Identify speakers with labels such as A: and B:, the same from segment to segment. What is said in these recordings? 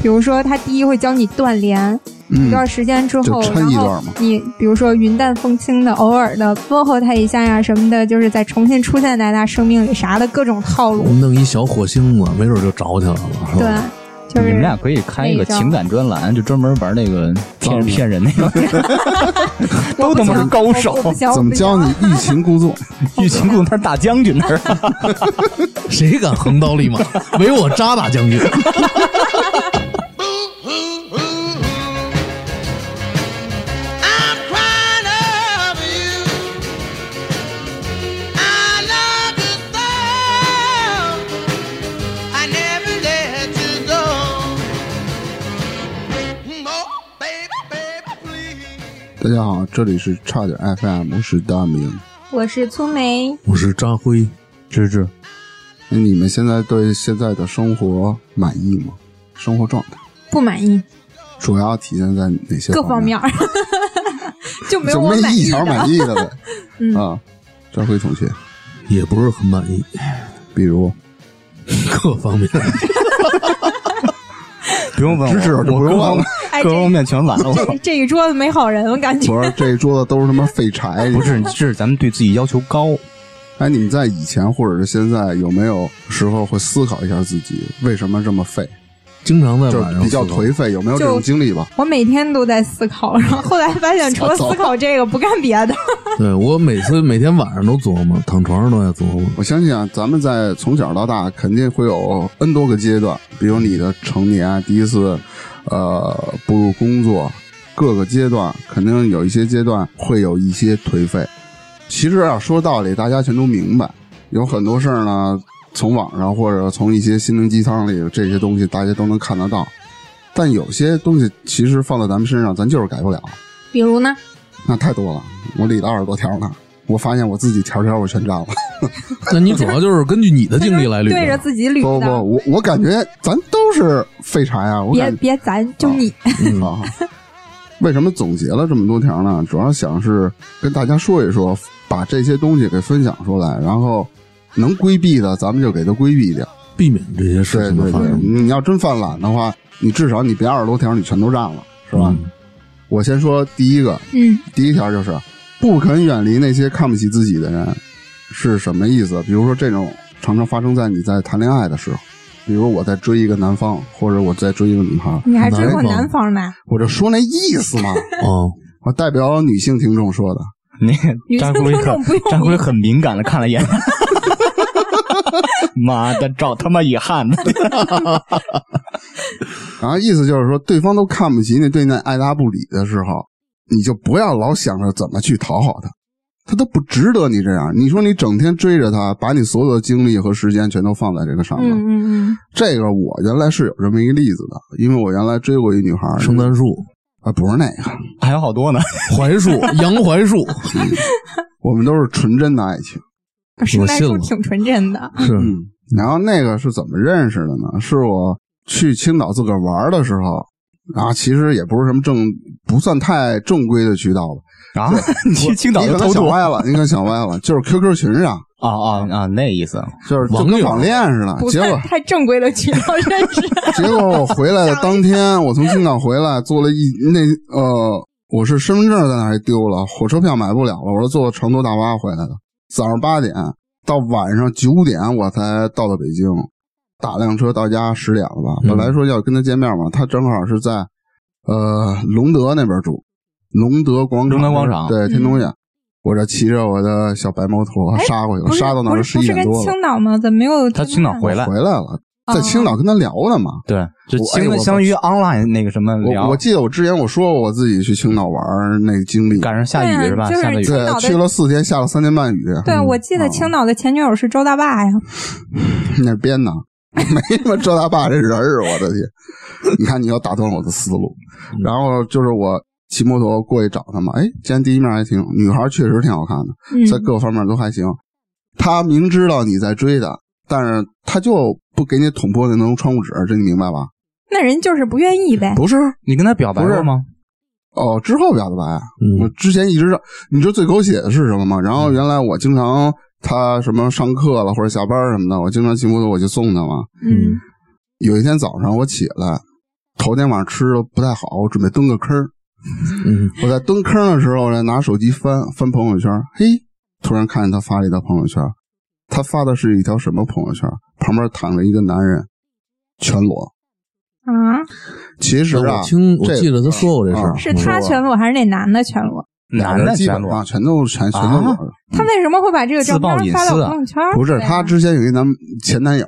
A: 比如说他第一会教你断联，一
B: 嗯，
A: 段时间之后，
B: 就抻
A: 然
B: 一
A: 后
B: 段嘛
A: 你比如说云淡风轻的，偶尔的问候他一下呀什么的，就是再重新出现在他生命里啥的各种套路。
C: 弄一小火星子，没准就着起来了，
B: 哦
C: 是
A: 对
C: 吧？，
A: 就是
D: 你们俩可以开一个情感专栏，就专门玩那个骗人骗人那 个，
A: 我
D: 都
A: 不
D: 他妈
A: 行
D: 是高手
A: 我不行
B: 怎么教？你欲擒故纵？
D: 欲擒故纵，他是大将军那儿。
C: 谁敢横 刀立马？唯我渣打将军。
E: Boo hoo hoo. I'm crying over you. I love you so. I never let you go. Oh, baby, baby, please.
B: 大家好，这里是差点 FM，我是大明。
A: 不行我是粗梅，
C: 我是扎辉，
D: 芝芝，
B: 那你们现在对现在的生活满意吗？生活状态
A: 不满意
B: 主要体现在哪些
A: 各方面？
B: 面
A: 儿， 就没有
B: 就
A: 我
B: 没
A: 满
B: 一
A: 意的。
B: 条
A: 嗯
B: 满意 的呗。啊，张辉同学，
C: 也不是很满意，
B: 比如
C: 各方面。
D: 不用问我，
B: 芝芝
D: 我
B: 就不用问了
A: 哎
D: 各方面全完了。我
A: 这这一桌子没好人，我感觉。
B: 我说这一桌子都是他妈废柴，
D: 哎不是，这是咱们对自己要求高。
B: 哎，你们在以前或者是现在有没有时候会思考一下自己为什么这么废，
C: 经常在
B: 就
C: 晚
B: 是
C: 上
B: 比较
C: 思考
B: 颓废？有没有这
A: 就
B: 种经历吧？
A: 我每天都在思考，然后后来发 现除了思考这个不干别的。
C: 对我每次每天晚上都琢磨，躺床上都在琢磨。
B: 我相信啊，咱们在从小到大肯定会有 N 多个阶段，比如你的成年，啊第一次，呃，步入工作，各个阶段肯定有一些阶段会有一些颓废。其实啊，说道理大家全都明白，有很多事儿呢，从网上或者从一些心灵鸡汤里这些东西大家都能看得到，但有些东西其实放在咱们身上，咱就是改不了。
A: 比如呢？
B: 那太多了，我理了二十多条呢，我发现我自己条条我全占了。
C: 那你主要就是根据你的经历来捋
A: 对着
C: 的。
A: 自己捋
B: 不不，
A: 的。
B: 我我感觉咱都是废柴啊！我
A: 别
B: 感觉
A: 别，咱就你。
B: 啊，为什么总结了这么多条呢？主要想是跟大家说一说，把这些东西给分享出来，然后能规避的咱们就给它规避掉。
C: 避免这些事
B: 对
C: 情的
B: 对
C: 发
B: 对，
C: 生，
B: 你要真犯懒的话，你至少你别二十多条你全都占了，是吧？
C: 嗯
B: 我先说第一个，
A: 嗯，
B: 第一条就是不肯远离那些看不起自己的人，是什么意思？比如说这种常常发生在你在谈恋爱的时候，比如我在追一个男方，或者我在追一个女孩，
A: 你还追过
C: 南
A: 南方啊呢？
B: 我就说那意思嘛。
C: 哦，
B: 我代表女性听众说的，
D: 那
A: 女性
D: 张辉
A: 听众不
D: 很
A: 用
D: 张辉很敏感的看了一眼， 妈的，找他妈遗憾的。
B: 然后意思就是说，对方都看不起你，对你爱答不理的时候，你就不要老想着怎么去讨好他，他都不值得你这样。你说你整天追着他，把你所有的精力和时间全都放在这个上面，
A: 嗯嗯
B: 这个我原来是有这么一个例子的，因为我原来追过一女孩儿，
C: 圣诞树、
B: 啊不是那个，
D: 还有好多呢，
C: 槐 树、杨槐树，
B: 我们都是纯真的爱情。
A: 嗯，圣诞
C: 信
A: 树
C: 了
A: 挺纯真的。
C: 是
B: 嗯，然后那个是怎么认识的呢？是我去青岛自个儿玩儿的时候，然后其实也不是什么正，不算太正规的渠道吧。
D: 啊， 你去青岛
B: 你
D: 就
B: 可能
D: 偷
B: 想
D: 渡
B: 歪了，你可能想歪了，就是 QQ 群上，
D: 啊啊啊，那意思。
B: 就是就
C: 网
B: 跟
C: 友
B: 网恋似的。
A: 不
B: 结
A: 算
B: 果
A: 太正规的渠 道认识，
B: 结果我回来的当天，我从青岛回来，坐了一那呃，我是身份证在那还丢了，火车票买不了了，我是坐成都大巴回来的。早上八点到晚上九点，我才到的北京，打辆车到家十点了吧。
C: 嗯
B: 本来说要跟他见面嘛，他正好是在呃隆德那边住，隆德广场，
D: 隆德广场
B: 对天通苑。我这骑着我的小白摩托
A: 嗯哎
B: 杀过去了，
A: 不是
B: 杀到那
A: 不
B: 儿
A: 是
B: 十
A: 不
B: 一
A: 是
B: 点
A: 跟
B: 多了，
A: 青岛吗？怎么没有？
D: 他青岛回来
B: 回来了，
A: 哦
B: 在青岛跟他聊呢嘛。
D: 对，就
B: 我哎
D: 相
B: 我
D: 相当于 online 那个什么聊，
B: 我我记得我之前我说过我自己去青岛玩儿那个经历，
D: 赶上下雨
A: 对啊
D: 是吧？
A: 就是
D: 下的雨
A: 青岛
B: 对，
A: 的
B: 去了四天，下了三天半雨，
A: 对，我记
B: 啊
A: 得青岛的前女友是周大爸呀。
B: 那编呢，没什么周大爸这人儿，啊我的天！你看你又打断我的思路，然后就是我骑摩托过去找他嘛，哎，见第一面还挺，女孩确实挺好看的，
A: 嗯，
B: 在各方面都还行。他明知道你在追他，但是他就不给你捅破那层窗户纸，这你明白吧？
A: 那人就是不愿意呗。
B: 不是，
D: 你跟他表白
B: 不是
D: 过吗？
B: 哦，之后表的白，我
C: 嗯，
B: 之前一直让你知道最狗血的是什么吗？然后原来我经常他什么上课了或者下班什么的，我经常骑摩托我去送他嘛。
A: 嗯
B: 有一天早上我起来，头天晚上吃的不太好，我准备蹲个坑儿。
D: 嗯，
B: 我在蹲坑儿的时候呢，拿手机翻翻朋友圈，嘿，突然看见他发了一条朋友圈，他发的是一条什么朋友圈？旁边躺着一个男人，全裸。嗯
A: 啊，
B: 其实啊
C: 我，听我
B: 这
C: 记得他说过这事
B: 啊
C: 儿，
A: 是他全裸还是那男的全裸？
B: 俩人基本上全都全全都
C: 啊
B: 裸着。
A: 他为什么会把这个照
D: 自曝
A: 片
D: 隐
A: 发到
D: 私啊
A: 朋友圈？
B: 不是，
A: 对啊
B: 她之前有一男前男友，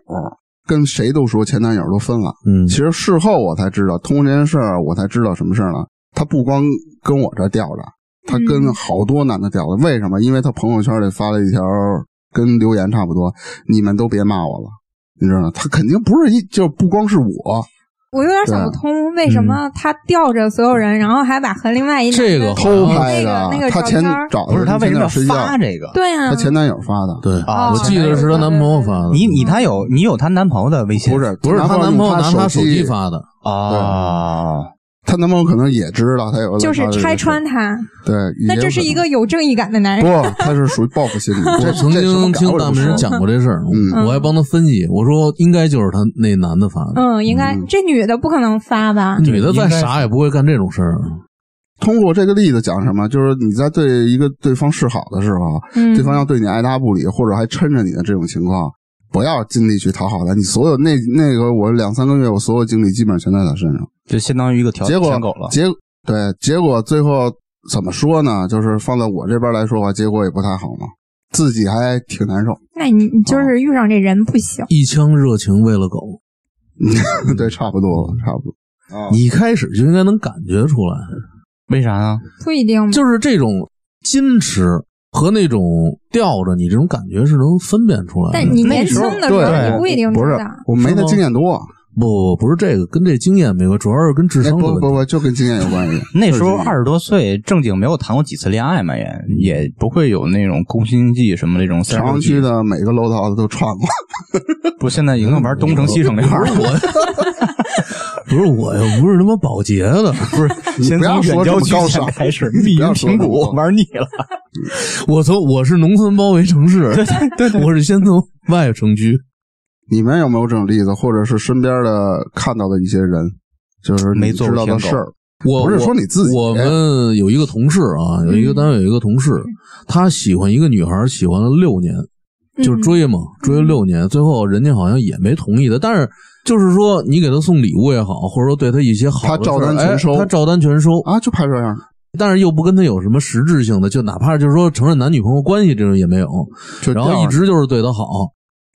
B: 跟谁都说前男友都分了。
C: 嗯
B: 其实事后我才知道，通过这件事儿，我才知道什么事儿呢？她不光跟我这儿吊着，她跟
A: 嗯
B: 好多男的吊着。为什么？因为她朋友圈里发了一条跟留言差不多，你们都别骂我了，你知道吗？她肯定不是一，就不光是我，
A: 我有点
B: 啊
A: 想不通，为
B: 嗯
A: 什么他吊着所有人，然后还把和另外一男的
C: 这个
B: 偷拍的。
A: 那个那个
B: 她
A: 照
B: 前
A: 片
B: 找的
D: 不是他为什么要
B: 前男友睡觉？
D: 发这个？
A: 对啊呀、
B: 她前男友发的，
C: 对
D: 啊
C: 我记得是她男朋友发的，
D: 你你他有你有她男朋友的微信？
B: 不是
C: 不是她
B: 她
C: 男朋友拿她
B: 她
C: 手机，发的，
D: 哦，
B: 她男朋友可能也知道她有
A: 就是拆穿他，
B: 对，
A: 那
B: 也
A: 这
B: 有
A: 是
B: 可
A: 一
B: 能
A: 个有正义感的男人。
B: 不，他是属于报复心理。这
C: 我曾经听大明人讲过这事儿，
B: 嗯
C: 我还帮他分析，我说应该就是他那男的发的，
A: 嗯，应该、
B: 嗯
A: 这女的不可能发吧？
C: 女的再傻也不会干这种事儿。
B: 通过这个例子讲什么？就是你在对一个对方示好的时候，啊
A: 嗯，
B: 对方要对你爱答不理，或者还抻着你的这种情况，不要尽力去讨好他。你所有那那个我两三个月，我所有精力基本上全在他身上。
D: 就相当于一个条
B: 结果
D: 舔狗了。
B: 结对结果最后怎么说呢？就是放在我这边来说话，结果也不太好嘛，自己还挺难受。
A: 那你你就是遇上这人不行。
C: 一腔热情为了狗，
B: 对，差不多了，差不多。啊
C: 你一开始就应该能感觉出来，
A: 嗯
D: 为啥呀？
A: 不一定吧，
C: 就是这种矜持和那种吊着你这种感觉是能分辨出来的。
A: 但你
D: 那
A: 年轻
D: 时候
A: 的时候
B: 对
A: 你不一定知
B: 不是
A: 道。
B: 我没他经验多，
C: 不不不是这个，跟这经验没关，主要是跟智
B: 哎
C: 商 的
B: 不不
C: 问题。
B: 不，就跟经验有关系。
D: 那时候
B: 就是嗯
D: 二十多岁，正经没有谈过几次恋爱嘛，也也不会有那种攻心计什么这种。
B: 朝阳区的每个楼道都串过。
D: 不，现在已经玩东城西城这块儿了。
C: 不是我又不是他妈保洁的，
D: 不是，先
B: 不要 说
D: 从远
B: 这
D: 郊
B: 么高
D: 区先
B: 尚
D: 开 始，密
B: 不
D: 云
B: 要说
D: 平
B: 这么
D: 谷
B: 高
D: 玩腻了。
C: 我从我是农村包围城市，对我是先从外城区。
B: 你们有没有这种例子，或者是身边的看到的一些人，就是你
D: 没做
B: 知
D: 过
B: 道的事儿？
C: 我
B: 不是
C: 我
B: 说你自己
C: 我们有一个同事啊，有一个单位有一个同事，他喜欢一个女孩儿，喜欢了六年，
A: 嗯
C: 就是追嘛，追了六年，最后人家好像也没同意他，但是就是说你给他送礼物也好，或者说对他一些好的事
B: 他
C: 儿，
B: 照单全收
C: 哎他照单全收，
B: 啊，就拍这样，
C: 但是又不跟他有什么实质性的，就哪怕就是说承认男女朋友关系这种也没有，
B: 就
C: 然后一直就是对他好。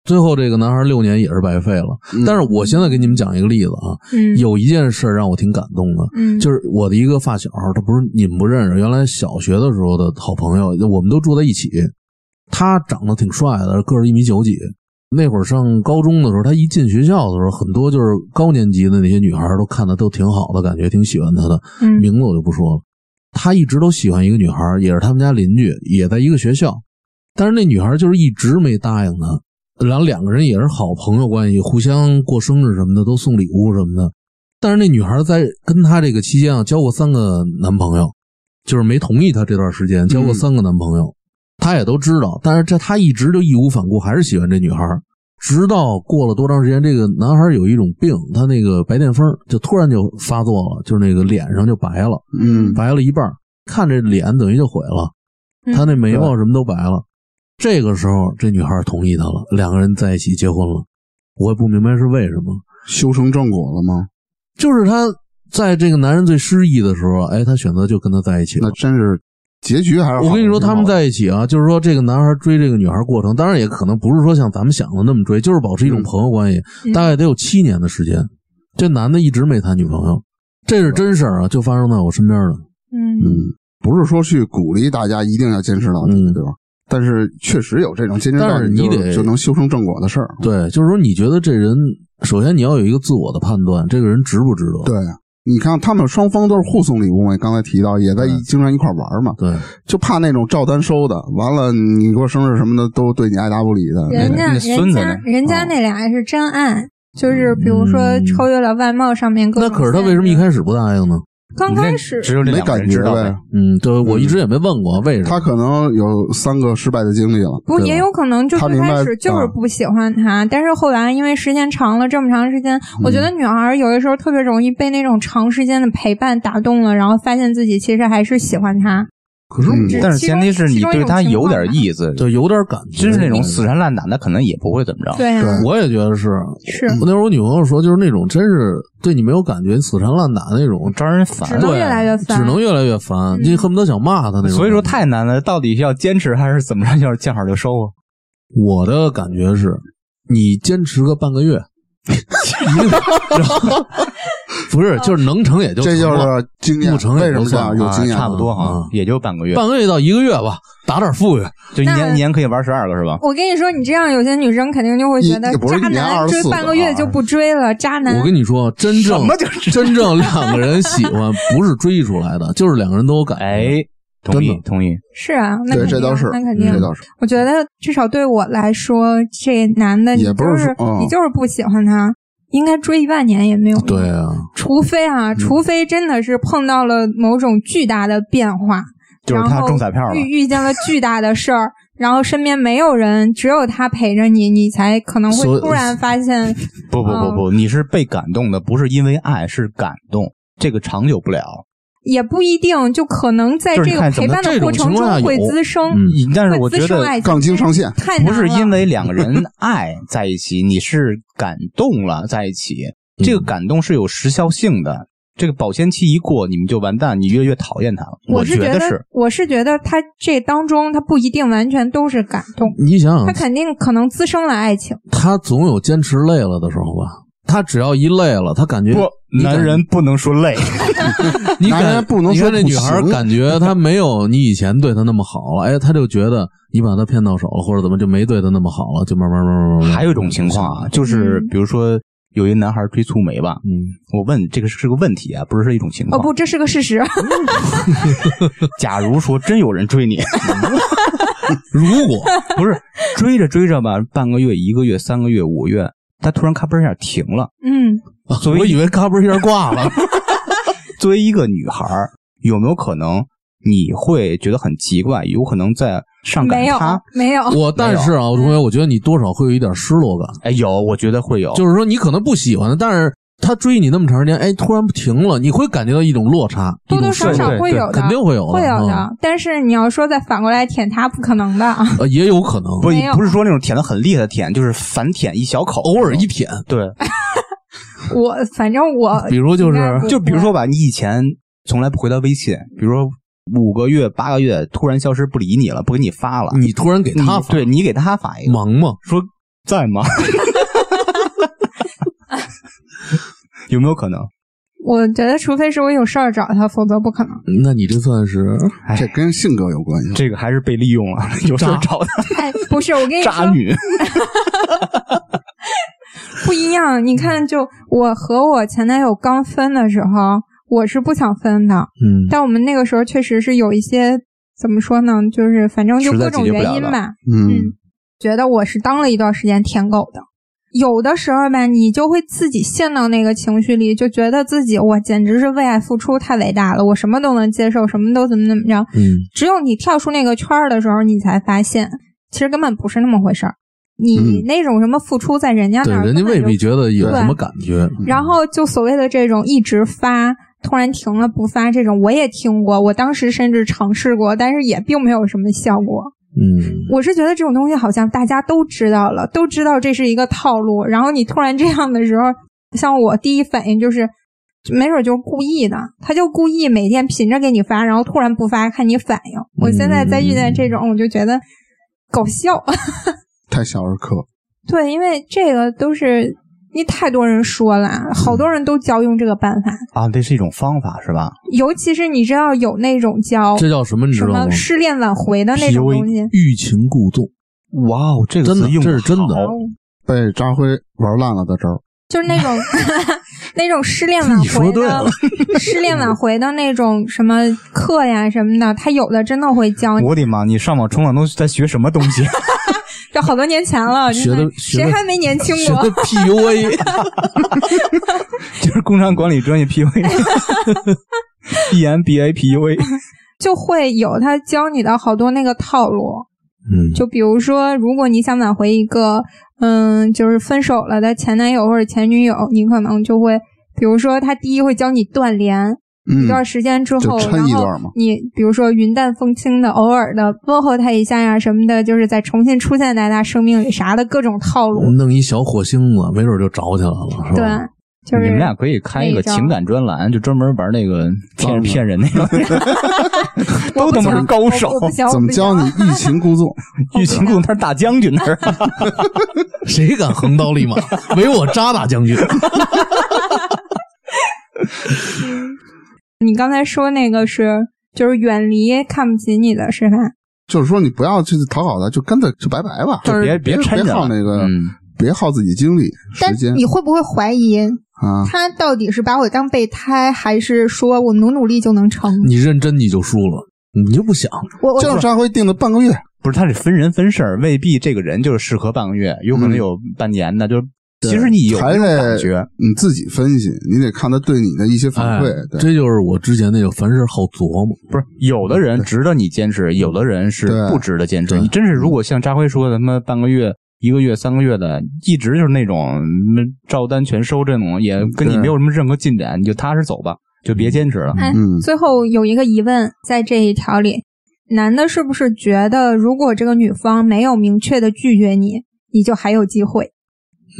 C: 最后，这个男孩儿六年也是白费了。
B: 嗯
C: 但是我现在给你们讲一个例子啊，
A: 嗯，
C: 有一件事儿让我挺感动的，
A: 嗯，
C: 就是我的一个发小，他不是你们不认识，原来小学的时候的好朋友，我们都住在一起。他长得挺帅的，个儿一米九几。那会儿上高中的时候，他一进学校的时候，很多就是高年级的那些女孩都看他都挺好的，感觉挺喜欢他的。
A: 嗯
C: 名字我就不说了。他一直都喜欢一个女孩，也是他们家邻居，也在一个学校，但是那女孩就是一直没答应他。然后两个人也是好朋友关系，互相过生日什么的都送礼物什么的。但是那女孩在跟他这个期间啊，交过三个男朋友，就是没同意他这段时间交过三个男朋友，他也都知道。但是这他一直就义无反顾，还是喜欢这女孩。直到过了多长时间，这个男孩有一种病，他那个白癜风就突然就发作了，就是那个脸上就白了，
B: 嗯，
C: 白了一半儿，看这脸等于就毁了，他那眉毛什么都白了。这个时候，这女孩同意他了，两个人在一起结婚了。我也不明白是为什么，
B: 修成正果了吗？
C: 就是他在这个男人最失意的时候，哎，他选择就跟他在一起了
B: 那。真是结局还是好的
C: 我跟你说，
B: 挺好
C: 他
B: 的
C: 们在一起啊，就是说这个男孩追这个女孩过程，当然也可能不是说像咱们想的那么追，就是保持一
B: 嗯
C: 种朋友关系，
A: 嗯
C: 大概得有七年的时间。这男的一直没谈女朋友，这是真事儿啊，就发生在我身边的。
A: 嗯
B: 嗯，不是说去鼓励大家一定要坚持到底，
C: 嗯
B: 对吧？但是确实有这种坚持
C: 但
B: 到
C: 是
B: 底
C: 你
B: 就
C: 得
B: 就能修成正果的事儿。
C: 对，就是说你觉得这人，首先你要有一个自我的判断，这个人值不值得？
B: 对，你看他们双方都是互送礼物嘛，刚才提到也在
C: 嗯
B: 一经常一块儿玩嘛，
C: 对
B: 就怕那种照单收的，完了你过生日什么的都对你爱答不理的，
A: 人家
D: 那
A: 人
D: 孙子
A: 家
D: 呢
A: 人家那俩是真爱，就是比如说
C: 嗯
A: 超越了外貌上面各
C: 那
A: 种。
C: 可是他为什么一？开始不答应呢？
A: 刚
D: 那
A: 开始
D: 只有这
B: 没
D: 两个
B: 感
D: 人
B: 觉
D: 知道
B: 呗。
C: 嗯，对，我一直也没问过
D: 嗯
C: 为什么。
B: 他可能有三个失败的经历了，
A: 不，
B: 对
A: 也
B: 吧
A: 有可能就
B: 他
A: 最
B: 明白啊
A: 开始就是不喜欢他，但是后来因为时间长了，这么长时间，
B: 嗯
A: 我觉得女孩有的时候特别容易被那种长时间的陪伴打动了，然后发现自己其实还是喜欢他。
C: 可是我
B: 嗯
D: 但是
A: 其
D: 前
A: 中
D: 提是
A: 其
D: 你
A: 中一
D: 对
A: 种
D: 他
A: 情
D: 有
A: 况啊
D: 点
A: 吧
D: 意思，
C: 就有点感觉，嗯
D: 真是那种死缠烂打，那可能也不会怎么着。
A: 对啊，
C: 我也觉得是。
A: 是
C: 那会儿我女朋友说，就是那种真是对你没有感觉、死缠烂打那种，
D: 招人烦
A: 只。能
C: 对
A: 越来越烦嗯
C: 只能越来越烦，就恨不得想骂他那种。
D: 所以说太难了，到底要坚持还是怎么着？要是见好就收啊？
C: 我的感觉是，你坚持个半个月， 一个 然后不是就是能成也就
B: 这
C: 成
B: 就
C: 了
B: 是经验。
C: 不成
B: 为什
C: 也
B: 么
C: 就
B: 这
C: 算
B: 样？
C: 了
B: 有
D: 啊
B: 经验，
D: 差不多啊
C: 嗯，
D: 也就半个月，
C: 半个月到一个月吧，打点富裕。
D: 就一
A: 那
D: 年一年可以玩十二个是吧？
A: 我跟你说，你这样有些女生肯定就会觉得
B: 也也不是一
A: 渣
B: 年
A: 男追
B: 24
A: 半个月就不追了，渣男
C: 我跟你说，真正
D: 什么就是
C: 真正两个人喜欢不是追出来的，就是两个人都有感觉。
D: 哎，
C: 嗯
D: 同
C: 真
D: 意
C: 的
D: 同意，
A: 是啊，那
B: 对，
A: 肯定
B: 这倒是
A: 那肯，定啊
B: 这。倒是。
A: 我觉得至少对我来说，这男的你
B: 也
A: 就
B: 不是
A: 是
B: 说嗯
A: 你就是不喜欢他，应该追一万年也没有用
C: 对啊，
A: 除非啊，
D: 嗯
A: 除非真的是碰到了某种巨大的变化，
D: 就是他
A: 然后
D: 中彩票了
A: 遇遇见了巨大的事儿，然后身边没有人，只有他陪着你，你才可能
C: 所
A: 会
C: 以
A: 突然发现，
D: 不不不
A: 嗯
D: 不，你是被感动的，不是因为爱，是感动，这个长久不了。
A: 也不一定，就可能在
D: 就
A: 这
D: 是你
A: 个
D: 看怎
A: 陪
D: 么
A: 伴
C: 这
A: 的
C: 种
A: 过程
C: 情况
A: 中
C: 下
A: 会
C: 有
A: 滋生，
C: 嗯
D: 但是
A: 会
D: 我觉
A: 滋生
D: 得
A: 爱情
B: 杠精上线，
A: 太难
D: 不是因
A: 了
D: 为两个人 爱在一起，你是感动了在一起，
C: 嗯
D: 这个感动是有时效性的。这个保鲜期一过，你们就完蛋，你越来越讨厌他了。
A: 我
D: 觉
A: 是
D: 得
A: 得
D: 是，，
A: 我是觉得他这当中他不一定完全都是感动，
C: 你想
D: 嗯
A: 他
C: 想，
A: 肯定可能滋生了爱情。
C: 他总有坚持累了的时候吧。他只要一累了，他感觉你感
D: 不能说累，
C: 你
B: 男
C: 感
B: 人不能
C: 你
B: 说
C: 看这
B: 不
C: 女孩
B: 行
C: 感觉她没有你以前对她那么好了，哎，她就觉得你把她骗到手了，或者怎么就没对她那么好了，就慢慢慢慢慢慢。
D: 还有一种情况啊，就是
A: 嗯
D: 比如说有一男孩追醋梅吧，
C: 嗯，
D: 我问这个是个问题啊，不是一种情
A: 哦
D: 况。
A: 不，这是个事实。
D: 假如说真有 人追你，
C: 如果
D: 不是追着追着吧，半个月、一个月、三个月、五个月，他突然咔嘣一下停了。
A: 嗯，
D: 作为
C: 我以为嘎嘣一下挂 了，
D: 作为一个女孩儿，有没有可能你会觉得很奇怪？有可能在上赶
A: 没有
D: 他？
A: 没有，
C: 我但是啊，我同学，我觉得你多少会有一点失落感，
D: 哎，有，我觉得会有。
C: 就是说你可能不喜欢她，但是她追你那么长时间，哎，突然停了，你会感觉到一种落差，
A: 多多
C: 一种
A: 少
C: 失
A: 少
C: 落
D: 对
A: 会
D: 对
A: 有的，
C: 肯定会有的，
A: 会有
C: 嗯
A: 的。但是你要说再反过来舔他，不可能的。
C: 呃也有可能
D: 不
A: 没有
D: 不是说那种舔的很厉害的舔，就是反舔一小口，
C: 偶尔一舔，
D: 对。
A: 我反正我
C: 比如就是
A: 应该不
D: 啊就比如说吧，你以前从来不回他微信，比如说五个月、八个月突然消失不理你了，不给你发了，
C: 你突然给她
D: 你对你给嗯他发嗯一个，
C: 忙吗？
D: 说在 吗？有没有可能？
A: 我觉得，除非是我有事儿找他，否则不可能。
C: 那你这算是
D: 哎
B: 这跟性格有关系。
D: 这个还是被利用了， 有事儿
C: 渣
D: 找他
A: 哎，不是，我跟你说，
D: 渣女。
A: 不一样。你看，就我和我前男友刚分的时候，我是不想分的，
C: 嗯
A: 但我们那个时候确实是有一些怎么说呢，就是反正就
D: 实在
A: 各种
D: 解决不
A: 原
D: 了
A: 因
D: 了
A: 吧。
B: 嗯
A: 嗯，觉得我是当了一段时间舔狗的。有的时候吧，你就会自己陷到那个情绪里，就觉得自己我简直是为爱付出太伟大了，我什么都能接受，什么都怎么怎么着。
C: 嗯。
A: 只有你跳出那个圈儿的时候，你才发现其实根本不是那么回事儿。你
B: 嗯
A: 那种什么付出在人家
C: 对
A: 那，儿，
C: 人家未必嗯觉得有
A: 对
C: 什么感觉。
A: 然后就所谓的这种一直发，突然停了不发这种，我也听过，我当时甚至尝试过，但是也并没有什么效果。
C: 嗯，
A: 我是觉得这种东西好像大家都知道了，都知道这是一个套路，然后你突然这样的时候，像我第一反应就是。没准就是故意的，他就故意每天频着给你发，然后突然不发，看你反应。我现在再遇见这种，我就觉得搞笑。
B: 太小儿科。
A: 对，因为这个都是你太多人说了，好多人都教用这个办法，
D: 啊，这是一种方法是吧？
A: 尤其是你知道有那种教
C: 这叫什么？你知
A: 什
C: 道吗
A: 么？失恋挽回的那种
D: PUA
A: 东西，
C: 欲擒故纵，
D: 哇哦，这
C: 真的
D: 词用
C: 这
D: 得
C: 是真的
D: 好
B: 被扎辉玩烂了的招儿，
A: 就是那种那种失恋挽
C: 你说
A: 回
C: 对
A: 的
C: 了
A: 失恋挽回的那种什么课呀什么的，他有的真的会教你。
D: 我的妈！你上网冲浪都在学什么东西？
A: 这好多年前了，
C: 学
A: 真
C: 的
A: 的
C: 学
A: 谁
C: 的
A: 还没年轻
C: 学
A: 过
C: 的？PUA，
D: 就是工商管理专业 PUA。 B E M B A P U A，
A: 就会有他教你的好多那个套路。
C: 嗯，
A: 就比如说，如果你想挽回一个，嗯，就是分手了的前男友或者前女友，你可能就会，比如说，他第一会教你断联，一
B: 嗯，
A: 段时间之后，
B: 就抻
A: 然
B: 一
A: 后
B: 段嘛
A: 你比如说云淡风轻的，偶尔的问候他一下呀什么的，就是再重新出现在他生命里啥的各种套
B: 嗯
A: 路。
C: 弄一小火星子，没准就着起来了，是
A: 对，
C: 吧？
A: 就是
D: 你们俩可以开一个情感专栏，就专门玩那个骗骗人那 个，
A: 我
D: 都
A: 不
D: 他妈
A: 行
D: 是高手
A: 我不行，我
B: 怎么
A: 不
B: 教
A: 行啊
B: 你欲擒故纵？
D: 欲擒故纵，他是大将军，啊他是。
C: 谁敢横刀立马？唯我渣打将军。
A: 你刚才说那个是，就是远离看不起你的是吧？
B: 就是说你不要去讨好他，就跟他就拜拜吧，
D: 就
B: 但
D: 别
B: 是
D: 别
B: 别
D: 抻着
B: 别耗那个，
D: 嗯
B: 别耗自己精力
A: 但
B: 时间
F: 你会不会怀疑
B: 啊。
F: 他到底是把我当备胎，还是说我努努力就能成？
C: 你认真你就输了，你就不想。
F: 我我
B: 就是上回定的半个月，
D: 不是，他得分人分事儿，未必这个人就是适合半个月，有可能
B: 嗯
D: 有半年的。就是其实你有
B: 还
D: 那种感
B: 得
D: 觉，
B: 你自己分析，你得看他对你的一些反
C: 哎
B: 馈。对，
C: 这就是我之前那个凡事好琢磨。
D: 不是有的人值得你坚持，有的人是
B: 对
D: 不值得坚持。
C: 对
D: 你真是如果像扎辉说的，他妈半个月、一个月、三个月的，一直就是那种嗯照单全收这种，也跟你
B: 对
D: 没有什么任何进展，你就踏实走吧，就别坚持了。
A: 哎
B: 嗯，
A: 最后有一个疑问，在这一条里，男的是不是觉得如果这个女方没有明确的拒绝你，你就还有机会？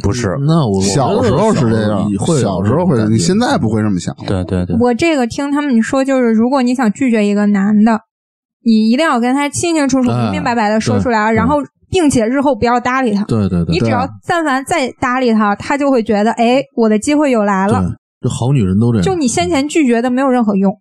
D: 不是，
C: 那我
B: 小时候是这样，
C: 会
B: 小时候会，你现在不
C: 会
B: 会这么想了。
D: 对对对，
A: 我这个听他们说，就是如果你想拒绝一个男的，你一定要跟他清清楚楚、
C: 哎
A: 明明白白的说出来，
C: 对
A: 然后并且日后不要搭理他。
C: 对对对
A: 你
C: 啊
A: 只要但凡再搭理他，他就会觉得，哎，我的机会又来
C: 对
A: 了。，
C: 这好女人都这样。
A: 就你先前拒绝的没有任何用。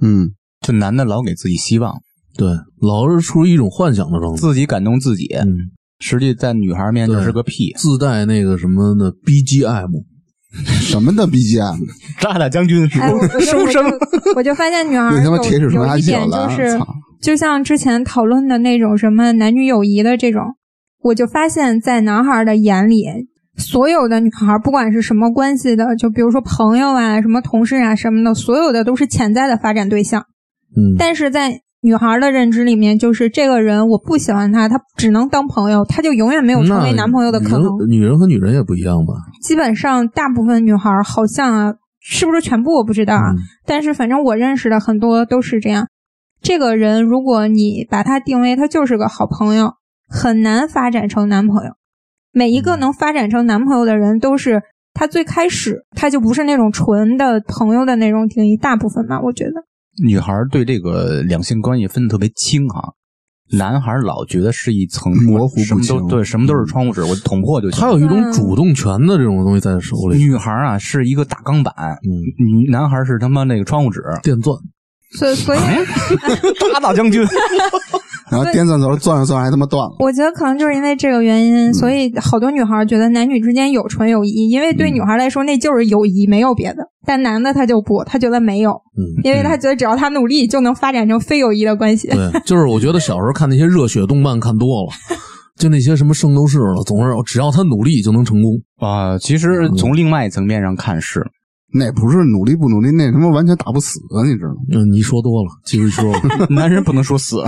B: 嗯，
D: 就男的老给自己希望，
C: 对，老是处于一种幻想的状态。
D: 自己感动自己，
C: 嗯，
D: 实际在女孩面前
C: 对
D: 是个屁。
C: 自带那个什么的 BGM，
B: 什么的 BGM，
D: 渣打将军是
A: 哎，我我就我就我就发现女孩
B: 那他妈
A: 有
B: 铁齿铜
A: 有
B: 牙
A: 一
B: 纪晓
A: 点就
B: 岚，
A: 是
B: 操，
A: 就像之前讨论的那种什么男女友谊的这种，我就发现，在男孩的眼里，所有的女孩不管是什么关系的，就比如说朋友啊、什么同事啊什么的，所有的都是潜在的发展对象。
C: 嗯，
A: 但是在女孩的认知里面，就是这个人我不喜欢他，他只能当朋友，他就永远没有成为男朋友的可能。
C: 那女人。女人和女人也不一样吧？
A: 基本上，大部分女孩好像啊，是不是全部我不知道啊，
C: 嗯
A: 但是反正我认识的很多都是这样。这个人，如果你把他定位，他就是个好朋友，很难发展成男朋友。每一个能发展成男朋友的人，都是他最开始他就不是那种纯的朋友的那种定义，大部分吧，我觉得。
D: 女孩对这个两性关系分得特别清哈、男孩老觉得是一层
B: 模糊不
D: 嗯什么都
B: 清
D: 对，什么都是窗户纸，我捅破就行。
C: 她有一种
A: 嗯
C: 主动权的这种东西在手里。
D: 女孩啊是一个大钢板，
C: 嗯，
D: 女男孩是他妈那个窗户纸。
C: 电钻，
A: 所以，所以
D: 渣打将军，
B: 然后电钻头钻着钻着还他妈断了。
A: 我觉得可能就是因为这个原因，所
B: 嗯
A: 以好多女孩觉得男女之间有纯友谊，因为对女孩来说那就是友谊，没有别的。但男的他就不，他觉得没有，
C: 嗯，
A: 因为他觉得只要他努力就能发展成非友谊的关系。
C: 对， 就是我觉得小时候看那些热血动漫看多了，就那些什么圣斗士了，总是只要他努力就能成功。
D: 啊、其实从另外一层面上看是，
B: 那不是努力不努力，那他妈完全打不死的，你知道吗？
C: 嗯，你说多了，继续说吧。
D: 男人不能说死，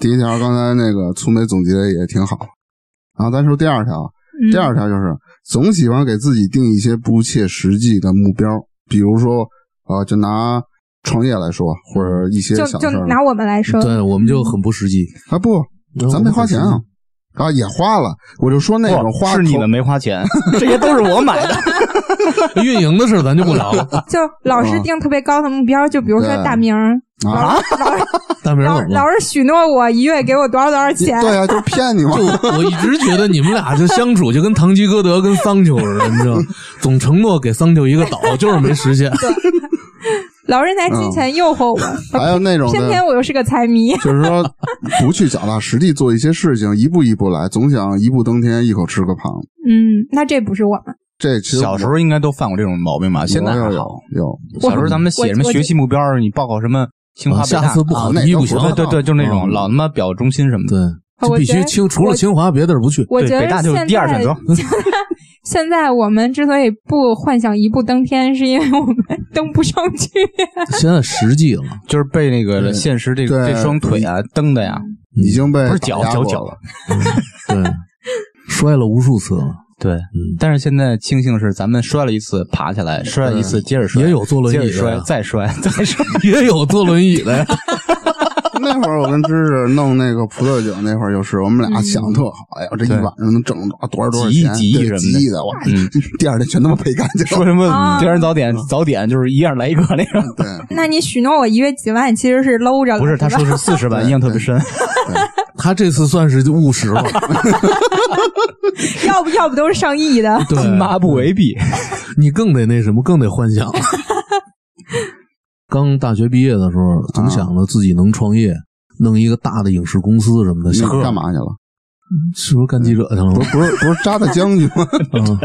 B: 第一条刚才那个粗眉总结的也挺好，然后咱说第二条，
A: 嗯
B: 第二条就是总喜欢给自己定一些不切实际的目标，比如说啊、呃就拿创业来说，或者一些
A: 就
B: 小事
A: 就
B: 儿
A: 拿我们来 说，嗯
C: 对，我们就很不实际。
B: 啊不，咱没花钱啊，啊也花了，我就说那种花
D: 是你们没花 钱，这些都是我买的。
C: 运营的事儿咱就不聊 了。
A: 就老是
B: 嗯
A: 定特别高的目标，就比如说
B: 对
A: 大明儿，
B: 投啊，
C: 大明儿
A: 老
C: 怎么了
A: 老？是许诺我一月给我多少多少
B: 你
A: 钱，
B: 对啊，就是骗你嘛
C: 就。我一直觉得你们俩就相处就跟堂吉诃德跟桑丘似的，你知道吗，总承诺给桑丘一个岛，就是没实现。
A: 老是拿金钱诱惑我，
B: 嗯 还有那种
A: 偏
B: 的
A: 偏，我又是个财迷。
B: 就是说不去脚踏实地做一些事情，一步一步来，总想一步登天，一口吃个胖。
A: 嗯，那这不是我们，
B: 这其实
D: 小时候应该都犯过这种毛病吧？现在
B: 有
D: 还好
B: 有。有，
D: 小时候咱们写什么
A: 我我
D: 学习目标，你报考什么清华
C: 啊
D: 北大，
C: 下次不考
B: 啊那
C: 第一
B: 都
C: 不
B: 不
C: 行
B: 知，道
D: 对对对，就那种
C: 嗯
D: 老他妈表忠心什么的。
C: 对，
A: 啊
C: 就
A: 我
C: 必
A: 觉
C: 须
A: 得
C: 清，除了
A: 我
C: 清华别地儿不去。
A: 我觉
D: 对
A: 得
D: 北大就是
A: 现
D: 第二
A: 在
D: 选择
A: 现在现在我们之所以不幻想一步登天，是因为我们登不上去。
C: 现在实际了，
D: 就是被那个现实这
B: 对
D: 这双腿啊蹬的呀，
A: 嗯
B: 已经被
D: 不是脚
B: 打压
D: 脚
B: 过
D: 脚
B: 了，
C: 对，摔了无数次了，
D: 对，
C: 嗯，
D: 但是现在庆幸是咱们摔了一次爬起来，摔了一次接着摔，
C: 也有坐轮
D: 接着
C: 椅的
D: 摔，
C: 呀，
D: 再摔再摔，
C: 也有坐轮椅的呀，
B: 那会儿我跟芝芝弄那个葡萄酒，那会儿就是我们俩想得特好，哎呀，这一
D: 对
B: 晚上能挣多少多少多少
D: 几亿
B: 钱，
D: 几亿
B: 对
D: 什么的
B: 几亿的，哇！
D: 嗯
B: 第二天全他妈赔干净
D: 说
B: 了。
D: 什么
A: 啊
D: 别人早点早点就是一样来一个那种，
B: 对，
A: 那你许诺我一月几万，其实是搂着了。
D: 不是他
A: 吧
D: 说是四十万，
B: 对
D: 印象特别深，
C: 他这次算是务实了，
A: 要不要不都是上亿的。
C: 对，
D: 妈不为弊，
C: 你更得那什么，更得幻想。刚大学毕业的时候，总想着自己能创业，弄一个大的影视公司什么的，
B: 你
C: 想
B: 干？嘛去了？
C: 是不是干记者去了
B: 不？是不是不是扎的将军 吗？
C: 嗯，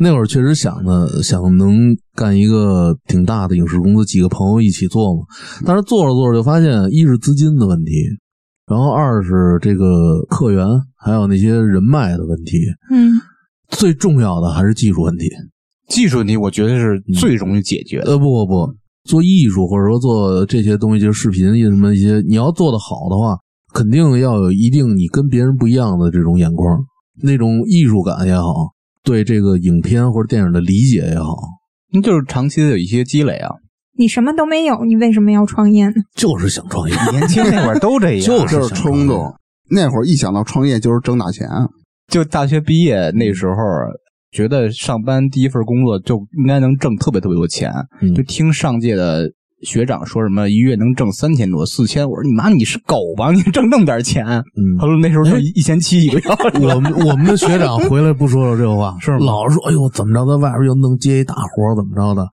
C: 那会儿确实想的，想能干一个挺大的影视公司，几个朋友一起做嘛。但是做着做着就发现，一是资金的问题，然后二是这个客源，还有那些人脉的问题。
A: 嗯，
C: 最重要的还是技术问题。
D: 技术问题我觉得是最容易解决的，
C: 呃，不不不，做艺术或者说做这些东西，就是视频什么一些，你要做得好的话，肯定要有一定你跟别人不一样的这种眼光，那种艺术感也好，对这个影片或者电影的理解也好，
D: 那嗯就是长期的有一些积累啊。
A: 你什么都没有，你为什么要创业呢？
C: 就是想创 业。
D: 年轻那会儿都这样，
C: 就
B: 就是
C: 想
B: 冲动。那会儿一想到创业就是挣大钱，
D: 就大学毕业那时候，觉得上班第一份工作就应该能挣特别特别多钱，
C: 嗯
D: 就听上届的。学长说什么一月能挣三千多四千，我说你妈你是狗吧？你挣那么点钱？
C: 嗯
D: 他，说那时候就一千七一个月，
C: 我们我们的学长回来不说了这个话，
D: 是吗
C: 老是说哎呦怎么着，在外边又能接一大活儿怎么着的。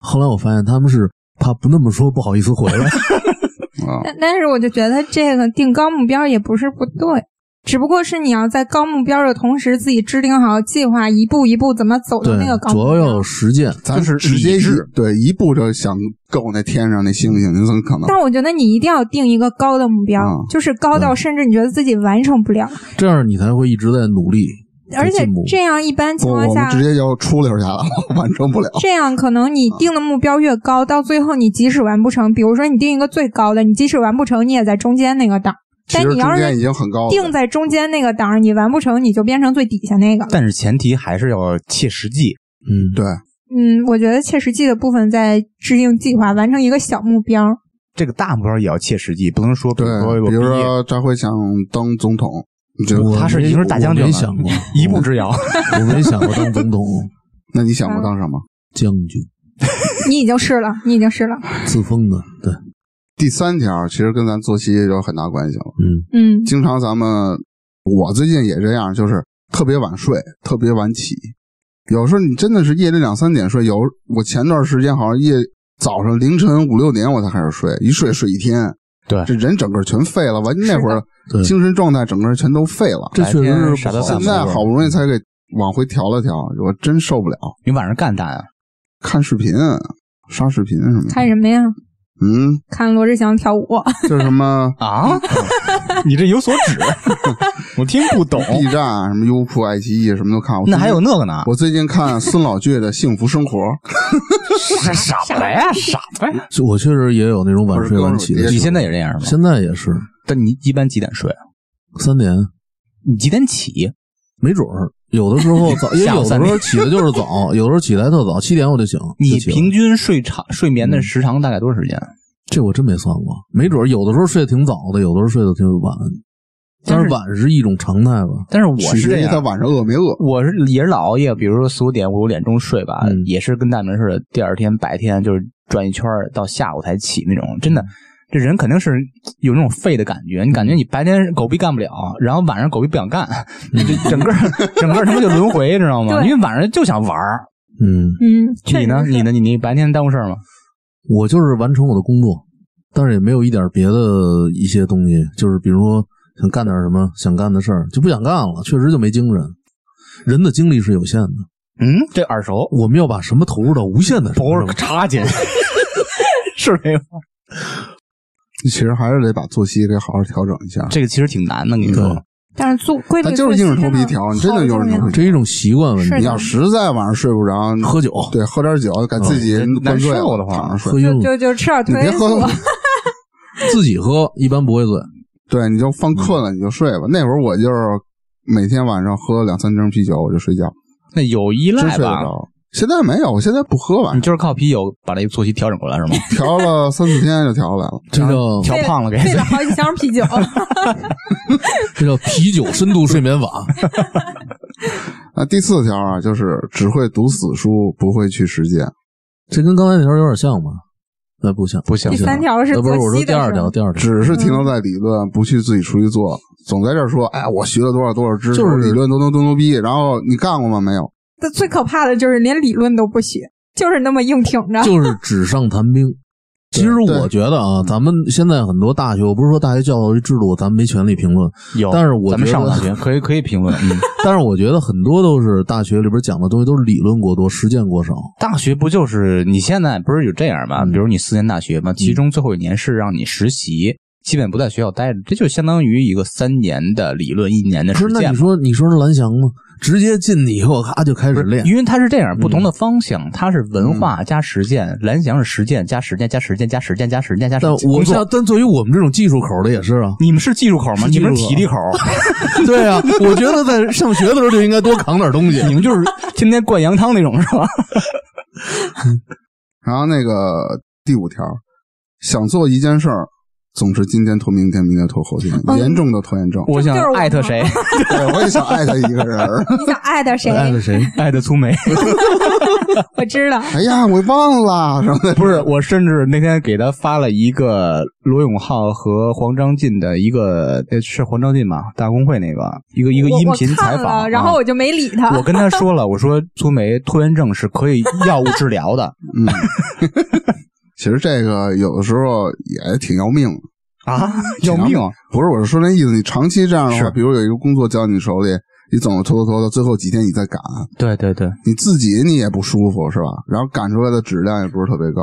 C: 后来我发现他们是怕不那么说不好意思回 来，
B: 啊，
A: 但但是我就觉得这个定高目标也不是不对，只不过是你要在高目标的同时，自己制定好计划，一步一步怎么走到
C: 对
A: 那个，高
C: 主
A: 目
C: 要
A: 标。
C: 要有实践。
B: 咱
D: 就是
B: 直接
D: 理
B: 一
D: 智
B: 对一步就想够那天上那星星，您怎么可能？
A: 但我觉得你一定要定一个高的目标，
B: 嗯
A: 就是高到甚至你觉得自己完成不了，
C: 这样你才会一直在努力，在
A: 而且
C: 进步
A: 这样一般情
B: 不，
A: 况
B: 我
A: 下
B: 们，直接就出溜下来了， 完成不了。
A: 这样可能你定的目标越高，到最后你即使完不成，比如说你定一个最高的，你即使完不成，你也在中间那个档。
B: 其
A: 但
B: 实
A: 你要
B: 中间已
A: 是
B: 经很高了，
A: 定在中间那个档，你完不成，你就变成最底下那个了。
D: 但是前提还是要切实际。
C: 嗯，
B: 对，
A: 嗯，我觉得切实际的部分在制定计划，完成一个小目标。
D: 这个大目标也要切实际，不能说比
B: 对
D: 如说，我
B: 比如
D: 毕业
B: 说张辉想当总统，就
C: 我
D: 他是
C: 没
D: 一个大将军
C: 我没
D: 了
C: 想过，
D: 一步之遥，
C: 我没想过当总统、
B: 那你想过
A: 嗯
B: 当什么？
C: 将军、
A: 你已经是了，你已经是了。
C: 自封的，对，
B: 第三条其实跟咱作息也有很大关系了。
C: 嗯
A: 嗯，
B: 经常咱们，我最近也这样，就是特别晚睡，特别晚起。有时候你真的是夜里两三点睡，有我前段时间好像夜早上凌晨五六点我才开始睡，一睡睡一天，
D: 对
B: 这人整个全废了，完
A: 是
B: 那
A: 的
B: 会儿
C: 对，
B: 精神状态整个人全都废了。
C: 这确
D: 白天
C: 实是
D: 啥
C: 不
D: 都
C: 好
B: 现
D: 干不
C: 的
D: 了
B: 在好不容易才给往回调了调，我真受不了。
D: 你晚上干蛋啊？
B: 看视频，刷视频什么的，
A: 看什么呀？
B: 嗯，
A: 看罗志祥跳舞。
B: 就是什么
D: 啊？ 你这有所指，我听不懂。
B: B 站、啊什么优酷、爱奇艺什么都看。我
D: 那还有那个呢？
B: 我最近看孙老倔的《幸福生活》，
D: 傻子呀，傻子呀！
C: 就我确实也有那种晚
B: 不是
C: 睡晚
B: 哥们儿
C: 起的
B: 别
C: 时候，
D: 你现在也这样吗？
C: 现在也是
D: 但你一般几点睡啊？
C: 三点，
D: 你几点起？
C: 没准儿有的时候 早，也
D: 下午
C: 有的时
D: 三
C: 候起的就是早，有的时候起来特早，七点我就醒。
D: 你
C: 就起了
D: 平均睡长睡眠的时长大概多长时间？
C: 这我真没算过，没准儿有的时候睡得挺早的，有的时候睡得挺晚，但
D: 但
C: 是
D: 是
C: 晚是一种常态吧。
D: 但是我
B: 取
D: 是这
B: 决于他
D: 样，
B: 晚上饿没饿。
D: 我是也是老熬夜，比如说四五点、五六点钟睡吧，
C: 嗯
D: 也是跟大明似的，第二天白天就是转一圈儿到下午才起那种。真的，这人肯定是有那种废的感觉，你感觉你白天狗逼干不了，然后晚上狗逼不想干， 这整个整个他妈就轮回，知道吗？
A: 对
D: 因为晚上就想玩儿。
C: 嗯，
A: 嗯，确
D: 你
A: 实
D: 呢？
A: 是
D: 你呢？你你白天耽误事儿吗？
C: 我就是完成我的工作，但是也没有一点别的一些东西，就是比如说想干点什么想干的事儿，就不想干了，确实就没精神。人的精力是有限的，
D: 嗯，这耳熟，嗯
C: 我们要把什么投入到无限的程
D: 不
C: 度
D: 是
C: 上。
D: 插进， 是这个。
B: 其实还是得把作息给好好调整一下。
D: 这个其实挺难的，你
C: 对
D: 说，
A: 但是做规
B: 他
A: 律
B: 就是硬着头
A: 作
B: 皮
A: 息呢
B: 调，你真的
A: 好
B: 硬着
A: 重
B: 头
A: 要
B: 皮。调。
C: 这是一种习惯问
A: 是
C: 题
A: 的。
B: 你要实在晚上睡不着，
C: 喝酒
B: 对，喝点酒，给自己
D: 对
B: 灌醉
D: 嗯难受的
B: 了，
D: 话
B: 躺着睡
C: 喝。晕了，
A: 就就吃点褪
B: 你别
A: 黑素
B: 喝，，
C: 自己喝一般不会醉。
B: 对，你就
D: 嗯
B: 放困了，你就睡吧。那会儿我就是每天晚上喝两三瓶啤酒，我就睡觉，
D: 那有依
B: 真
D: 赖
B: 睡不
D: 吧？
B: 着。现在没有，我现在不喝 晚
D: 你
B: 上，
D: 就是靠啤酒把这个作息调整过来是吗？
B: 调了三四天就调过来了。
C: 这 叫
D: 调胖了给
A: 备了好几箱啤酒。
C: 这叫啤酒深度睡 眠法。
B: 那第四条啊，就是只会读死书，不会去实践。
C: 这跟刚才那条有点像吗？那不像，
D: 不像
A: 第三条是
C: 呃不是我
A: 作
C: 说
A: 息
C: 第
A: 的
C: 二
A: 时
C: 条，
A: 候，
C: 第二条
B: 只是停留
D: 嗯
B: 在理论，不去自己出去做，总在这儿说，哎，我学了多少多少知识，
C: 就是
B: 我理论多多多牛逼。然后你干过吗？没有，
A: 但最可怕的就是连理论都不学，就是那么硬挺着。
C: 就是纸上谈兵。其实
B: 对
C: 我觉得啊，咱们现在很多大学，我不是说大学教育制度咱们没权利评 论，
D: 有，
C: 但是我
D: 咱们
C: 觉
D: 上过
C: 得
D: 大学，可以可以评论。嗯，
C: 但是我觉得很多都是大学里边讲的东西都是理论过多，实践过少。
D: 大学不就是你现在不是有这样吗？
C: 嗯
D: 比如你四年大学嘛，其中最后一年是让你实习，基本不在学校待着，这就相当于一个三年的理论，一年的
C: 不
D: 哎实
C: 是，那
D: 践
C: 你
D: 嘛。
C: 说你说是蓝翔吗？直接进去以后，咔就开始
D: 不是
C: 练，
D: 因为它是这样，
C: 嗯
D: 不同的方向，它是文化加实践，蓝翔是实践加实践加实践加实践加实践加实
C: 但
D: 践。
C: 我
D: 工
C: 们
D: 作，
C: 像，但对于我们这种技术口的也是啊
D: 你们是技术口吗？
C: 是技
D: 你
C: 术口
D: 们是体力口，
C: 对啊，我觉得在上学的时候就应该多扛点东西。
D: 你们就是 天天灌羊汤那种是吧？
B: 然后那个第五条，想做一件事儿，总是今天拖明天，明天拖后天，
A: 嗯
B: 严重的拖延症。
D: 我想
A: 就是我
D: 艾特谁？
B: 对，我也想艾特一个人儿。
A: 你想艾特谁？
C: 爱
D: 嗯
C: 了谁？
D: 艾特粗梅。
A: 我知道，
B: 哎呀，我忘了什么的。
D: 不是，我甚至那天给他发了一个罗永浩和黄章进的一个，呃是黄章进吧？大公会那个一个一个
A: 我
D: 音
A: 我
D: 频采
A: 看
D: 访啊，
A: 了，然后我就没理他。
D: 我跟他说了，我说粗梅拖延症是可以药物治疗的
B: 嗯，其实这个有的时候也挺要命的。
D: 啊， 要命！
B: 不是，我是说那意思，你长期这样的话，
D: 是
B: 比如有一个工作交你手里，你总是拖拖拖到最后几天你再赶，
D: 对对对，
B: 你自己你也不舒服是吧？然后赶出来的质量也不是特别高。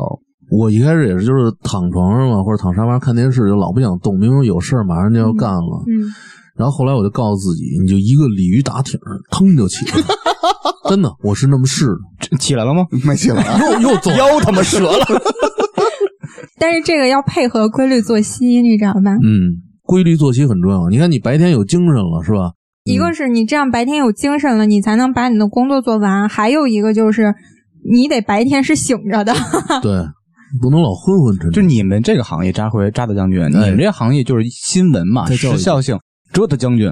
C: 我一开始也是，就是躺床上啊嘛，或者躺沙发看电视，就老不想动，明明有事儿马上就要干了。
A: 嗯，
C: 然后后来我就告诉自己，你就一个鲤鱼打挺儿，腾就起来了。真的，我是那么试的，
D: 这起来了吗？
B: 没起来，
C: 又又走，
D: 腰他妈折了！
A: 但是这个要配合规律作息，你知道吧？
C: 嗯，规律作息很重要。你看，你白天有精神了是 吧？
A: 一个是你这样白天有精神了，你才能把你的工作做完；还有一个就是你得白天是醒着的。
C: 对，不能老昏昏沉
D: 就
C: 沉。
D: 你们这个行业，扎回扎大将军，你们这个行业就是新闻嘛，
C: 哎再教育
D: 时效性，折大 将军，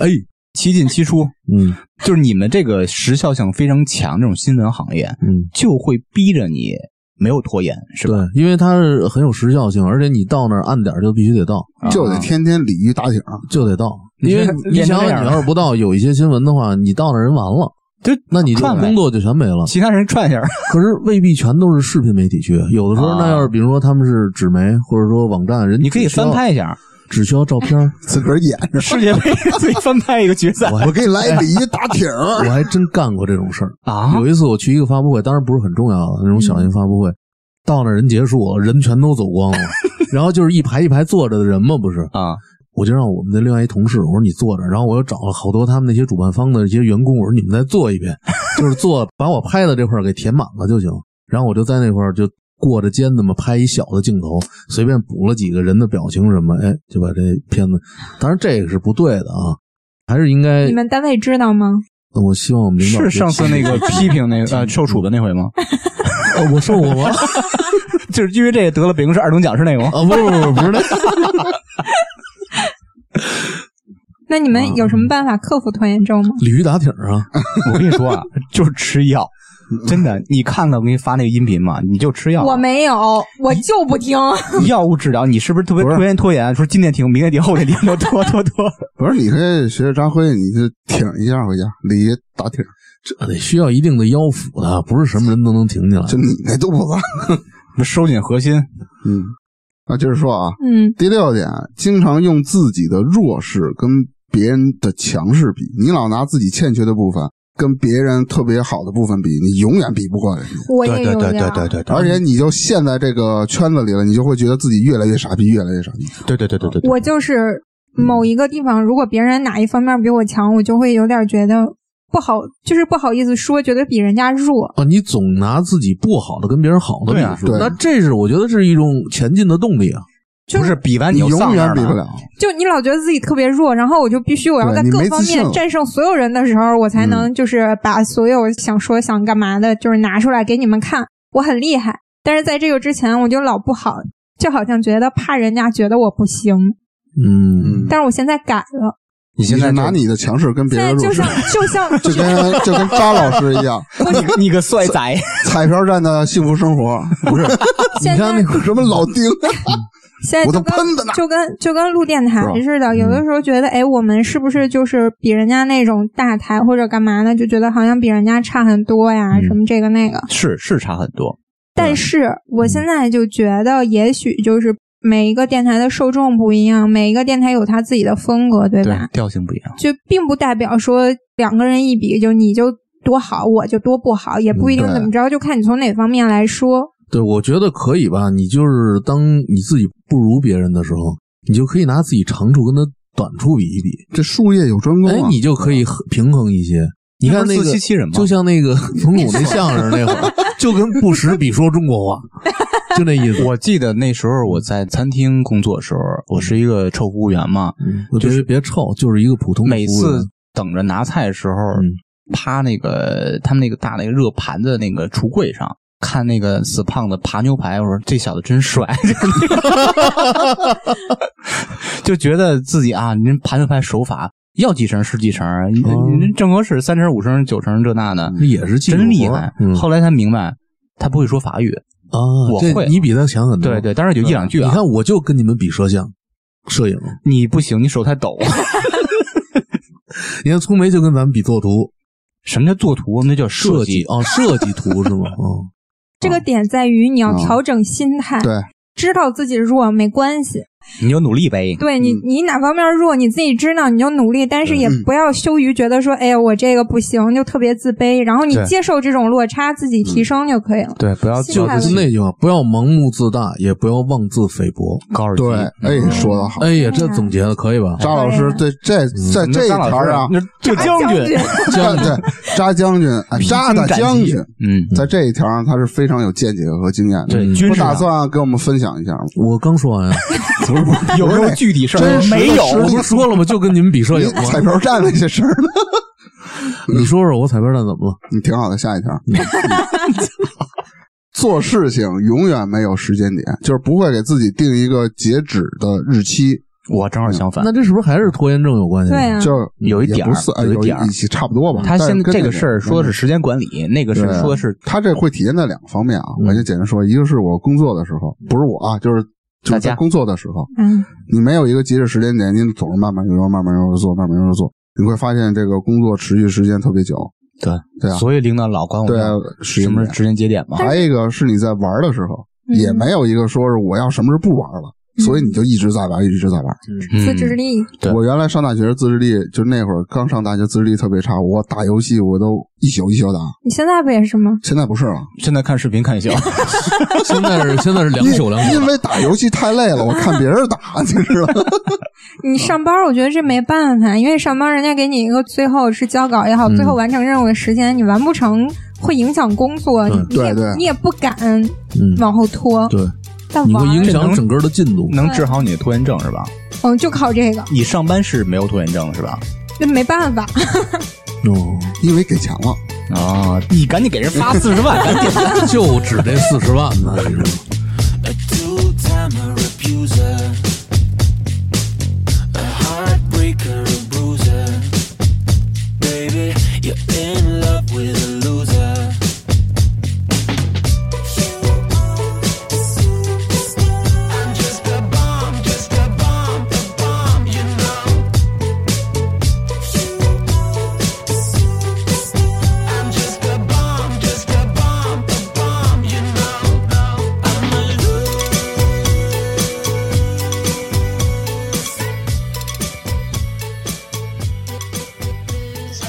C: 哎，
D: 七进七出，
C: 嗯
D: 就是你们这个时效性非常强，这种新闻行业，
C: 嗯，
D: 就会逼着你没有拖延，是吧？
C: 对，因为它是很有时效性，而且你到那儿按点儿就必须得到，
B: 就得天天鲤鱼打挺。
C: 就得到。
D: 你
C: 因为
D: 看
C: 你
D: 练成
C: 想
D: 那
C: 想，
D: 样
C: 你
D: 了
C: 要是不到，有一些新闻的话，你到那儿人完了，
D: 就
C: 那你这
D: 串呗
C: 工作就全没了。
D: 其他人 串一下，
C: 可是未必全都是视频媒体去，有的时候
D: 啊
C: 那要是比如说他们是纸媒或者说网站，人
D: 你可以翻拍 一下啊
C: 只需要，只需要照片儿。
B: 自个儿演着，
D: 世界杯，自己翻拍一个决赛
B: 我给你来鲤鱼打挺儿。
C: 我还真干过这种事儿。
D: 啊！
C: 有一次我去一个发布会，当然不是很重要的那种小型发布会，到那人结束了，人全都走光了，然后就是一排一排坐着的人嘛，不是？
D: 啊，
C: 我就让我们的另外一同事，我说你坐着，然后我又找了好多他们那些主办方的一些员工，我说你们再坐一遍，就是坐把我拍的这块儿给填满了就行。然后我就在那块儿就过着肩那么拍一小的镜头，随便补了几个人的表情什么，哎，就把这片子。当然这个是不对的啊，还是应该
A: 你。们单位知道吗？
C: 我希望我们领导
D: 是上次 那个批评那个呃受处的那回吗？
C: 哦我受过吗？
D: 就是因为这个得了北京市二等奖是那个吗？
C: 啊，不是不是不是那
A: 那你们有什
D: 啊
A: 么办法克服拖延症吗？
C: 鲤鱼打挺儿啊，
D: 我跟你说啊，就是吃药，真的。你看看我给你发那个音频嘛，你就吃药，
A: 我没有，我就不听。
D: 药物治疗。你是不是特别
B: 不是
D: 拖延拖延？说今天停，明天停，后天停，就拖拖拖。
B: 不是，你可以学学扎辉，你就挺一下回家，鲤鱼打挺儿。
C: 这得需要一定的腰腹的，不是什么人都能挺起来。
B: 就你那肚子，
D: 收紧核心，
B: 嗯。那就是说啊，
A: 嗯，
B: 第六点，经常用自己的弱势跟别人的强势比，你老拿自己欠缺的部分跟别人特别好的部分比，你永远比不过人家。
A: 我也有点儿。
D: 对
B: 而且你就陷在这个圈子里了，你就会觉得自己越来越傻逼，越来越傻逼。
D: 对对对对对
A: 我就是某一个地方，如果别人哪一方面比我强，我就会有点觉得不好，就是不好意思说，觉得比人家弱。
C: 哦，你总拿自己不好的跟别人好的比
D: 对啊
C: 是吧
B: 对
C: 那这是我觉得是一种前进的动力啊。
A: 就
D: 不是比完
B: 你
D: 就
B: 永
D: 丧那
B: 远
D: 儿啊
B: 比不了。
A: 就你老觉得自己特别弱，然后我就必须我要
B: 对
A: 在
B: 你
A: 各
B: 没
A: 方
B: 自信
A: 面
B: 了嗯
A: 战胜所有人的时候，我才能就是把所有想说想干嘛的，就是拿出来给你们看，我很厉害。但是在这个之前，我就老不好，就好像觉得怕人家觉得我不行。
C: 嗯，
A: 但是我现在改了，
D: 你现在
B: 你是拿
D: 就
B: 你的强势跟别
A: 现在
B: 人
A: 就
B: 弱势
A: 像，就像
B: 就 跟就跟张老师一样，
D: 你你个帅仔，
B: 彩票站的幸福生活不是
A: 现在
B: 什么老丁，
A: 现在
B: 我
A: 就
B: 都
A: 跟
B: 喷的呢。
A: 就跟就跟录电台
B: 是吧嗯
A: 似的，有的时候觉得，哎，我们是不是就是比人家那种大台或者干嘛呢？就觉得好像比人家差很多呀，
D: 嗯
A: 什么这个那个。
D: 是是差很多。
A: 但是
B: 嗯
A: 我现在就觉得，也许就是每一个电台的受众不一样，每一个电台有他自己的风格，对吧？
D: 调性不一样，
A: 就并不代表说两个人一比，就你就多好，我就多不好，也不一定
B: 嗯对
A: 怎么着，就看你从哪方面来说。
C: 对，我觉得可以吧。你就是当你自己不如别人的时候，你就可以拿自己长处跟他短处比一比，
B: 这术业有专攻
C: 哎
B: 啊，，
C: 你就可以很平衡一些。你看那
D: 那
C: 个
D: 不是自欺欺人吗
C: 就像那 个冯巩那相声那会儿，就跟不识比说中国话，就那意思。
D: 我记得那时候我在餐厅工作的时候，我是一个臭服务员嘛，
C: 我觉得别臭，就是一个普通的
D: 嗯每
C: 服务员
D: 次等着拿菜的时候，
C: 嗯
D: 趴那个他们那个大那个热盘子那个橱柜上。看那个死胖子扒牛排，我说这小子真帅， 就觉得自己啊，您扒牛排手法要几成是几成，
C: 哦
D: 您正合适三成五成九成这那的，
C: 那也是技术嗯活
D: 真厉害。
C: 嗯
D: 后来才明白，他不会说法语，
C: 啊，
D: 我
C: 这
D: 会
C: 你比他强很多。嗯
D: 对对，当然有一两句啊。
C: 你看，我就跟你们比摄像、摄影。
D: 你不行，你手太抖。
C: 你看聪梅就跟咱们比作图、
D: 什么叫作图？那叫
C: 设
D: 计
C: 计。啊，设计图是吗？嗯，
A: 这个点在于你要
B: 嗯
A: 调整心态，
B: 对
A: 知道自己弱没关系，
D: 你就努力呗。
A: 对你，
C: 嗯
A: 你哪方面弱，你自己知道，你就努力，但是也不要羞于觉得说，哎呀，我这个不行，就特别自卑。然后你
D: 对
A: 接受这种落差，自己
C: 嗯
A: 提升就可以了。
D: 对，不要
A: 心
D: 觉
A: 态
D: 得
A: 问
D: 自
C: 就
A: 题
C: 是
D: 己
C: 那句话，不要盲目自大，也不要妄自菲薄。
D: 高尔基。嗯
B: 对，哎，说的好，
C: 哎呀，这总结的可以吧？
B: 张老师对这在这一
D: 嗯张老
B: 条啊
D: 师
B: 上，，
D: 这 将军，
B: 张对扎将军，哎扎大将军，
D: 嗯，
B: 在这一条上他是非常有见解和经验的。
D: 对，
C: 嗯
D: 军
B: 不
D: 事
B: 打
D: 上
B: 算给我们分享一下吗？
C: 我刚说 完呀，啊
B: 不是不是，
D: 有没有具体事儿？没有。
C: 我不是说了吗？就跟你们比摄影
B: 你
C: 吗？
B: 彩票站那些事儿呢？
C: 你说说我彩票站怎么了？
B: 你挺好的，下一条。
D: 嗯
B: 做事情永远没有时间点，就是不会给自己定一个截止的日期，
D: 我正好相反
C: 那。这是不是还是拖延症有关系？
A: 对啊，
B: 就
D: 有一
B: 也
D: 点儿
B: 不算哎
D: 有一
B: 有
D: 点儿
B: 一起差不多吧。
D: 他
B: 但是
D: 现在
B: 跟
D: 这
B: 那嗯
D: 个事儿说的是时间管理，那个是
B: 对啊
D: 说是
B: 他这会体现在两个方面啊，我就简单说，一个是我工作的时候，不是我啊，就是就
D: 大
B: 是
D: 家
B: 在工作的时候，
A: 嗯，
B: 你没有一个截止时间点，你总是慢慢悠悠、慢慢悠悠做、慢慢悠悠做，你会发现这个工作持续时间特别久。
D: 对
B: 对啊，
D: 所以领导老管我
B: 对啊
D: 们，
B: 时
D: 什
B: 间
D: 么
B: 点
D: 时间节点嘛。
B: 还有一个是你在玩的时候，
A: 嗯
B: 也没有一个说是我要什么时候不玩了，
A: 嗯
B: 所以你就一直在玩，一直在玩。
D: 嗯
A: 自制力，
D: 对
B: 我原来上大学自制力，就那会儿刚上大学自制力特别差，我打游戏我都一宿一宿打，
A: 你现在不也是吗？
B: 现在不是了，
D: 现在看视频看一宿，
C: 现在是现在是两
B: 因
C: 宿两宿
B: 因。为打游戏太累了，我看别人 打，你知道吗？
A: 你上班，我觉得这没办法，因为上班人家给你一个最后是交稿也好，
C: 嗯
A: 最后完成任务的时间，你完不成会影响工作，
C: 嗯对
A: 你也
B: 对对
A: 你也不敢
C: 嗯，
A: 往后拖。
C: 对，
A: 但
C: 你
A: 玩
C: 会
A: 儿
C: 影响整个的进度。
D: 能治好你的拖延症是吧？
A: 嗯，就靠这个，
D: 你上班是没有拖延症是吧？
A: 那没办法。
C: 哦，
B: 因为给钱了。
D: 啊，你赶紧给人发四十万， 赶紧。
C: 就指这四十万呢，你知道吗
G: A two-timer refuser, a heartbreaker, a bruiser. Baby, you're in love with a loser. I'm just a bomb, just a bomb, a bomb, you know. I'm just a bomb, just a bomb, a bomb, you know. I'm a loser.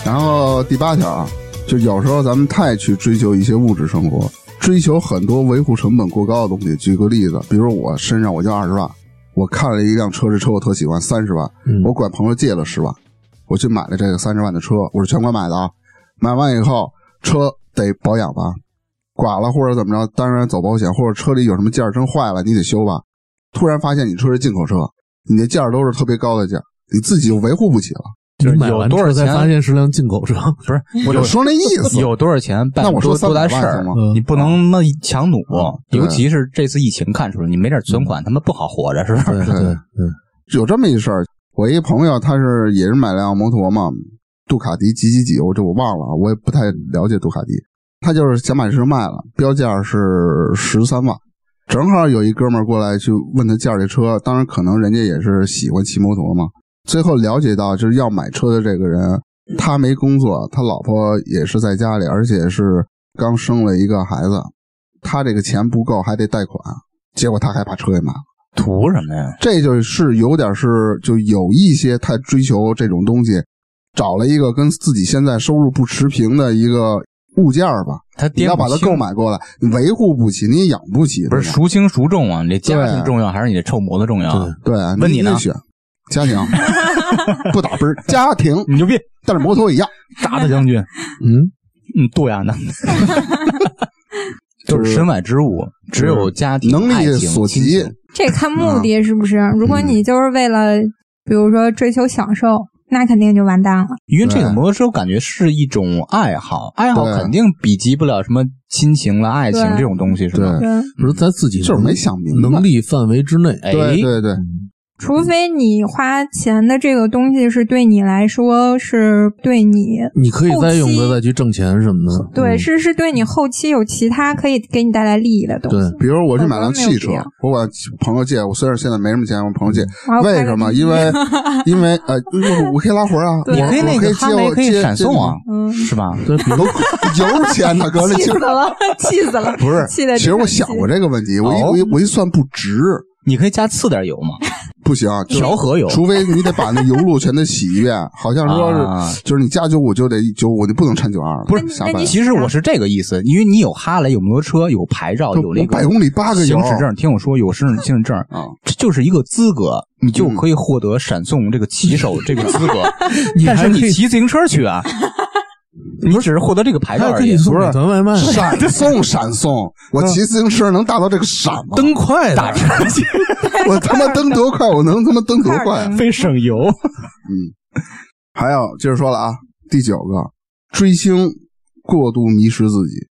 B: 然后第八条啊，就有时候咱们太去追求一些物质生活，追求很多维护成本过高的东西。举个例子，比如我身上我就二十万，我我看了一辆车，这车我特喜欢，三十万，
C: 嗯
B: 我管朋友借了十万，我去买了这个三十万的车，我是全款买的啊。买完以后，车得保养吧，剐了或者怎么着，当然走保险，或者车里有什么件儿真坏了，你得修吧。突然发现你车是进口车，你的件儿都是特别高的件儿，你自己就维护不起了。
C: 你
D: 就是
C: 买
D: 有
C: 完
D: 多少
C: 车才
D: 钱
C: 发现是辆进口车，
D: 不是我
B: 我
D: 就
B: 说那意思，
D: 有多少钱办
B: 那我说
D: 多多大事
B: 300万
D: 儿
B: 行吗，
C: 嗯
D: 你不能那么强弩
B: 嗯，对
D: 尤其是这次疫情看出来，你没点存款，他妈不好活着，是不是？
C: 对对对，
B: 嗯有这么一事儿，我一朋友他是也是买辆摩托嘛，杜卡迪几几几，我这我忘了，啊我也不太了解杜卡迪。他就是想把这车卖了，标价是十三万，正好有一哥们儿过来去问他价儿这车，当然可能人家也是喜欢骑摩托嘛。最后了解到，就是要买车的这个人，他没工作，他老婆也是在家里，而且是刚生了一个孩子，他这个钱不够，还得贷款，结果他还把车给卖了。
D: 图什么呀？
B: 这就是有点是就有一些太追求这种东西，找了一个跟自己现在收入不持平的一个物件儿吧，
D: 他
B: 你
D: 爹
B: 要把它购，买过来，你维护不起，你也养不起，
D: 不是
B: 对吧
D: 孰轻孰重啊？你这家
B: 对
D: 庭重要还是你这臭模子重要啊？
B: 对，
D: 问
B: 你
D: 你 呢
B: 得选家庭不打分儿，家 庭，
D: 你牛逼，
B: 但是摩托一样，
D: 扎他将军，
C: 嗯，
D: 嗯，对呀， 那都是身外之物，只有家庭
B: 能
D: 爱
B: 力
D: 情
B: 所
D: 亲
B: 及
D: 情，
A: 这也看
B: 嗯
A: 目的是不是？如果你就是为了，比如说追求享受，那肯定就完蛋了。
D: 因为这个
B: 对
D: 摩托车感觉是一种爱好，爱好
B: 对
D: 肯定比及不了什么亲情了、爱情
A: 对
D: 这种东西，是
B: 对
D: 吧？
A: 对，
C: 不是在自己
B: 就是没想明白
C: 能力范围之内，哎
B: 对对对，
D: 嗯
A: 除非你花钱的这个东西是对你来说是对你。
C: 你可以再用
A: 后
C: 它
A: 期
C: 再去挣钱什么的，
A: 对，
C: 嗯
A: 是是对你后期有其他可以给你带来利益的东
C: 对
A: 西。，
B: 比如我去买辆汽
A: 我觉得
B: 车
A: 没有必要，
B: 我管朋友借，我虽然现在没什么钱，我朋友借，
A: 然后
B: 为
A: 开个
B: 什么？
A: 滴滴
B: 因为因为呃，我我可以拉活儿啊，我
A: 对
D: 你可以
B: 我
D: 那
B: 可
D: 个
B: 以
D: 哈
B: 借
D: 雷
B: 我
D: 可以
B: 借
D: 闪
B: 借
D: 送
B: 你
D: 啊，
A: 嗯，
D: 是吧？
C: 对，比如
B: 油油钱呢，哥，那
A: 气
B: 其
A: 死
B: 实
A: 了， 气死了！
B: 不是
A: 气的。
B: 其实我想过这个问题，我一
D: 哦
B: 我一我一算不值，
D: 你可以加次点油嘛，
B: 不行，啊就是
D: 调和油。
B: 除非你得把那油路全都洗一遍，好像说
D: 啊
B: 是就是你加九五就得九五，你不能掺九二了，
D: 不
A: 那你
B: 瞎
A: 那
B: 掰
A: 你。
D: 其实我是这个意思，因为你有哈雷，有摩托车，有牌照，有那
B: 我
D: 个
B: 百公里八个油
D: 行驶证。听我说，有行 驶行驶证
B: 啊，
D: 这就是一个资格，你
B: 嗯
D: 就可以获得闪送这个骑手这 个资格。但是
C: 还可
D: 你
C: 以
D: 骑自行车去 啊，你只是获得这个牌照
C: 还
D: 而
C: 可
D: 已
C: 以。送美团外卖，
B: 闪送闪送，我骑自行车能达到这个闪吗？
C: 蹬快
D: 打
C: 的，
D: 车去
B: 我他妈蹬多快，我能他妈蹬多快？啊
D: 费省油，
B: 嗯还有接着说了啊，第九个，追星过度迷失自己，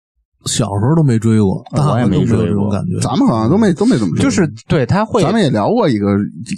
C: 小时候都没追过，
D: 我也
C: 大了都
D: 没
C: 没有
D: 追
C: 这种
D: 过
C: 感觉，
B: 咱们好像都没都没怎么追，
D: 就是对他会
B: 咱们也聊过一个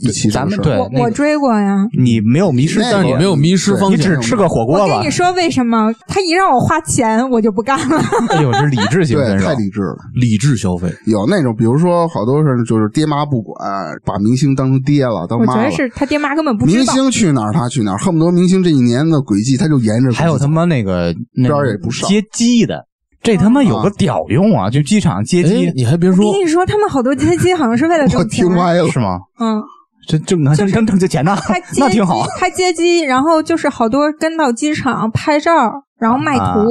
B: 一期这
D: 咱
B: 个事
D: 们
B: 儿，
D: 对那
A: 我
D: 个
A: 追过呀。
D: 你没有迷失，
B: 那
C: 但是你没有迷失方
D: 你
C: 向，
D: 只吃个火锅
A: 我跟
D: 吧
A: 你？说为什么？他一让我花钱，我就不干了。
D: 哎呦，这理智型
B: 对
D: 选手
B: 太，理智了。
C: 理智消费，
B: 有那种，比如说好多是就是爹妈不管，把明星当成爹了，当
A: 我
B: 妈
A: 觉
B: 了。
A: 得是他爹妈根本不
B: 明
A: 知道。
B: 星去哪儿他去哪儿，恨不得明星这一年的轨迹他就沿着轨迹走。
D: 还有他妈那个那
B: 边儿也不上
D: 接机的，这他妈有个屌用啊！就机场接
C: 哎，
D: 机
C: 你还别
A: 我
C: 说
A: 跟，你说，他们好多接机好像是为了
B: 我
A: 挣钱
B: 听。歪 了，
D: 是吗？
A: 嗯，
D: 这挣挣挣挣这钱呢
C: 哦
A: 他接，
D: 那挺好
A: 机。他接机，然后就是好多跟到机场拍照，然后卖
C: 啊
A: 图。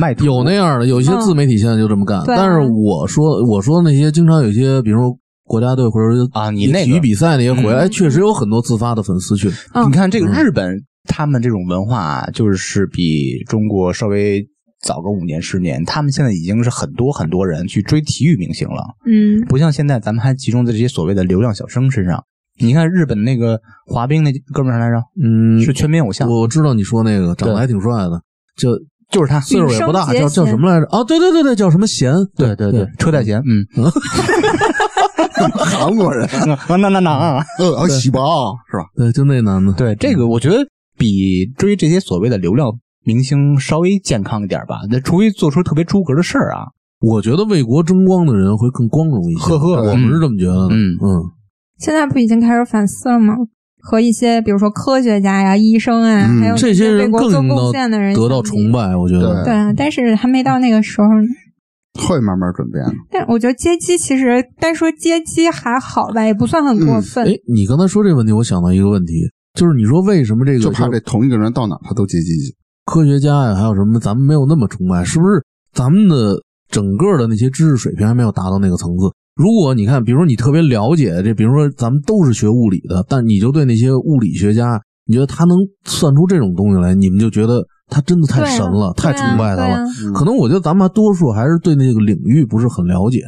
D: 卖图
C: 有那样的，有些
A: 嗯
C: 自媒体现在就这么干。
A: 对啊
C: 但是我说，我说那些经常有些，比如说国家队或者
D: 啊你那个
C: 体育比赛那些回
D: 嗯
C: 来，哎确实有很多自发的粉丝去。
A: 嗯
D: 你看这个日本，他们这种文化啊就是比中国稍微早个五年十年，他们现在已经是很多很多人去追体育明星了，
A: 嗯，
D: 不像现在咱们还集中在这些所谓的流量小生身上。你看日本那个滑冰那哥们儿来着，
C: 嗯，
D: 是全民偶像，
C: 我我知道你说那个长得还挺帅的，就
D: 就是他。
C: 岁数也不大，
A: 羽生结
C: 叫
A: 弦
C: 叫什么来着？啊，对对对对，叫什么贤？
D: 对对对，车太贤，嗯，
B: 韩国人，
D: 那那那那啊，
B: 呃，喜吧是吧？
C: 对，就那男的。
D: 对这个我觉得比追这些所谓的流量明星稍微健康一点吧，那除非做出特别出格的事儿啊，
C: 我觉得为国争光的人会更光荣一些。
D: 呵呵
C: 我们是这么觉得的。
D: 嗯
C: 嗯，
A: 现在不已经开始反思了吗？和一些比如说科学家呀、医生啊，
B: 嗯
A: 还有
C: 这些
A: 为
C: 人
A: 国
C: 更
A: 做
C: 应
A: 贡献的人
C: 当得
A: 相
C: 到
A: 比
C: 崇。拜，我觉
B: 对
C: 得。
A: 对，啊但是还没到那个时候呢。
B: 会慢慢转变的。
A: 但我觉得接机其实单说接机还好吧，也不算很过分。
C: 哎，你刚才说这个问题，我想到一个问题，就是你说为什么这个
B: 就
C: 就
B: 怕这同一个人到哪儿他都接机去。
C: 科学家呀，还有什么，咱们没有那么崇拜，是不是？咱们的整个的那些知识水平还没有达到那个层次，如果你看，比如说你特别了解这，比如说咱们都是学物理的，但你就对那些物理学家，你觉得他能算出这种东西来，你们就觉得他真的太神了，太崇拜他
A: 啊对啊
C: 了。
D: 嗯
C: 可能我觉得咱们多数还是对那个领域不是很了解，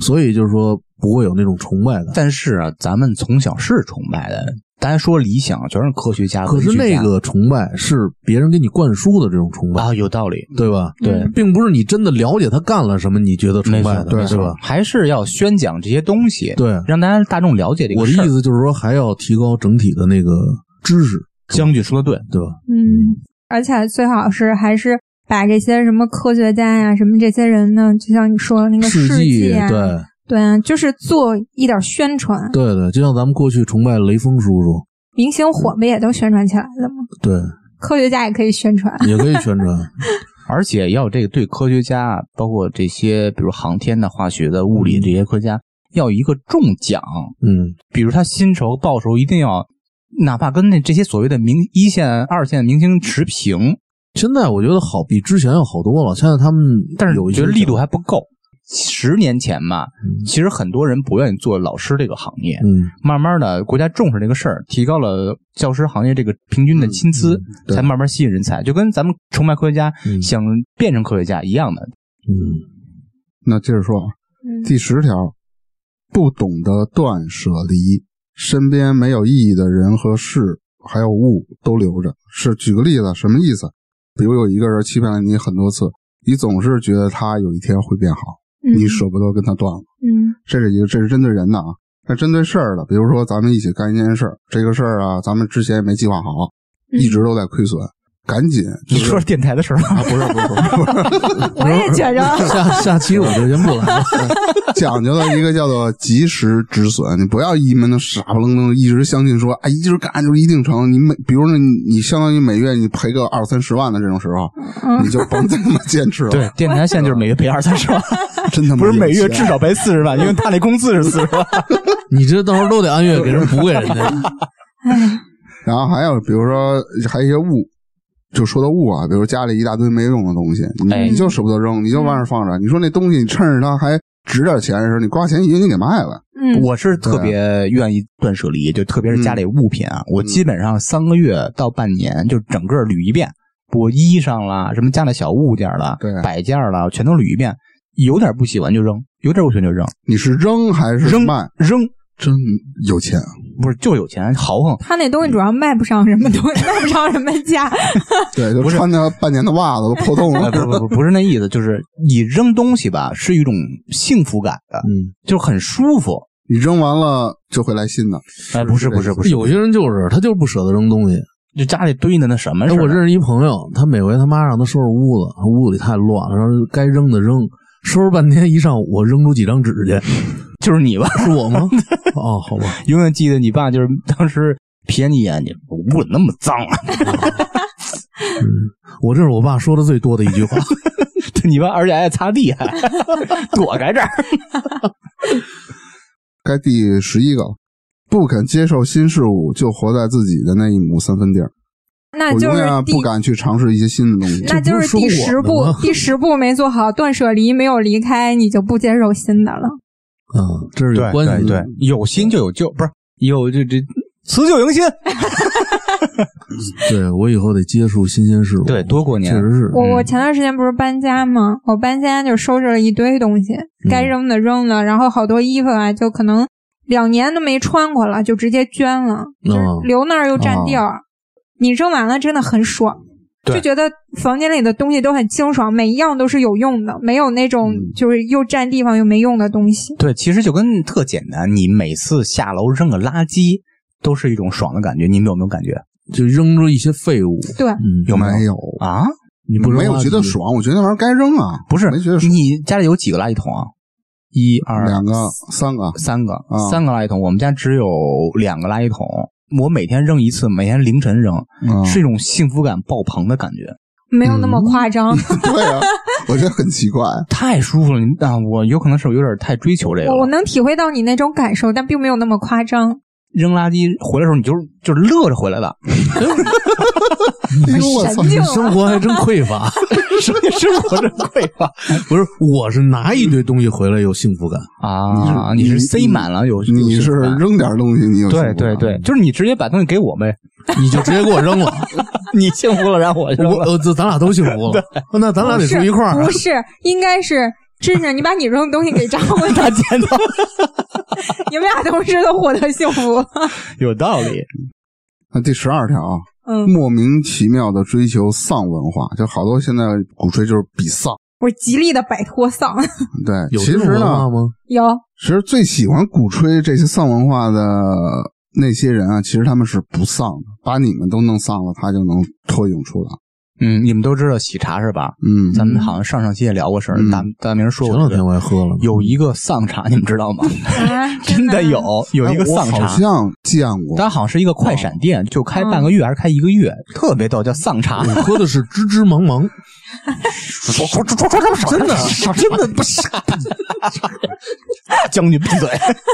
C: 所以就是说不会有那种崇拜感。
D: 但是啊，咱们从小是崇拜的，大家说理想全是科学家，
C: 可是
D: 文学
C: 那
D: 家
C: 个崇拜是别人给你灌输的这种崇拜，
D: 啊，有道理，
C: 对吧？
A: 对嗯
C: 并不是你真的了解他干了什么，你觉得崇
D: 没
C: 拜
D: 错，
C: 的，
D: 没
C: 对
D: 错
C: 吧？
D: 还是要宣讲这些东西，
C: 对，
D: 让大家大众了解这
C: 我
D: 个
C: 的
D: 事儿
C: 意。思就是说，还要提高整体的那个知识，
D: 将军说的对，
C: 对吧？
A: 嗯，而且最好是还是把这些什么科学家呀、什么这些人呢，就像你说的那个
C: 事
A: 迹
C: 迹，
A: 呀，
C: 对
A: 对啊，就是做一点宣传。
C: 对对，就像咱们过去崇拜雷锋叔叔，
A: 明星火不也都宣传起来了吗？
C: 对，
A: 科学家也可以宣传。
C: 也可以宣传，
D: 而且要这个对科学家，啊包括这些比如航天的、化学的、物理这些科学家，要一个中奖，
C: 嗯，
D: 比如他薪酬报酬一定要，哪怕跟那这些所谓的明一线、二线明星持平，
C: 现在我觉得好比之前要好多了，现在他们
D: 但是
C: 有
D: 我
C: 一些
D: 觉得力度
C: 还
D: 还不够。十年前吧，其实很多人不愿意做老师这个行业，
C: 嗯，
D: 慢慢的国家重视这个事儿，提高了教师行业这个平均的薪资，
C: 嗯对
D: 才慢慢吸引人才。就跟咱们崇拜科学家、
C: 嗯
D: 想变成科学家一样的，
C: 嗯，
B: 那接着说啊，
A: 嗯
B: 第十条，不懂得断舍离，身边没有意义的人和事，还有物都留着。是举个例子，什么意思？比如有一个人欺骗了你很多次，你总是觉得他有一天会变好，
A: 嗯
B: 你舍不得跟他断了。
A: 嗯
B: 这是一个，这是针对人的啊。那针对事儿的，比如说咱们一起干一件事儿，这个事儿啊，咱们之前也没计划好，
A: 嗯
B: 一直都在亏损，赶紧就
D: 你
B: 是
D: 说电台的事儿吧，
B: 啊，不是不是不是不是，
A: 我也觉着，
C: 下下期我就先不来 了，
B: 讲究的一个叫做及时止损，你不要一门的傻不愣登，一直相信说，哎，一直干就一定成。你每，比如说你你相当于每月你赔个二三十万的这种时候，你就甭这么坚持了。
D: 对，，电台现在就是每月赔二三 十万，
B: 真他妈
D: 不是每月
B: 有钱
D: 至少赔四十万，因为他那工资是四十万。
C: 你这到时候都得按月给人补给人家，
A: 哎
B: 然后还有比如说还有一些物，就说到物啊，比如家里一大堆没用的东西，你
D: 哎嗯
B: 你就舍不得扔，你就往那儿放着。你说那东西，你趁着它还值点钱的时候，你花钱一定你给卖了。
A: 嗯，
D: 我是特别愿意断舍离，就特别是家里物品啊，我基本上三个月到半年就整个捋一遍，我衣裳啦，什么家里小物件啦
B: 对，
D: 摆件啦，全都捋一遍。有点不喜欢就扔，有点不喜欢就扔，
B: 你是扔还是
D: 扔
B: 卖？
D: 扔
B: 真有钱，
D: 不是就有钱豪横。
A: 他那东西主要卖不上什么东西，卖 不上什么价。
B: 对，就穿着半年的袜子都破洞
D: 哎
B: 了。
D: 不不不，不是那意思，就是你扔东西吧，是一种幸福感的，
C: 嗯，
D: 就是很舒服。
B: 你扔完了就会来新的。
D: 哎，不是不 是不是，
C: 有些人就是他就是不舍得扔东西，
D: 就家里堆的那什么啊
C: 哎，
D: 似的。
C: 我认识一朋友，他每回他妈让他收拾屋子，屋里太乱了，然后该扔的扔，收拾半天一上午，我扔出几张纸去，
D: 就是你吧，
C: 是我吗？哦，好吧，
D: 永远记得你爸就是当时瞥你一眼，你屋里那么脏啊！
C: 我这是我爸说的最多的一 句话。
D: 对你爸而且还擦地，还 躲开这儿。
B: 该第十一个了，不肯接受新事物，就活在自己的那一亩三分地儿。
A: 那
B: 我
A: 就
B: 永
A: 是
B: 远啊
A: 第，
B: 不敢去尝试一些新的东西。
A: 那就
C: 这
A: 是
C: 不
A: 第
C: 是说
A: 十
C: 我的
A: 步
C: 吗，
A: 第十步没做好，断舍离没有离开，你就不接受新的了。
C: 嗯，这是有关系的。，
D: 有新就有旧，不是有这这辞旧迎新。
C: 对我以后得接触新鲜事物。
D: 对，多过
C: 确
D: 年。
C: 实是。
A: 我我
D: 嗯
A: 前段时间不是搬家吗？我搬家就收拾了一堆东西，该扔的扔了，然后好多衣服啊，就可能两年都没穿过了，就直接捐了，
C: 嗯
A: 就是留那儿又占地儿。你扔完了真的很爽，
D: 对
A: 就觉得房间里的东西都很清爽，每一样都是有用的，没有那种
B: 嗯
A: 就是又占地方又没用的东西。
D: 对，其实就跟特简单，你每次下楼扔个垃圾都是一种爽的感觉。你们有没有感觉
C: 就扔出一些废物。
A: 对
C: 嗯，
D: 有没有
B: 没有，
D: 啊？
C: 你不扔
B: 没有
C: 垃圾
B: 觉得？爽，我觉得那玩意儿该扔啊。
D: 不是
B: 没觉得，爽。
D: 你家里有几个垃圾桶啊？一二
B: 两个、三个，
D: 三个
B: 啊，
D: 三个垃圾桶，我们家只有两个垃圾桶。我每天扔一次，每天凌晨扔，
B: 嗯
D: 是一种幸福感爆棚的感觉，
A: 没有那么夸张，
B: 对啊，我觉得很奇怪。
D: 太舒服了。你啊，我有可能是有点太追求这个
A: 我我
D: 了。
A: 能体会到你那种感受，但并没有那么夸张。
D: 扔垃圾回来的时候，你就是就是乐着回来 的，
B: 哎呦我操！
A: 神经啊
C: 你生活还真匮 乏，
D: 生生活真匮乏
C: 不是？我是拿一堆东西回来有幸福感，
D: 啊！你
B: 你
D: 是
B: 是
D: 塞满了有，有
B: 你
D: 幸
B: 是
D: 福感
B: 扔点东西，你有啊幸
D: 对
B: 福
D: 对
B: 感
D: 对，就是你直接把东西给我 呗，
C: 你就直接给我扔了，
D: 你幸福了，然后我 扔
C: 我
D: 了。
C: 呃，这咱俩都幸福了。那咱俩
A: 不
C: 得
A: 是
C: 住一块儿
A: 不，是，应该是智智，你把你扔的东西给张 了，
D: 大剪刀
A: 你们俩同时都获得幸福。
D: 有道理，
B: 那第十二条啊，
A: 嗯，
B: 莫名其妙的追求丧文化，就好多现在鼓吹就是比丧。
A: 我极力的摆脱丧。
B: 对，
C: 有
B: 其
C: 这种
B: 实
C: 文化
B: 呢，
C: 吗？
A: 有，
B: 其实最喜欢鼓吹这些丧文化的那些人啊，其实他们是不丧的，把你们都弄丧了，他就能脱颖出来。
D: 嗯，你们都知道喜茶是吧？
B: 嗯，
D: 咱们好像上上期也聊过事儿，
B: 嗯
D: 大大明说
C: 前
D: 过
C: 两
D: 这个，
C: 天我还喝了呢，
D: 有一个丧茶，你们知道吗？
A: 啊、
D: 真的
A: 的
D: 有
A: 啊
D: 有一个
B: 哎我
D: 丧茶，
B: 好像见过。
D: 它好像是一个快闪店，就开半个月还是开一个月，特别逗，叫丧茶。
C: 我喝的是芝芝 茫茫，
D: 真的，真的不是将军闭嘴，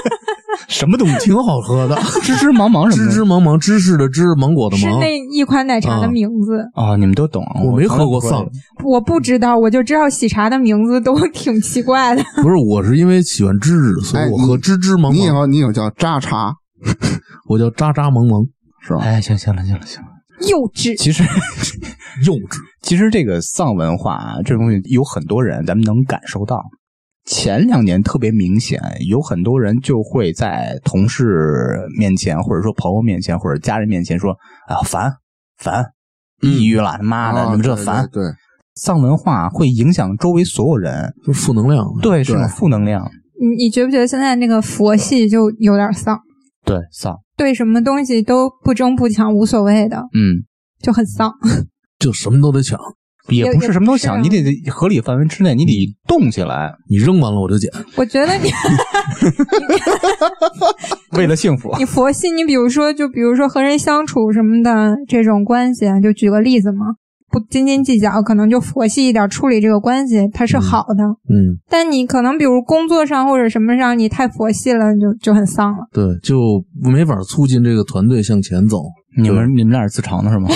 D: 什么东西？
C: 挺好喝的。
D: 芝芝茫茫什么
C: 芝
D: 的？
C: 芝茫茫，芝士的芝，芒果的
A: 是
C: 芒。
A: 那一款奶茶的名字，
D: 哦，你们都懂。
C: 我没
D: 从
C: 喝
D: 来
C: 过
D: 不
C: 丧，
A: 我不知道，我就知道喜茶的名字都挺奇怪的。
C: 不是，我是因为喜欢芝芝，所以
B: 哎
C: 我喝
B: 你
C: 芝芝茫
B: 你以
C: 茫。
B: 后你有叫渣茶
C: 我叫渣渣茫茫，
B: 是吧？
D: 哎，行行了，行了，行了。
A: 幼稚，
D: 其实，
C: 幼稚。
D: 其实这个丧文化啊，这东西有很多人咱们能感受到。前两年特别明显，有很多人就会在同事面前，或者说朋友面前，或者家人面前说：“啊，烦烦，抑郁了，他妈的，
B: 啊
D: 你们这
B: 对
D: 烦。
B: 对，对
D: 丧文化会影响周围所有人，
C: 就是负能量。
D: 对，是种负能量。
A: 你你觉不觉得现在那个佛系就有点丧？
D: 对，丧，
A: 对什么东西都不争不抢，无所谓的，
D: 嗯，
A: 就很丧。
C: 就什么都得抢，
D: 也
A: 也
D: 不是
A: 也
D: 什么都
A: 不是
D: 想，
A: 啊嗯
D: 你得合理范围之内，你得动起来，
C: 你扔完了我就捡。
A: 我觉得你。
D: 为了幸福
A: 你佛系，你比如说，就比如说和人相处什么的这种关系，啊就举个例子嘛，不斤斤计较，可能就佛系一点处理这个关系，它是好的。
C: 嗯，
A: 但你可能比如工作上或者什么上，你太佛系了，你就就很丧了。
C: 对，就没法促进这个团队向前走。
D: 你们你们俩是自嘲呢是吗？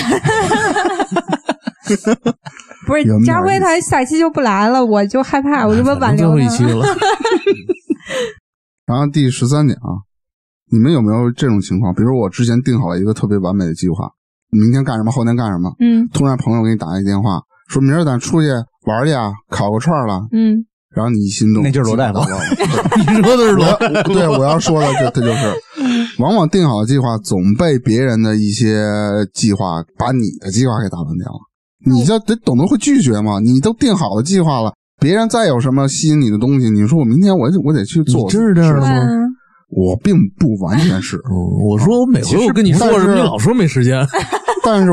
A: 不是
B: 有没有
A: 张辉他下期就不来了，我就害怕，我就问挽
C: 哎反正最
A: 留
C: 后一期
A: 他。
C: 了，
B: 然后第十三点啊，你们有没有这种情况？比如我之前定好了一个特别完美的计划，明天干什么，后天干什么，
A: 嗯
B: 突然朋友给你打一电话，说明儿咱出去玩儿去啊，烤个串儿了，
A: 嗯，
B: 然后你一心动，
D: 那就是罗大夫
B: 鸡巴到了
C: 你 说的是
B: 我
C: 罗
B: 要 对我要说的这这就是，往往定好的计划总被别人的一些计划把你的计划给打乱掉了，你就得懂得会拒绝嘛，你都定好的计划了。别人再有什么吸引你的东西，你说我明天我就我得去做，
C: 你真是这样的
A: 对
C: 吗
A: 啊？
B: 我并不完全 是，
C: 嗯，我说我每回我跟你说
B: 其实不
C: 什么，
B: 但
C: 你
B: 是啊
C: 老说没时间。
B: 但是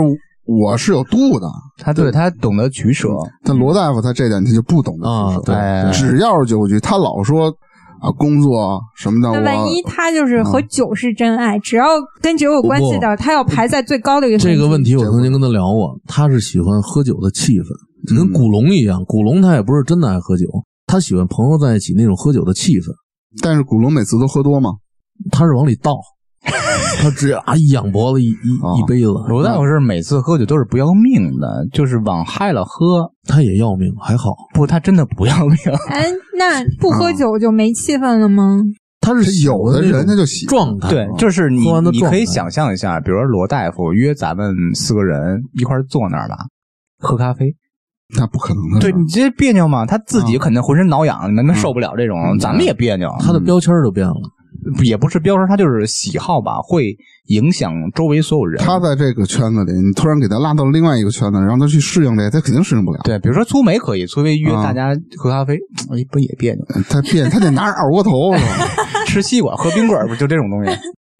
B: 我是有度的。
D: 他对他懂得取舍，
B: 但罗大夫他这点他就不懂得
C: 啊
B: 取舍
C: 对
D: 哎，
B: 只要是酒局，他老说啊工作什么的，
A: 那万一
B: 我
A: 他就是和酒是真爱，只要跟酒有关系的，他要排在最高的一个
C: 这个问
A: 题。
C: 题我曾经跟他聊过，他是喜欢喝酒的气氛，就
B: 嗯
C: 跟古龙一样。古龙他也不是真的爱喝酒，他喜欢朋友在一起那种喝酒的气氛。
B: 但是古龙每次都喝多嘛，
C: 他是往里 倒，他直接啊一仰脖子一一
B: 啊
C: 一杯子，
D: 罗大夫是每次喝酒都是不要命的，就是往嗨了喝。
C: 他也要命，还好
D: 不，他真的不要命。
A: 哎，那不喝酒就没气氛了吗？
C: 他
B: 他
C: 是喜欢啊
B: 有的人
C: 那
B: 他
C: 种
B: 就喜欢
C: 状态，
D: 对，就是你
C: 喝完的
D: 你
C: 状
D: 可以
C: 态
D: 想象一下，比如说罗大夫约咱们四个人一块儿坐那儿吧，喝咖啡。
B: 那不可能的事
D: 对
B: 儿。
D: 你这别扭嘛，他自己肯定浑身挠痒，那那受不了这种，咱们也别扭。
C: 他的标签就 变了。
D: 也不是标识，他就是喜好吧，会影响周围所有人。
B: 他在这个圈子里，你突然给他拉到另外一个圈子，让他去适应这，他肯定适应不了。
D: 对，比如说粗眉可以，粗眉约
B: 啊
D: 大家喝咖啡，哎，不也 别扭？
B: 他 变，他得拿着二锅头。是吧
D: 吃西瓜、喝冰棍儿，不就这种东西？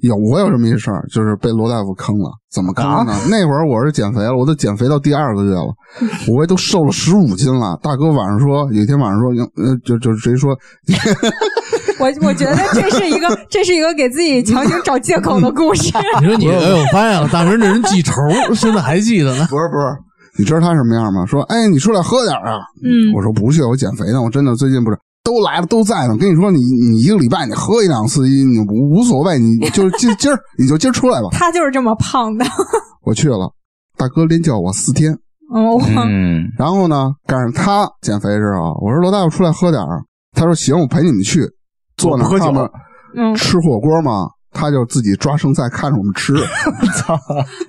B: 有我有这么一事儿，就是被罗大夫坑了。怎么坑的 呢？那会儿我是减肥了，我都减肥到第二个月 了，我都瘦了十五斤了。大哥晚上说，有一天晚上说，呃，就就直接说，
A: 我我觉得这是一个这是一个给自己强行找借口的故事。
C: 你说你，哎，我发现了，大明这人记仇，现在还记得呢。
B: 不是不是，你知道他什么样吗？说，哎，你出来喝点儿啊。
A: 嗯
B: 我说不去，我减肥呢，我真的最近不是。都来了，都在呢。跟你说，你你一个礼拜你喝一两次，你无无所谓，你就是今今儿你就今儿出来吧。
A: 他就是这么胖的。
B: 我去了，大哥连叫我四天，
A: 哦，
D: 嗯，
B: 然后呢，赶上他减肥时候，我说罗大夫出来喝点儿，他说行，我陪你们去，坐那
D: 我不喝
B: 儿
D: 酒
B: 他们
A: 嗯，
B: 吃火锅嘛，他就自己抓剩菜看着我们 吃，
D: 操，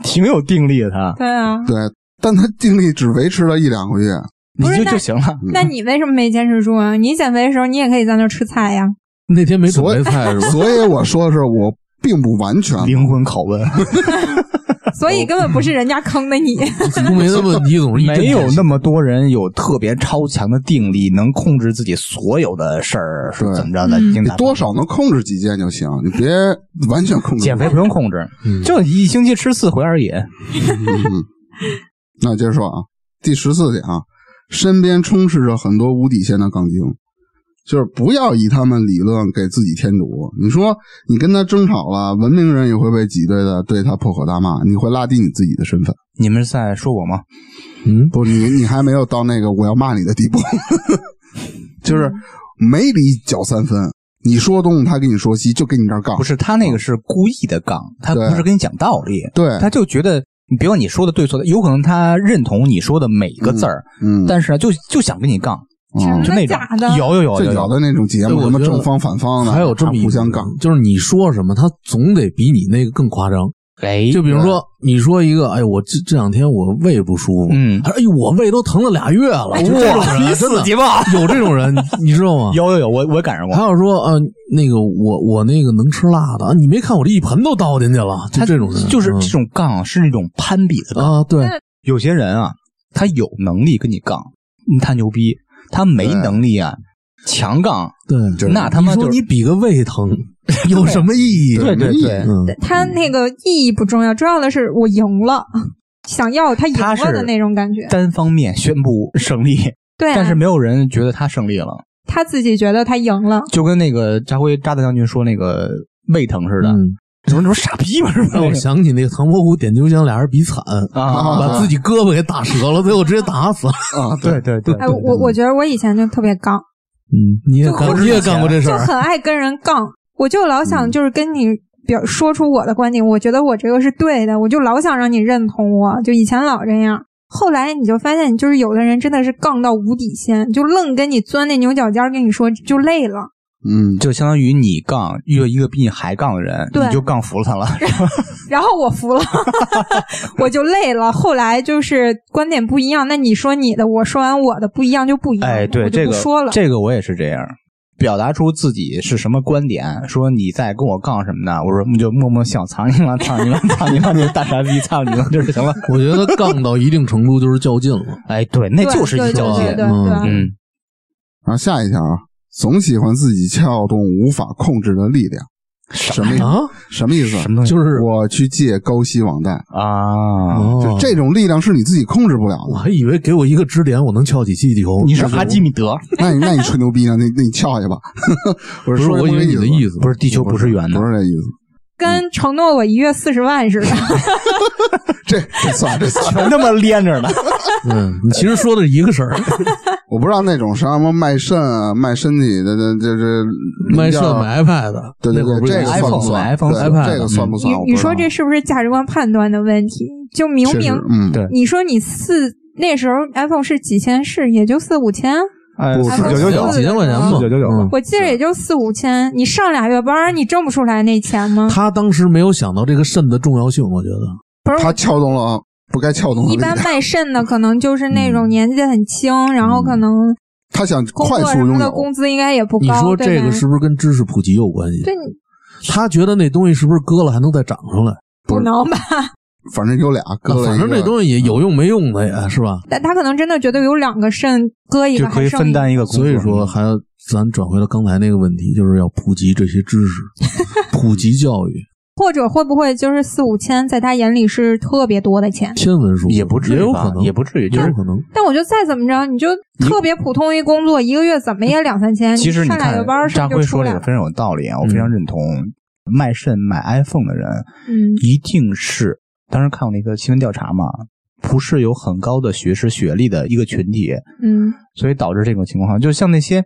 D: 挺有定力的他，
A: 对啊。
B: 对，但他精力只维持了一两个月，
D: 你
A: 不是
D: 就
A: 那
D: 就行了。
A: 那你为什么没坚持住啊？你减肥的时候，你也可以在那儿吃菜呀。
C: 那天没准
B: 所以
C: 备菜是吧？
B: 所以我说的是我并不完全。
D: 灵魂拷问，
A: 所以根本不是人家坑的你。
C: 子宫没的问题总是一针
D: 没有
C: 见 血
D: 那么多人有特别超强的定力，能控制自己所有的事儿是
B: 对
D: 怎么着的？
A: 嗯
D: 已经
B: 你
D: 达到
B: 多少能控制几件就行，你别完全控制。
D: 减肥不用控制，
C: 嗯
D: 就一星期吃四回而已。
B: 嗯， 那接着说啊，第十四点啊，身边充斥着很多无底线的杠精，就是不要以他们理论给自己添堵。你说你跟他争吵了，文明人也会被挤兑的，对他破口大骂，你会拉低你自己的身份。
D: 你们是在说我吗？
C: 嗯，
B: 不，你你还没有到那个我要骂你的地步， 就是没理搅三分。你说东他跟你说西，就跟你这儿杠
D: 不。是，他那个是故意的杠，他
B: 对
D: 不是跟你讲道理，
B: 对，
D: 他就觉得，你别管你说的对错的，有可能他认同你说的每一个字儿，
B: 嗯，
D: 但是呢，就就想跟你杠，
B: 嗯
A: 哦真
D: 就那种
A: 假的
D: 有有有
B: 这有的那种节
C: 对
B: 目，
C: 我
B: 什么
C: 觉得
B: 正方反方的，
C: 还有这么一
B: 互相杠。，
C: 就是你说什么，他总得比你那个更夸张。
D: 哎，
C: 就比如说，你说一个，哎，我这这两天我胃不舒服，
D: 嗯哎
C: 他说哎呦，我胃都疼了俩月了，就这种人真的
D: 吧！
C: 有这种人，你你知道吗？
D: 有有有，我我赶上过
C: 还，有说，呃，那个我我那个能吃辣的，啊你没看我这一盆都倒进去了，就
D: 他
C: 这种人，
D: 就是
C: 嗯
D: 这种杠是那种攀比的杠。
C: 啊，对，
D: 有些人啊，他有能力跟你杠，嗯他牛逼；他没
B: 对
D: 能力啊，强杠，
C: 对，
D: 就是那他妈
C: 你说
D: 就是
C: 你比个胃 疼有什么意义？
D: 对对
B: 没意义
D: 对，
C: 嗯，
A: 他那个意义不重要，重要的是我赢了， 想要他赢
D: 他
A: 了
D: 是
A: 的那种感觉。
D: 单方面宣布胜利，
A: 对啊、
D: 但是没有人觉得他胜利了，
A: 他自己觉得他赢了，
D: 就跟那个扎辉扎大将军说那个胃疼似的，
C: 嗯
D: 怎么这不傻逼吗？是吧
C: 让？我想起那个唐伯虎点秋香，俩人比惨，
D: 啊，
C: 把自己胳膊给打折了，最后直接打死了。
B: 啊，
D: 对对对，
A: 哎，我我觉得我以前就特别杠，
C: 嗯，你也
A: 就
C: 干
A: 我
C: 你也干过这事
A: 就
C: 儿，嗯
A: 很爱跟人杠，我就老想就是跟你表说出我的观点，我觉得我这个是对的，我就老想让你认同我，就以前老这样。后来你就发现，就是有的人真的是杠到无底线，就愣跟你钻那牛角尖儿，跟你说就累了。
B: 嗯，
D: 就相当于你杠遇到一个比你还杠的人，
A: 对
D: 你就杠服了他了。
A: 然后我服了， 我就累了。后来就是观点不一样，那你说你的，我说完我的不一样就不一样，
D: 哎，对
A: 我就
D: 这
A: 不
D: 个
A: 说了。
D: 这个我也是这样，表达出自己是什么观点，说你在跟我杠什么呢？我说就默默想操你妈，操你妈，操你妈，你大傻逼，操你妈，就是行了。
C: 我觉得杠到一定程度就是较劲了。
D: 哎，对，那
A: 对
D: 就是一
A: 对
D: 交
A: 对
D: 接
A: 对。对
C: 嗯
A: 对
D: 嗯，
B: 然后下一条啊，总喜欢自己撬动无法控制的力量，什么意
C: 啊，
B: 什么意思？
D: 什么东西
C: 就是
B: 我去借高息网贷，
D: 啊？
B: 就
C: 哦
B: 这种力量是你自己控制不了
C: 我
B: 的。
C: 还以为给我一个支点，我能撬起气球。
D: 你是阿基米德？
B: 那你那你吹牛逼呢？那那你撬去吧。 不
C: 不是？
B: 说
C: 我以为你的
B: 意
C: 意
B: 思
C: 思
D: 不是，地球不是圆的
B: 不。是这意思。
A: 跟承诺我一月四十万似的，
B: 这这算这算，
D: 全他妈连 着呢，
C: 嗯，你其实说的是一个事儿，
B: 我不知道那种什么卖肾啊、卖身体的，这这这
C: 卖肾
B: 要
C: 买 iPad 的，
B: 对
C: 那
B: 对
C: 会
B: 对，
C: 儿不是
B: 这
C: 有
B: 个算不
D: iPhone
B: 算
D: 买 iPhone
B: 对
C: iPad
B: 这个算不算？我不
A: 你你
B: 知道
A: 说这是不是价值观判断的问题？就明
B: 确
A: 明
B: 实嗯，
D: 对
A: 你说你四那时候 iPhone 是几千，是也就四五千，啊
D: 哎
B: 不
D: 四
B: 是
D: 九九九
C: 几千块钱吧，
D: 四九九九吧
C: 嗯
A: 我记得也就四五千。你上俩月班，你挣不出来那钱吗？
C: 他当时没有想到这个肾的重要性，我觉得
B: 他撬动了不该撬动的
A: 一
B: 力量
A: 般，卖肾的可能就是那
D: 嗯
A: 种年纪很轻，然后可能
B: 他想
A: 工
B: 快
A: 作
B: 速
A: 什么
B: 拥
A: 的
B: 有。
A: 工资应该也不高。
C: 你说
A: 对
C: 这
A: 吧
C: 个是不是跟知识普及有关系？
A: 对，
C: 他觉得那东西是不是割了还能再长出来？
A: 不能吧？
B: 反正有俩割了一个，
C: 反正这东西也有用没用的也是吧？
A: 但他可能真的觉得有两个肾割一
D: 就
A: 个
D: 可
A: 还
D: 以
A: 剩
D: 分
A: 一个。
D: 担一个工作。
C: 所以说，还要咱转回到刚才那个问题，就是要普及这些知识，普及教育，
A: 或者会不会就是四五千，在他眼里是特别多的钱？
C: 天文数字
D: 也不至于
C: 也有
D: 吧
C: 可能，
D: 也不至于
C: 也
D: 就是
C: 有可能。
A: 但我觉得再怎么着，你就特别普通一工作，一个月怎么也两三千。
D: 其实你
A: 上俩
D: 看
A: 月班儿，
D: 扎
A: 上就
D: 辉
A: 出
D: 说这
A: 来
D: 个
A: 了。
D: 非常有道理啊，我非常认同。卖肾买 iPhone 的人，
A: 嗯，
D: 一定是当时看过那个新闻调查嘛，不是有很高的学识学历的一个群体，
A: 嗯，
D: 所以导致这种情况。就像那些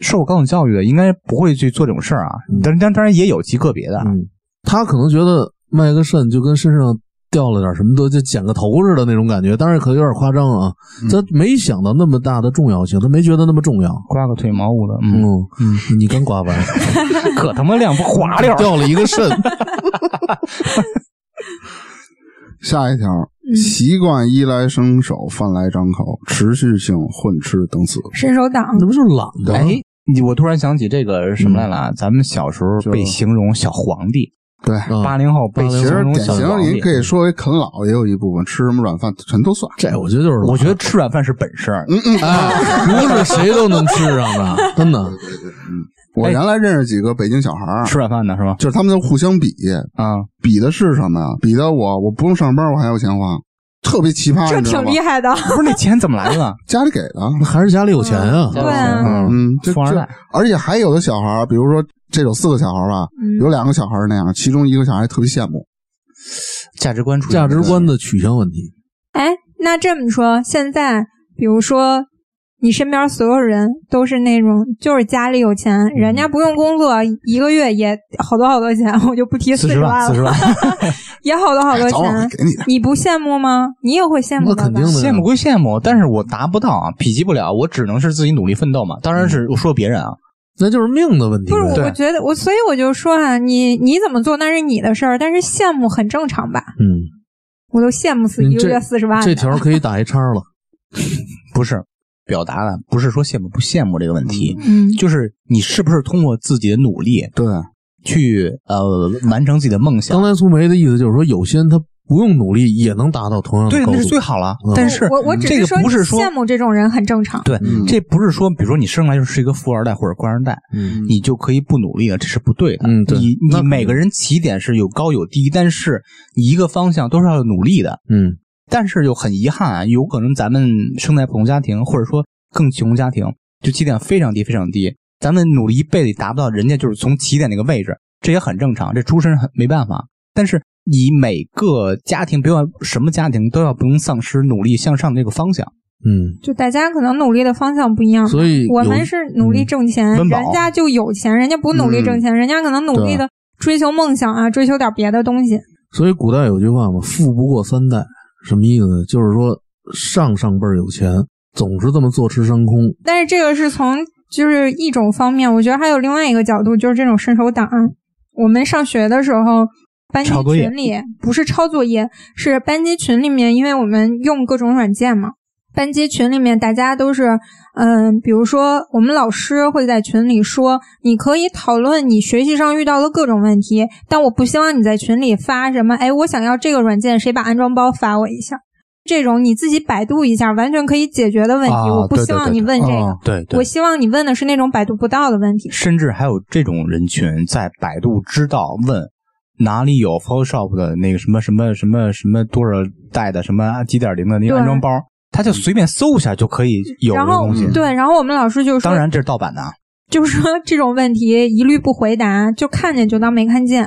D: 受过高等教育的，应该不会去做这种事儿啊
C: 嗯。
D: 但当当然也有极个别的，
C: 嗯，他可能觉得卖个肾就跟身上掉了点什么东西，就剪个头似的那种感觉，当然可能有点夸张啊。
D: 嗯
C: 他没想到那么大的重要性，他没觉得那么重要。
D: 刮个腿毛捂的，
C: 嗯
D: 嗯，，
C: 你你刚刮完，
D: 可他妈亮不滑溜儿。
C: 掉了一个 肾，
B: 下一条，
A: 嗯
B: 习惯衣来伸手，饭来张口，持续性混吃等死。
A: 伸手党
C: 那不就是懒吗？
D: 哎，你我突然想起这个什么来了啊？咱们小时候被形容小皇帝，
B: 对，
C: 嗯
D: 八零后被
B: 哎其
D: 形
B: 实
D: 容
B: 典
D: 小
B: 型
D: 皇
B: 也
D: 帝
B: 可。以说为啃老也有一部分，吃什么软饭全都算。
C: 这我觉得就是懒，
D: 我觉得吃软饭是本事，
B: 嗯嗯，
C: 哎，不是谁都能吃上 的，真的。
B: 嗯我原来认识几个北京小孩儿，
D: 吃软饭的是吧？
B: 就是他们都互相比，
D: 啊，
B: 比的是什么呀？比的我我不用上班我还有钱花，特别奇葩，
A: 这
B: 你知道
A: 挺
B: 吧
A: 厉？害的，
D: 不是那钱怎么来的？
B: 家里给的，
C: 那还是家里有钱啊，
A: 对啊，
D: 嗯，
B: 嗯，这
D: 富二代
B: 这，而且还有的小孩儿，比如说这有四个小孩儿吧，
A: 嗯
B: 有两个小孩儿那样，其中一个小孩特别羡慕，
D: 价值观出现
C: 价
D: 了
C: 值观的取向问题。
A: 哎，那这么说，现在比如说你身边所有人都是那种，就是家里有钱，人
D: 嗯
A: 家不用工作，一个月也好多好多钱，我就不提
D: 四
A: 四
D: 十万，哎
A: 万
D: 四
A: 了，
D: 十万，
A: 也好多好多
B: 哎早晚会
A: 钱，
B: 给你的。
A: 你不羡慕吗？你也会羡慕
C: 那
A: 的
C: 肯
A: 吧
C: 定？的呀，
D: 羡慕归羡慕，但是我达不到啊，匹及不了，我只能是自己努力奋斗嘛。当然是我说别人啊，
C: 那就是命的问题
A: 不
C: 呗。
A: 是，我
D: 对
A: 我觉得我，所以我就说啊，你你怎么做那是你的事儿，但是羡慕很正常吧？
C: 嗯，
A: 我都羡慕死
C: 嗯
A: 一个
C: 这
A: 月四十万的，
C: 这条可以打一叉了。
D: 不是表达的，不是说羡慕不羡慕这个问题，
A: 嗯，
D: 就是你是不是通过自己的努力
B: 对，
D: 去呃完成自己的梦想
C: 刚。才苏梅的意思就是说，有些人他不用努力也能达到同样的
D: 对，
C: 高
D: 那是
C: 度
D: 最。好了
C: 嗯。
D: 但是
A: 我我只
D: 这个
A: 说
D: 不是说
A: 羡慕这种人很正常，
D: 对
C: 嗯，
D: 这不是说，比如说你生来就是一个富二代或者官二代，
C: 嗯
D: 你就可以不努力了，这是不对的。
C: 嗯对
D: 你
C: 那
D: 你
C: 肯定
D: 每个人起点是有高有低，但是你一个方向都是要努力的。
C: 嗯
D: 但是又很遗憾啊，有可能咱们生在普通家庭，或者说更穷家庭，就起点非常低非常低，咱们努力一辈子也达不到人家就是从起点那个位置，这也很正常，这出身很没办法。但是你每个家庭，不管什么家庭，都要不能丧失努力向上的这个方向。
C: 嗯，
A: 就大家可能努力的方向不一样，
C: 所以
A: 我
C: 有
A: 们是努力挣钱，
D: 嗯温饱嗯
A: 人家就有钱，人家不努力挣钱，人家可能努力的追求梦想啊，追求点别的东西。
C: 所以古代有句话嘛，“富不过三代”，什么意思呢？就是说上上辈儿有钱，总是这么坐吃山空。
A: 但是这个是从就是一种方面，我觉得还有另外一个角度，就是这种伸手党。啊我们上学的时候，班级
D: 抄作业
A: 群里不是抄作业，是班级群里面，因为我们用各种软件嘛，班级群里面大家都是，嗯，比如说我们老师会在群里说，你可以讨论你学习上遇到的各种问题，但我不希望你在群里发什么，哎，我想要这个软件，谁把安装包发我一下。这种你自己百度一下，完全可以解决的问题，
D: 啊
A: 我不
D: 对
A: 希
D: 对
A: 望
D: 对嗯
A: 你问这个。
B: 哦
D: 对
A: 我希望你问的是那种百度不到的问题。
D: 甚至还有这种人群在百度知道问哪里有 Photoshop 的那个什么什么什么什么多少代的什么几点零的那个
A: 对
D: 安装包，他就随便搜一下就可以有
A: 然
D: 这
A: 后
D: 东西。
A: 对，然后我们老师就说
D: 当，然这是盗版的啊，
A: 就说这种问题一律不回答，就看见就当没看见，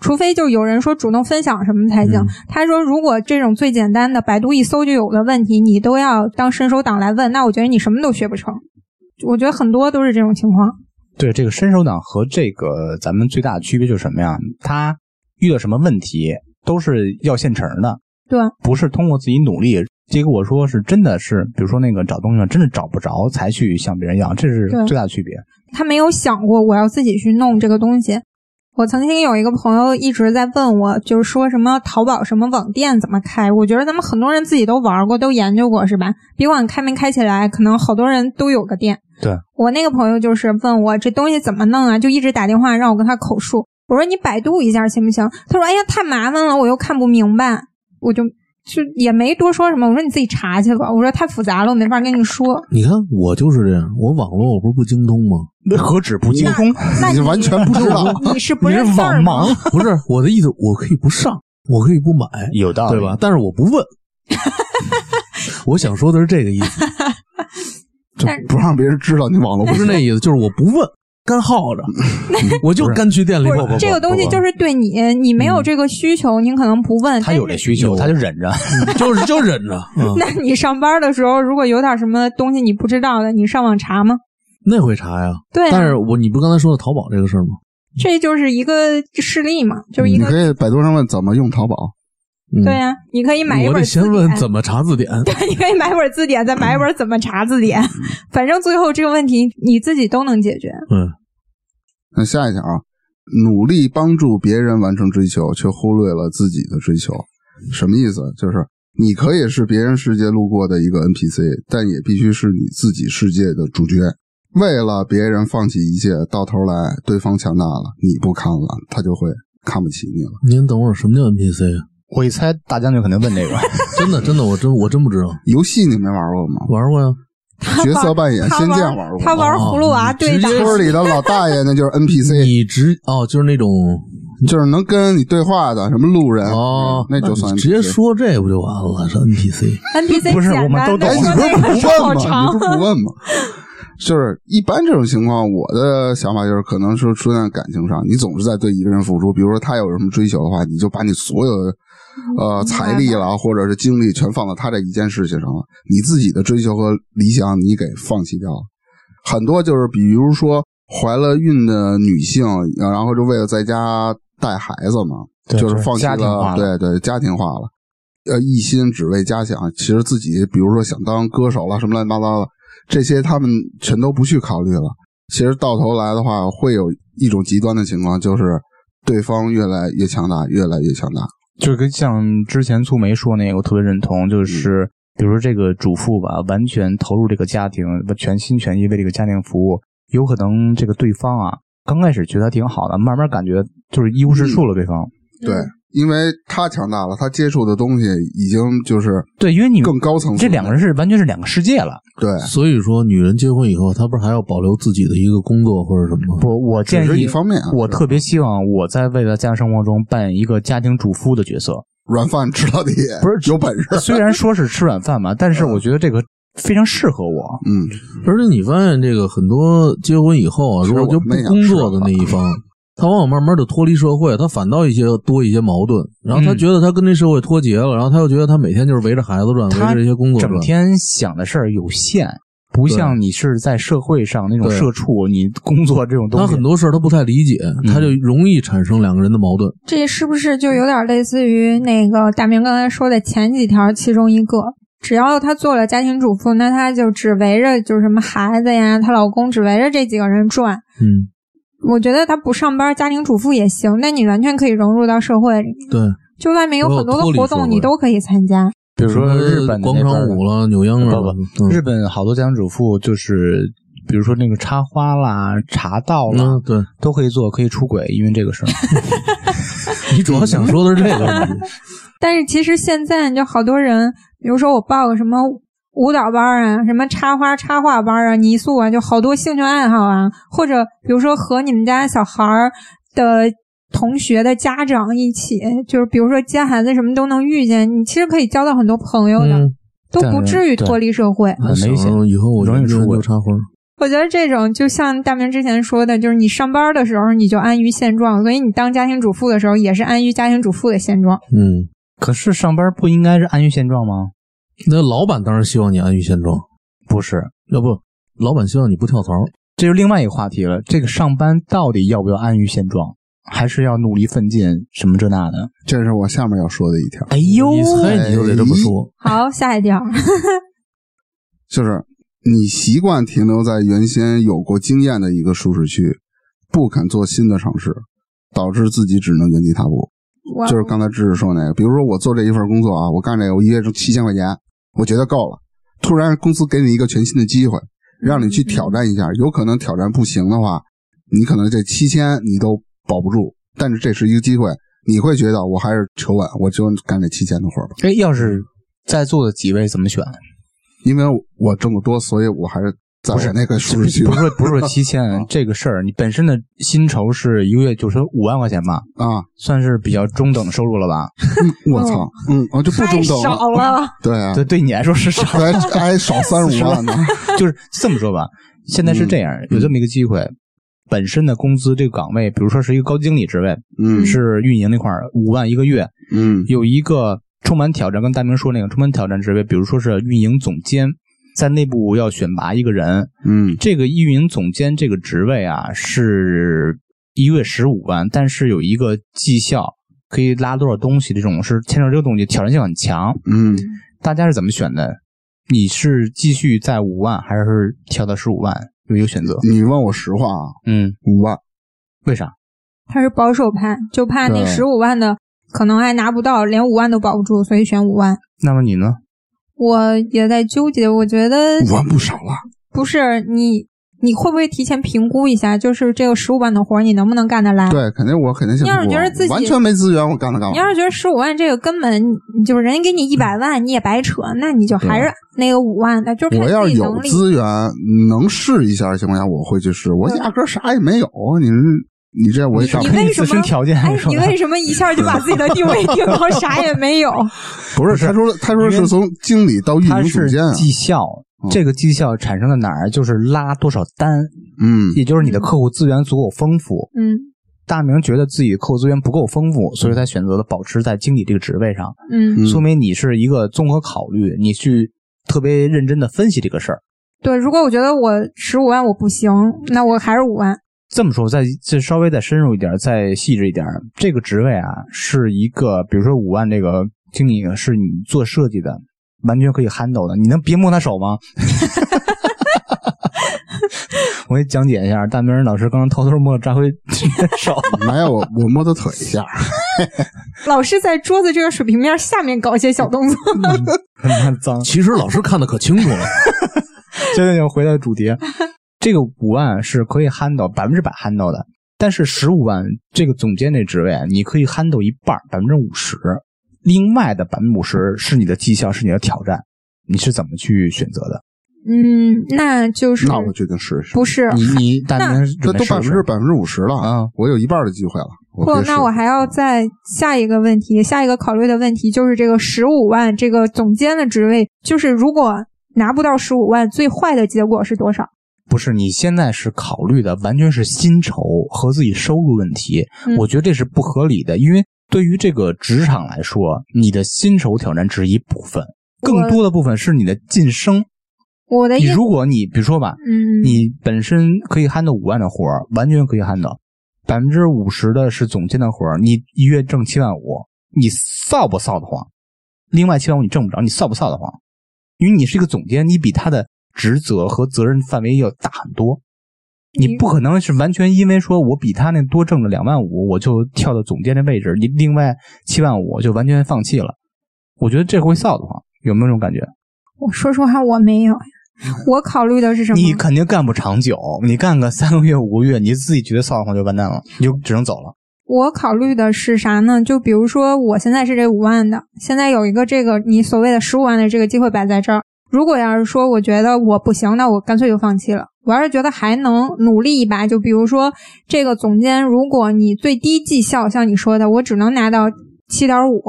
A: 除非就有人说主动分享什么才行。
C: 嗯
A: 他说，如果这种最简单的百度一搜就有的问题，你都要当伸手党来问，那我觉得你什么都学不成。我觉得很多都是这种情况。
D: 对这个伸手党和这个咱们最大的区别就是什么呀？他遇到什么问题都是要现成的，
A: 对，
D: 不是通过自己努力。结果说是真的是，比如说那个找东西真的找不着才去向别人要，这是
A: 对
D: 最大的区别。
A: 他没有想过我要自己去弄这个东西。我曾经有一个朋友一直在问我，就是说什么淘宝什么网店怎么开？我觉得咱们很多人自己都玩过，都研究过，是吧？别管开没开起来，可能好多人都有个店。
D: 对
A: 我那个朋友就是问我这东西怎么弄啊，就一直打电话让我跟他口述。我说你百度一下行不行？他说哎呀太麻烦了，我又看不明白，我就就也没多说什么。我说你自己查去吧，我说太复杂了，我没法跟你 说。
C: 你看我就是这样，我网络我不是不精通吗？
D: 那何止不精通，
A: 那
B: 你就完全不知道，
A: 你是不
D: 你是
A: 认字儿
D: 网
A: 吗？
D: 盲，
C: 不是我的意思，我可以不上，我可以不买，
D: 有道理
C: 对吧？？但是我不问。 我想说的是这个意思，
B: 就
A: 但
B: 不让别人知道你网络
C: 不
B: 不
C: 是那意思，就是我不问，干耗 着，我就干去店里
A: 不
C: 不不
A: 是
C: 不
A: 这个东西就是对你，呃你没有这个需求，你可能不问。
D: 他有这需求，他就忍着。
C: 不 就是就忍着，嗯
A: 但是那你上班的时候，如果有点什么东西你不知道的，你上网查吗？
C: 那会查呀。
A: 对啊、
C: 但是我你不是刚才说的淘宝这个事儿吗？
A: 这就是一个事例嘛，就是一
B: 嗯你
A: 个
B: 可以百度上问怎么用淘宝，
C: 嗯、
A: 对呀、你可以买一
C: 我
A: 本
C: 得
A: 字
C: 先
A: 典，
C: 问怎么查字典。
A: 对， 你可以买本字典，再买本怎么查字典，反正最后这个问题你自己都能解决。
C: 嗯，
B: 那下一条啊，努力帮助别人完成追求，却忽略了自己的追求，什么意思？就是你可以是别人世界路过的一个 NPC，但也必须是你自己世界的主角。为了别人放弃一切，到头来对方强大了，你不看了，他就会看不起你了。
C: 您等会儿什么叫 NPC 啊？
D: 我一猜大将军肯定 问这个，
C: 真的真的，我真我真不知道。
B: 游戏你没玩过吗？
C: 玩过呀，
A: 他
B: 角
A: 玩
B: 色扮演，
A: 他
B: 仙剑
A: 玩
B: 玩过吗。
A: 他玩葫芦娃对打，
B: 村里的老大爷那就是 NPC，
C: 你直哦，就是那种
B: 就是能跟你对话的什么路人嗯，
C: 哦
B: 那就
C: 你
B: 算
C: 直接
B: NPC
C: 说这不就完了？是 NPC，
A: NPC
D: 不是
A: 简
D: 我们
A: 单
D: 都
A: 的
D: 懂
B: 哎，
A: 说那
B: 你不是不
A: 个好
B: 问吗？
A: 长
B: 你不是不问吗？就是一般这种情况，我的想法就是，可能是出现在感情上，你总是在对一个人付出。比如说他有什么追求的话，你就把你所有的呃财力了，或者是精力全放到他这一件事情上了，你自己的追求和理想你给放弃掉了。很多就是比如说怀了孕的女性，然后就为了在家带孩子嘛，
D: 对
B: 就是
D: 就是
B: 放弃
D: 家庭化
B: 了，
D: 了
B: 对对，家庭化了。呃，一心只为家想，其实自己比如说想当歌手了，什么乱七八糟的，这些他们全都不去考虑了。其实到头来的话，会有一种极端的情况，就是对方越来越强大，越来越强大。
D: 就是跟像之前粗梅说那个，我特别认同，
B: 嗯
D: 就是比如说这个主妇吧，完全投入这个家庭，全心全意为这个家庭服务，有可能这个对方啊，刚开始觉得还挺好的，慢慢感觉就是一无是
B: 嗯
D: 处了。对方、
B: 对，因为他强大了，他接触的东西已经就是
D: 对，因为你
B: 更高层次
D: 这
B: 的
D: 两个人是完全是两个世界了。
B: 对，
C: 所以说女人结婚以后，她不是还要保留自己的一个工作或者什么吗？
D: 不，我建
B: 只是
D: 议
B: 一方面啊
D: 我特别希望我在未来家庭生活中扮演一个家庭主夫的角色。
B: 软饭吃到底，
D: 不是
B: 有本事。
D: 虽然说是吃软饭吧，但是我觉得这个非常适合我。
B: 嗯，
C: 而且你发现这个很多结婚以后啊，
B: 其
C: 如
B: 实
C: 果就
B: 我
C: 不
B: 们也想
C: 工作的那一方，他往往慢慢的脱离社会，他反倒一些多一些矛盾，然后他
D: 嗯
C: 觉得他跟这社会脱节了，然后他又觉得他每天就是围着孩子转，
D: 他
C: 围着这些工作转
D: 整，天想的事儿有限，不像你是在社会上那种
C: 对
D: 社畜，你工作这种东
C: 他
D: 西，
C: 很多事儿他不太理解，
D: 嗯
C: 他就容易产生两个人的矛盾。
A: 这是不是就有点类似于那个大明刚才说的前几条其中一个？只要她做了家庭主妇，那她就只围着就是什么孩子呀，她老公只围着这几个人转。
C: 嗯，
A: 我觉得她不上班，家庭主妇也行。那你完全可以融入到社会里，
C: 对，
A: 就外面有很多的活动，你都可以参加。
D: 比如说日本的
C: 广
D: 那
C: 场
D: 边的
C: 舞了、扭秧歌了，嗯
D: 不不，日本好多家庭主妇就是。比如说那个插花啦、茶道
C: 嗯
D: 啦，
C: 嗯 对，
D: 都可以做，可以出轨，因为这个事儿。
C: 你主要想说的是这个问题。
A: 但是其实现在就好多人，比如说我报个什么舞蹈班儿啊，什么插花插画班儿啊、泥塑啊，就好多兴趣爱好啊，或者比如说和你们家小孩儿的同学的家长一起，就是比如说接孩子什么都能遇见，你其实可以交到很多朋友的，
C: 嗯，
A: 都
D: 当
A: 不
D: 然
A: 至于
D: 对
A: 脱离社会。
D: 很危险
C: 想以后我就
D: 容易出轨
C: 就插花。
A: 我觉得这种就像大明之前说的，就是你上班的时候你就安于现状，所以你当家庭主妇的时候也是安于家庭主妇的现状。
C: 嗯，
D: 可是上班不应该是安于现状吗？
C: 那老板当然希望你安于现状，
D: 不是，
C: 要不老板希望你不跳槽。
D: 这就另外一个话题了。这个上班到底要不要安于现状，还是要努力奋进什么这那的？
B: 这是我下面要说的一条，
D: 哎呦
C: 你猜你就得这么说。
A: 好，下一条。
B: 就是你习惯停留在原先有过经验的一个舒适区，不肯做新的尝试，导致自己只能原地踏步。
A: 哇
B: 就是刚才知识说那个，比如说我做这一份工作啊，我干这个，我一月挣七千块钱，我觉得够了。突然公司给你一个全新的机会，让你去挑战一下，有可能挑战不行的话，你可能这七千你都保不住，但是这是一个机会，你会觉得我还是求稳，我就干这七千的活儿吧，
D: 哎，要是在座的几位怎么选？
B: 因为我挣得多，所以我还是在我那个舒
D: 不
B: 适
D: 是
B: 区
D: 不是不是说 七
B: 啊
D: 千这个事儿，你本身的薪酬是一个月就是五万块钱吧，
B: 啊。
D: 算是比较中等收入了吧？
B: 嗯我操，嗯，我就不
A: 太
B: 中等
A: 少了，
B: 对啊，
D: 对，对你来说是少，
B: 还还少三十五万呢。
D: 就是这么说吧。现
B: 嗯
D: 在是这样，有这么一个机会，本身的工资这个岗位，比如说是一个高经理职位，
B: 嗯
D: 是运营那块儿五万一个月，
B: 嗯
D: 有一个充满挑战，跟大明说那个充满挑战职位，比如说是运营总监，在内部要选拔一个人，
B: 嗯
D: 这个运营总监这个职位啊是一个月十五万，但是有一个绩效可以拉多少东西，这种是牵扯这个东西挑战性很强。
B: 嗯
D: 大家是怎么选的？你是继续在五万，还是跳到十五万？有一个选择。
B: 你问我实话啊，
D: 嗯，
B: 五万，
D: 为啥？
A: 他是保守派，就怕那
B: 对
A: 十五万的可能还拿不到，连五万都保不住，所以选五万。
D: 那么你呢？
A: 我也在纠结，我觉得
B: 五万不少了。
A: 不是你，你会不会提前评估一下，就是这个十五万的活儿你能不能干得来？
B: 对，肯定我肯定先
A: 你嗯要是
B: 不
A: 觉得
B: 我
A: 自己
B: 完全没资源，我干它干
A: 你
B: 嘛？
A: 要是觉得十五万这个根本就是人家给你一百万你也白扯，那你就还是那个五万的，就是
B: 我
A: 看
B: 要
A: 自
B: 是
A: 己
B: 有
A: 能力。
B: 资源 能试一下的情况下，我会去试。我压根儿啥也没有，你是你这我也上
A: 你
D: 看
A: 为
D: 你
A: 什
D: 自
A: 么
D: 身条件
A: 哎，
D: 是吧
A: 你为什么一下就把自己的定位定到啥也没有？
B: 不是他说了他说
D: 因为
B: 是从经理到运
D: 它
B: 营总
D: 是
B: 监啊，
D: 绩效，
A: 嗯
D: 这个绩效产生在哪儿？就是拉多少单，
B: 嗯
D: 也就是你的客户资源足够丰富。
A: 嗯
D: 大明觉得自己的客户资源不够丰富，所以才选择了保持在经理这个职位上。
A: 嗯，
B: 嗯
D: 说明你是一个综合考虑，你去特别认真的分析这个事儿。
A: 对，如果我觉得我十五万我不行，那我还是五万。
D: 这么说，再再稍微再深入一点，再细致一点，这个职位啊，是一个，比如说五万这个经理是你做设计的，完全可以 handle 的，你能别摸他手吗？我给你讲解一下，大明老师刚刚偷偷摸了扎辉的 手，
B: 没有啊我我摸他腿一下，
A: 老是在桌子这个水平面下面搞一些小动作。
D: 他妈脏。
C: 其实老师看的可清楚 了，
D: 行行行，回到主题， 这个五万是可以 handle 百分之百 handle 的，但是十五万这个总监这职位，啊你可以 handle 一半，百分之五十，另外的百分之五十是你的绩效，是你的挑战，你是怎么去选择的？
A: 嗯，那就是
B: 那我决定试一试。
A: 不是
D: 你你大明
B: 这都百分之
D: 百
B: 百分之五十了
D: 啊！
B: 我有一半的机会了。我可
A: 不
B: 以？试
A: 那我还要再下一个问题，下一个考虑的问题就是这个十五万这个总监的职位，就是如果拿不到十五万，最坏的结果是多少？
D: 不是你现在是考虑的完全是薪酬和自己收入问题，
A: 嗯
D: 我觉得这是不合理的，因为对于这个职场来说，你的薪酬挑战只是一部分，更多的部分是你的晋升。
A: 我的
D: 你
A: 意思，
D: 如果你比如说吧，
A: 哎嗯，
D: 你本身可以 handle 五万的活儿，完全可以 handle，百分之五十的是总监的活儿，你一月挣七万五，你臊不臊得慌？另外七万五你挣不着，你臊不臊得慌？因为你是一个总监，你比他的职责和责任范围要大很多，你不可能是完全因为说我比他那多挣了两万五，我就跳到总监的位置，你另外七万五就完全放弃了。我觉得这会臊得慌，有没有这种感觉？
A: 我说实话，我没有呀，我考虑的是什么？
D: 你肯定干不长久，你干个三个月五个月，你自己觉得臊得慌就完蛋了，你就只能走了。
A: 我考虑的是啥呢？就比如说，我现在是这五万的，现在有一个这个你所谓的十五万的这个机会摆在这儿。如果要是说我觉得我不行，那我干脆就放弃了。我要是觉得还能努力一把，就比如说这个总监，如果你最低绩效像你说的，我只能拿到七点五，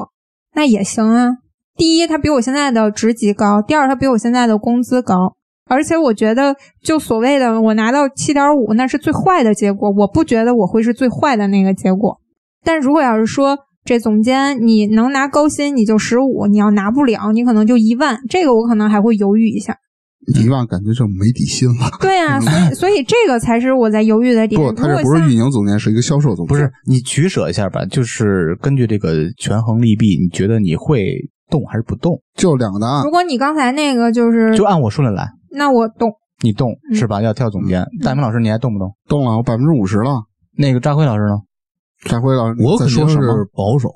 A: 那也行啊。第一，他比我现在的职级高；第二，他比我现在的工资高。而且我觉得，就所谓的我拿到七点五，那是最坏的结果。我不觉得我会是最坏的那个结果。但如果要是说这总监你能拿高薪，你就十五；你要拿不了，你可能就一万。这个我可能还会犹豫一下。
B: 一万，感觉就没底薪了。
A: 对啊，所以所以这个才是我在犹豫的点。
B: 嗯不，他这不
A: 如
B: 是
A: 果像
B: 运营总监，是一个销售总监。
D: 不是，你取舍一下吧，就是根据这个权衡利弊，你觉得你会动还是不动？
B: 就两个答案
A: 如。果你刚才那个就是，
D: 就按我说的来，
A: 那我懂。
D: 你动
A: 嗯
D: 是吧？要跳总监，大明老师你还动不动？
B: 动了，我百分之五十了。
D: 那个扎辉老师呢？
B: 下回老师，
C: 我
B: 再
C: 肯
B: 说
C: 定
B: 什
C: 是
B: 么？
C: 保守。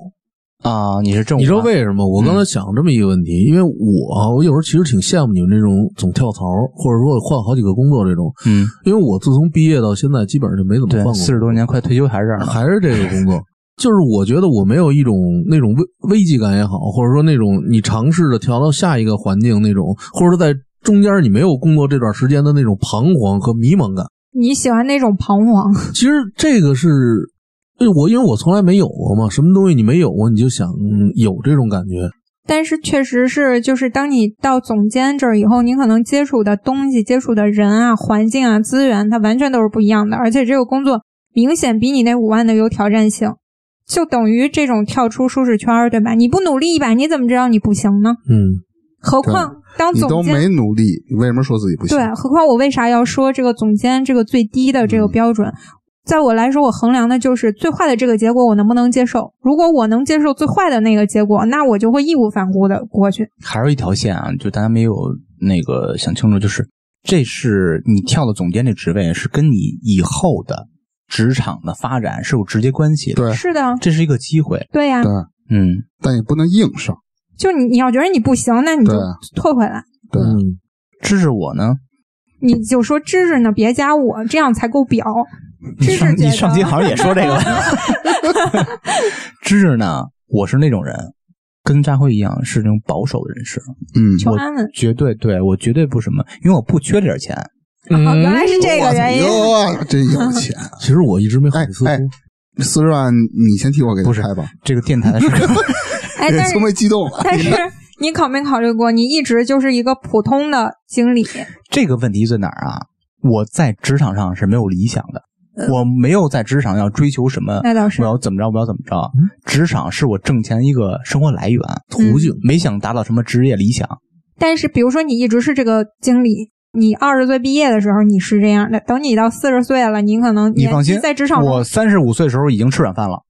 D: 啊，你是正，
C: 你知道为什么？我嗯刚才想这么一个问题，因为我我有时候其实挺羡慕你们这种总跳槽，或者说换好几个工作这种，
D: 嗯，
C: 因为我自从毕业到现在，基本上就没怎么
D: 对
C: 换，过。
D: 四十多年快退休还是这样的，
C: 还是这个工作。就是我觉得我没有一种那种危危机感也好，或者说那种你尝试着调到下一个环境那种，或者说在中间你没有工作这段时间的那种彷徨和迷茫感。
A: 你喜欢那种彷徨，
C: 其实这个是，对我因为我从来没有过嘛，什么东西你没有过，你就想、嗯有这种感觉。
A: 但是确实是，就是当你到总监这儿以后，你可能接触的东西、接触的人啊、环境啊、资源，它完全都是不一样的。而且这个工作明显比你那五万的有挑战性，就等于这种跳出舒适圈儿，对吧？你不努力一把，你怎么知道你不行呢？
C: 嗯，
A: 何况当
B: 你都
A: 总监
B: 没努力，你为什么说自己不行？
A: 对，何况我为啥要说这个总监这个最低的
B: 嗯
A: 这个标准？在我来说，我衡量的就是最坏的这个结果，我能不能接受？如果我能接受最坏的那个结果，那我就会义无反顾的过去。
D: 还有一条线啊，就大家没有那个想清楚，就是这是你跳到总监这职位，是跟你以后的职场的发展是有直接关系的。
B: 对
A: 是的，
D: 这是一个机会。
A: 对呀、
B: 对
D: 嗯，
B: 但也不能硬上。
A: 就你你要觉得你不行，那你就
B: 对
A: 退回来，
B: 对，
C: 嗯，
D: 支持我呢？
A: 你就说芝芝呢，别加我，这样才够表。
D: 你
A: 芝芝
D: 上
A: 觉
D: 你
A: 得
D: 上期好像也说这个了。 芝芝呢，我是那种人，跟扎辉一样是那种保守的人士，
B: 嗯，
A: 求安稳。
D: 绝对对我绝对不什么，因为我不缺这点钱。嗯
A: 哦，原来是这个原因。
B: 哇哟，真有钱！
C: 其实我一直没好
B: 哎
C: 意思
B: 哎
C: 说，
B: 四十万，你先替我给他
D: 不是
B: 开吧，
D: 这个电台的事，
A: 哎，但是
B: 从没激动啊了。
A: 但是你考没考虑过，你一直就是一个普通的经 理。
D: 这个问题在哪儿啊？我在职场上是没有理想的，我没有在职场要追求什么，
A: 呃那嗯倒是
D: 我要怎么着，我要怎么着。职场是我挣钱一个生活来源
A: 途
D: 径，没想达到什么职业理想。
A: 但是，比如说你一直是这个经理，你二十岁毕业的时候你是这样的，等你到四十岁了，你可能
D: 你放心，
A: 在职场
D: 我
A: 中
D: 三十五岁的时候已经吃软饭了。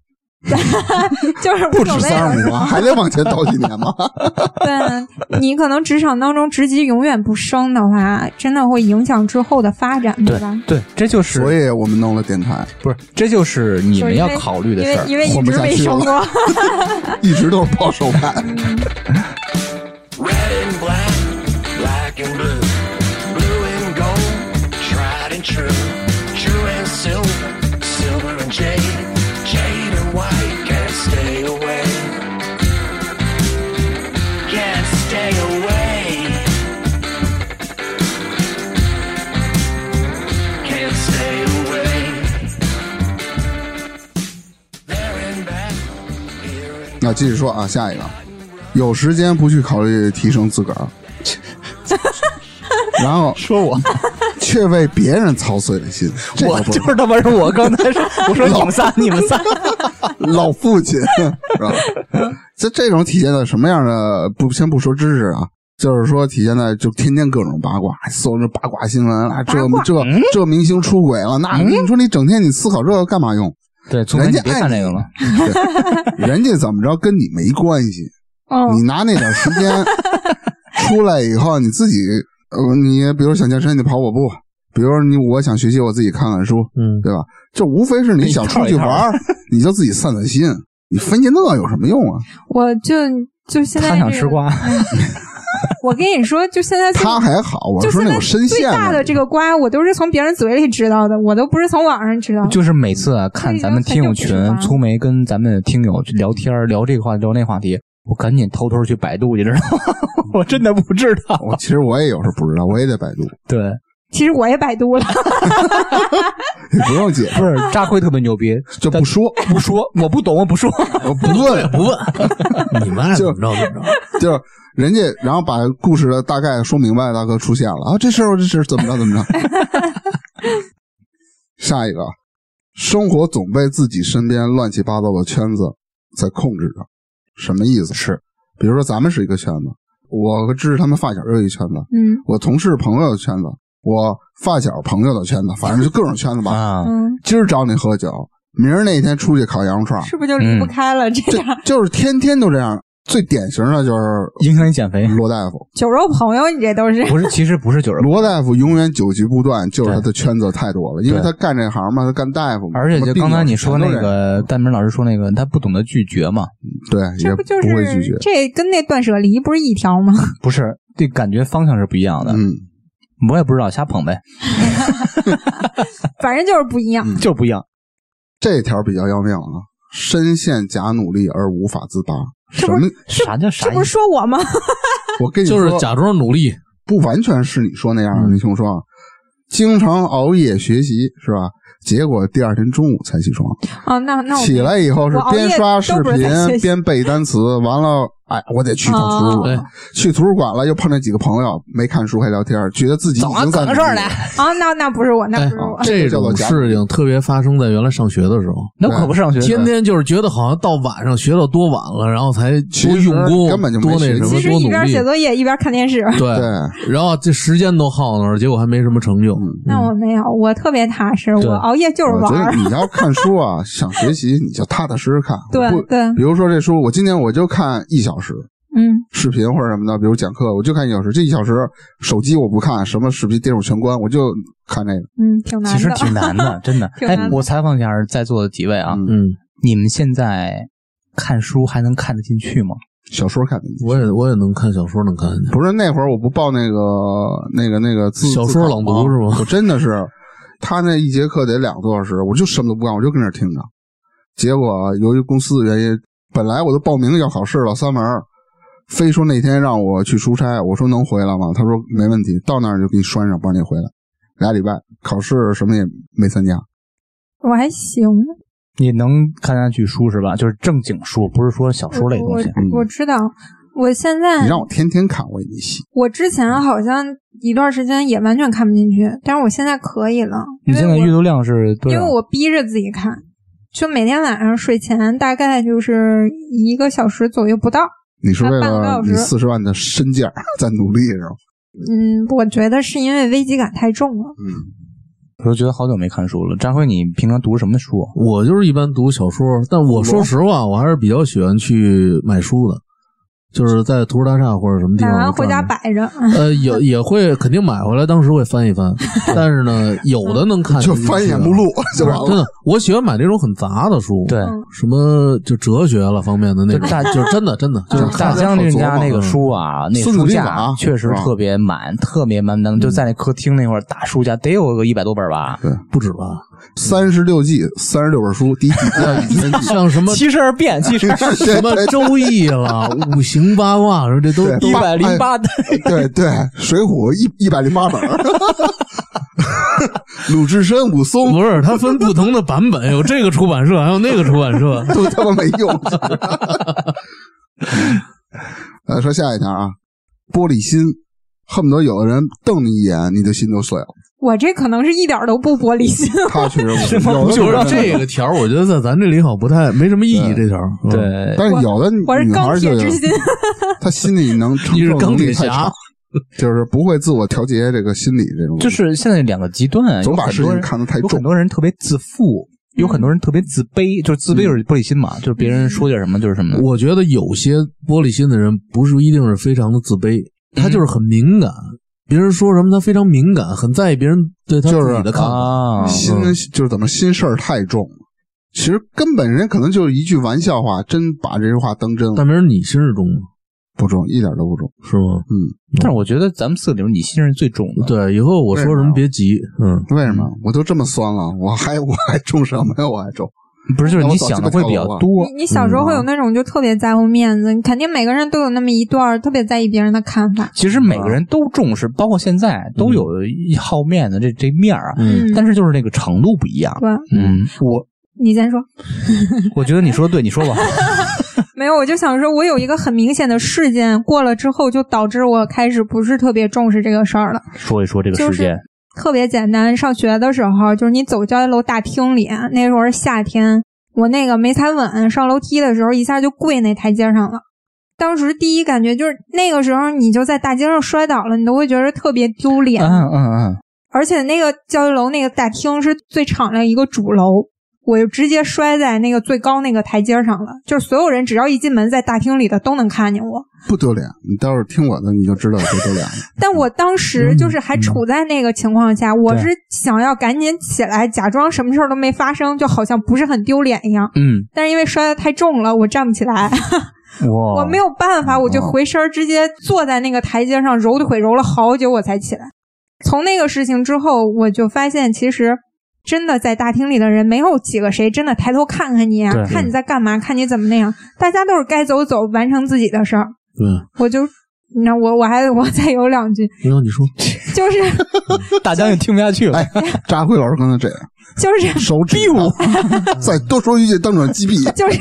A: 就是
B: 不
A: 无
B: 止
A: 所谓
B: 三
A: 了。
B: 十 五万，还得往前倒几年吗？
A: 对，你可能职场当中职级永远不升的话，真的会影响之后的发展，对吧？
D: 对，这 就是
B: 所以我们弄了电台，
D: 不是，这就是你们要考虑的事儿。
A: 因为因为
B: 混
A: 一
B: 不
A: 直
B: 下
A: 没
B: 去
A: 升
B: 了
A: 过。
B: 一直都是保守派。
G: Red and black, black and blue, blue and gold, tried and true, true and silver, silver and jade, jade and white can't stay away, can't stay away, can't stay away. There and back, here and
B: 那继续说啊，下一个，有时间不去考虑提升自个 儿，然后
D: 说我，
B: 却为别人操碎了心，这
D: 我
B: 个不
D: 就是他妈是我刚才 说，我说你们仨，你们仨，
B: 老父亲， 是吧？这这种体现在什么样的？不，先不说知识啊，就是说体现在就天天各种八卦，搜着八卦新闻啊，这
A: 八卦嗯
B: 这这明星出轨了，那你说你整天你思考这个干嘛用？
D: 对，从来
B: 人
D: 你
B: 家
D: 别
B: 爱
D: 看这
B: 你
D: 个了。
B: 对人家怎么着跟你没关系，
A: 嗯
B: 你，拿那点时间 出来以后，你自己，呃，你比如想健身，你跑跑步；，比如你我想学习，我自己看看书，
C: 嗯，
B: 对吧？这无非是你想出去玩儿，你就自己散散心，你分析那有什么用啊？
A: 我就就现在
D: 他想
A: 这
D: 吃
A: 个。
D: 瓜，
A: 我跟你说， 就现在最
B: 他还好，我
A: 就现
B: 说那
A: 在
B: 种深
A: 最
B: 陷
A: 大的这个瓜，我都是从别人嘴里知道的，我都不是从网上知道的。
D: 就是每次
A: 嗯
D: 啊，看咱们听友
A: 这已经很久
D: 群，
A: 不是
D: 粗梅跟咱们听友去聊天儿，聊这个话题，聊那话题，我赶紧偷偷去百度，你知道吗？ 我真的不知道。
B: 我其实我也有时候不知道，我也得百度，
D: 对，
A: 其实我也百度了，
B: 也不用解释，
D: 不是扎辉特别牛逼，
B: 就不说，
D: 不说，我不懂， 我不说。
B: 我不问，
C: 不问，你们爱怎么着怎么着。
B: 就是人家，然后把故事的大概说明白，大哥出现了啊，这事儿这事儿怎么着怎么着。下一个，生活总被自己身边乱七八糟的圈子在控制着，什么意思？是，比如说咱们是一个圈子，我和芝芝他们发小又一圈子，
A: 嗯
B: 我同事朋友的圈子，我发小朋友的圈子，反正就各种圈子吧。
D: 啊，
A: 嗯，
B: 今儿找你喝酒，明儿那天出去烤羊肉串儿，
A: 是不是就离不
D: 嗯
A: 开了？这
B: 就
A: 样
B: 就是天天都这样。最典型的就是
D: 影响你减肥。
B: 罗大夫，
A: 酒肉朋友，你这都是。
D: 不是，其实不是九十，
B: 罗大夫永远酒局不断，就是他的圈子太多了，因为他干这行嘛，他干大夫嘛。
D: 而且就
B: 嗯什么病
D: 刚才
B: 人
D: 你说那
B: 全都认识，嗯
D: 个戴明老师说那个，他不懂得拒绝嘛，
B: 对，
A: 这
B: 也
A: 不就
B: 会
A: 是
B: 拒绝。
A: 这跟那断舍离不是一条吗？
D: 不是，这感觉方向是不一样的。
B: 嗯，
D: 我也不知道，瞎捧呗，
A: 反正就是不一样。
D: 就是不一样。
B: 这条比较要命啊，深陷假努力而无法 自拔。什
A: 不
B: 么？
D: 啥叫啥
A: 这
D: 意
A: 不
D: 思？
A: 是说我吗？
B: 我 跟你
C: 就
B: 说，
C: 是假装努力，
B: 不完全是你说那样的。
D: 嗯
B: 你听我说啊，经常熬夜学习是吧？结果第二天中午才起床，
A: 啊，那那我
B: 起来以后是
A: 我熬夜
B: 边刷视
A: 都不是在学
B: 频
A: 习
B: 边背单词，完了哎，我得去趟图书馆。
C: 哦
B: 去图书馆了，又碰见几个朋友，没看书还聊天，觉得自己已经在
D: 怎么事儿呢？
A: 啊，那那不是我，那不是我，
C: 这种事情特别发生在原来上学的时候，
D: 那可不是上学的，
C: 天天就是觉得好像到晚上学到多晚了，然后才
B: 其
C: 多
B: 实
C: 用功，
B: 根本就没
C: 多那
B: 学
C: 什
A: 其
C: 么，
A: 实
C: 多
A: 一
C: 努
A: 边
C: 力嗯
A: 写。作业一边看电视。
B: 对，嗯
C: 对，然后这时间都耗那儿，结果还没什么成就。
A: 那我没有，我特别踏实，
D: 对
A: 我熬夜就是
B: 我
A: 玩
B: 觉得
A: 儿。
B: 你要看书啊，想学习你就踏踏实实看。
A: 对
B: 不嗯
A: 对
B: 比如说这书，我今天我就看一小时
A: 嗯，
B: 视频或者什么的，比如讲课，我就看一小时。这一小时手机我不看，什么视频、电视我全关，我就看这个。
A: 嗯，挺难
D: 其实
A: 的。
D: 挺 难的，真的。
A: 挺
D: 哎
A: 难，的
D: 我采访一下在座的几位啊，
B: 嗯，
C: 嗯，
D: 你们现在看书还能看得进去吗？
B: 小说看的。
C: 我也我也能看小说，能看见。
B: 不是那会儿我不报那个那个那个自
C: 小说朗读是吗
B: 我真的是，他那一节课得两个多小时，我就什么都不干，我就跟那儿听着。结果由于公司的原因，本来我都报名要考试了，三门儿，非说那天让我去出差，我说能回来吗？他说没问题，到那儿就给你拴上，不让你回来。俩礼拜考试什么也没参加，
A: 我还行，
D: 你能看下去书是吧？就是正经书，不是说小说类的东
A: 我
D: 西。
B: 嗯
A: 我知道。我现在
B: 你让我天天看我也没戏。
A: 我之前好像一段时间也完全看不进去，但是我现在可以了，
D: 你
A: 因为
D: 现在
A: 我
D: 阅读量是对
A: 因
D: 啊
A: 为我逼着自己看，就每天晚上睡前大概就是一个小时左右不到。
B: 你是为
A: 半个
B: 了
A: 小时
B: 你四十万的身价 在努力是吧？
A: 嗯，我觉得是因为危机感太重了。
B: 嗯，
D: 我就觉得好久没看书了。张辉，你平常读什么书？啊
C: 我就是一般读小说，但我说实话，我还是比较喜欢去买书的，就是在图书大厦或者什么地
A: 买
C: 方
A: 完
C: 我
A: 回
C: 看
A: 家
C: 看
A: 摆着，嗯
C: 呃，有也会肯定买回来，当时会翻一翻，但是呢，有的能看
B: 就翻眼目录 就完
C: 真
B: 了。
C: 的，我喜欢买那种很杂的书，
D: 对，
C: 什么就哲学了方面的那
D: 就
C: 种
D: 大，
C: 就是真的真的
D: 就
C: 就是是
B: 嗯
D: 大将军家那个书啊，那
B: 孙子
D: 书
B: 兵
D: 架
B: 法
D: 确实
B: 是吧嗯
D: 特别满，特别满当，就在那客厅那块儿大书架，得有个一百多本吧。
C: 不止吧，
B: 三十六计，三十六本书，第一季、第二季、第三季，
C: 像什么
D: 七十二变，七
B: 哎
D: 十
C: 什么周易了、五行八卦什么，这都
D: 一
B: 对
D: 百零
B: 哎
D: 八单。
B: 对对，《水浒》一一百零八本儿，鲁智深、武松
C: 不是，它分不同的版本，有这个出版社，还有那个出版社。
B: 都他妈没用。呃，说下一条啊，玻璃心，恨不得有的人瞪你一眼，你的心就碎了。
A: 我这可能是一点儿都不玻璃心。
B: 他确实不
D: 吗
B: 有的
C: 就是
B: 女
C: 这
B: 人，
C: 个条儿，我觉得在咱这里好像不太没什么意义。这条儿，嗯，
D: 对，
B: 但是有的
A: 我是
B: 女孩
A: 钢
B: 儿就
A: 铁
B: 有
A: 之心，
B: 她心里能承
C: 你是
B: 受
C: 钢
B: 能力
C: 铁
B: 太
C: 侠
B: 差，就是不会自我调节这个心理这种东西，
D: 就是现在两个极端啊，
B: 总
D: 有
B: 把
D: 很
B: 事
D: 多
B: 情
D: 人
B: 看得太
D: 有
B: 重
D: 很。多人特别自负，有很多人特别自卑，就
B: 嗯
D: 是自卑就是玻璃心嘛，就是别人说点什么就是什么。啊
C: 我觉得有些玻璃心的人不是一定是非常的自卑，他
B: 嗯
C: 就是很敏感，别人说什么他非常敏感，很在意别人对他
B: 就是
C: 自己的看法。
D: 啊，
B: 心
C: 嗯
B: 就是怎么心事儿太重了。其实根本人可能就是一句玩笑话，真把这句话当真了，
C: 大明，你心事重吗？
B: 不重，一点都不重。
C: 是吗？
B: 嗯，
D: 但是我觉得咱们四个里面，你心是最重的。
C: 对，以后我说什么别急，嗯，
B: 为什么？我都这么酸了，我还 我还重什么呀？我还重。
D: 不是，就是
B: 那我
D: 你
B: 早
D: 想的
B: 就
D: 会
B: 跳
D: 比较
B: 楼了
D: 多。
A: 你你小时候会有那种就特别在乎面子，你肯定每个人都有那么一段儿特别在意别人的看法。
D: 其实每个人都重视，包括现在
B: 嗯
D: 都有一好面子这这面儿啊，
C: 嗯
D: 但是就是那个程度不一样。
A: 对，
D: 嗯，我
A: 你先说。
D: 我觉得你说的对，你说 吧。
A: 没有，我就想说，我有一个很明显的事件过了之后，就导致我开始不是特别重视这个事儿了。
D: 说一说这个
A: 就
D: 事
A: 是
D: 件，
A: 特别简单，上学的时候，就是你走教学楼大厅里，那时候是夏天，我那个没踩稳，上楼梯的时候一下就跪那台阶上了。当时第一感觉就是那个时候你就在大街上摔倒了，你都会觉得特别丢脸。
D: 嗯嗯嗯，
A: 而且那个教学楼那个大厅是最敞亮一个主楼，我就直接摔在那个最高那个台阶上了。就是所有人只要一进门，在大厅里的都能看见我。
B: 不丢脸，你待会儿听我的，你就知道有多丢脸了。
A: 但我当时就是还处在那个情况下，我
D: 嗯对
A: 是想要赶紧起来，假装什么事儿都没发生，就好像不是很丢脸一样。
D: 嗯，
A: 但是因为摔得太重了，我站不起来，
D: 我
A: 我没有办法，
D: 哦
A: 我就回身儿直接坐在那个台阶上，揉腿揉了好久，我才起来。从那个事情之后，我就发现其实。真的在大厅里的人没有几个谁真的抬头看看你啊
D: 对，
A: 看你在干嘛，看你怎么那样。大家都是该走走，完成自己的事儿。
C: 对，
A: 我就，那我我还我再有两句，
C: 然后你说，
A: 就是
D: 大将军听不下去了。
B: 扎辉老师刚才这样，
A: 就是
B: 手指头，再多说一句，当场击毙。
A: 就是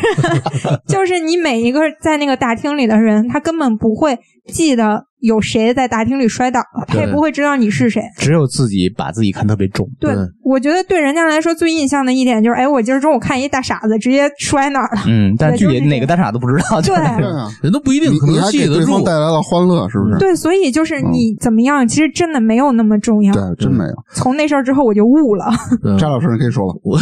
A: 就是 你每一个在那个大厅里的人，他根本不会记得有谁在大厅里摔倒了，他也
C: 对
A: 不会知道你是谁。
D: 只有自己把自己看特别重。
A: 对，
C: 对
A: 我觉得对人家来说最印象的一点就是，哎，我今儿中午看一大傻子直接摔哪儿了。
D: 嗯，但是具
A: 对就
D: 体
A: 是
D: 哪个大傻都不知道。就是
A: 对
B: 对啊，
C: 人都不一定
B: 你
C: 可
B: 你
C: 能
B: 还
C: 记
B: 给
C: 得
B: 对
C: 住嗯
B: 方。带来了欢乐，是不是？
A: 对，所以就是你怎么样，其实真的没有那么重要。
B: 对，真没有。
A: 从那事儿之后，我就悟了。
C: 对
B: 张老师，你可以说了。
C: 我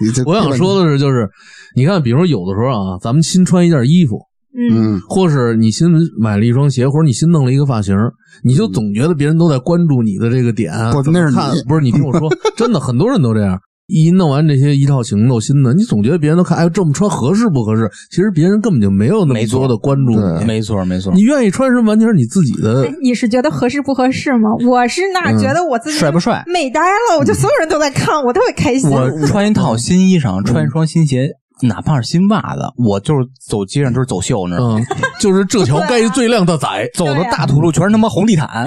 B: 你这
C: 嗯我想说的是，就是你看，比如有的时候啊，咱们新穿一件衣服，
A: 嗯，
B: 嗯，
C: 或是你新买了一双鞋，或者你新弄了一个发型，你就总觉得别人都在关注你的这个点。啊
B: 不
C: 怎么
B: 嗯那是
C: 看
B: 你
C: 不是你听我 说，真的很多人都这样。一弄完这些一套行头新的，你总觉得别人都看，哎，这么穿合适不合适？其实别人根本就没有那么
D: 没错
C: 多的关注
B: 对
C: 你，
D: 没错，没错
C: 你。愿意穿什么完全是你自己的
A: 哎。你是觉得合适不合适吗？我是那
C: 嗯
A: 觉得我自己
D: 帅不帅？
A: 美呆了，我就所有人都在看，我特别开心。
D: 我穿一套新衣裳，穿一双新鞋，哪怕是新袜子，我就是走街上就是走秀那
C: 嗯，就是这
A: 啊
C: 桥该最靓的仔，
D: 走的大土路全是他妈红 地毯。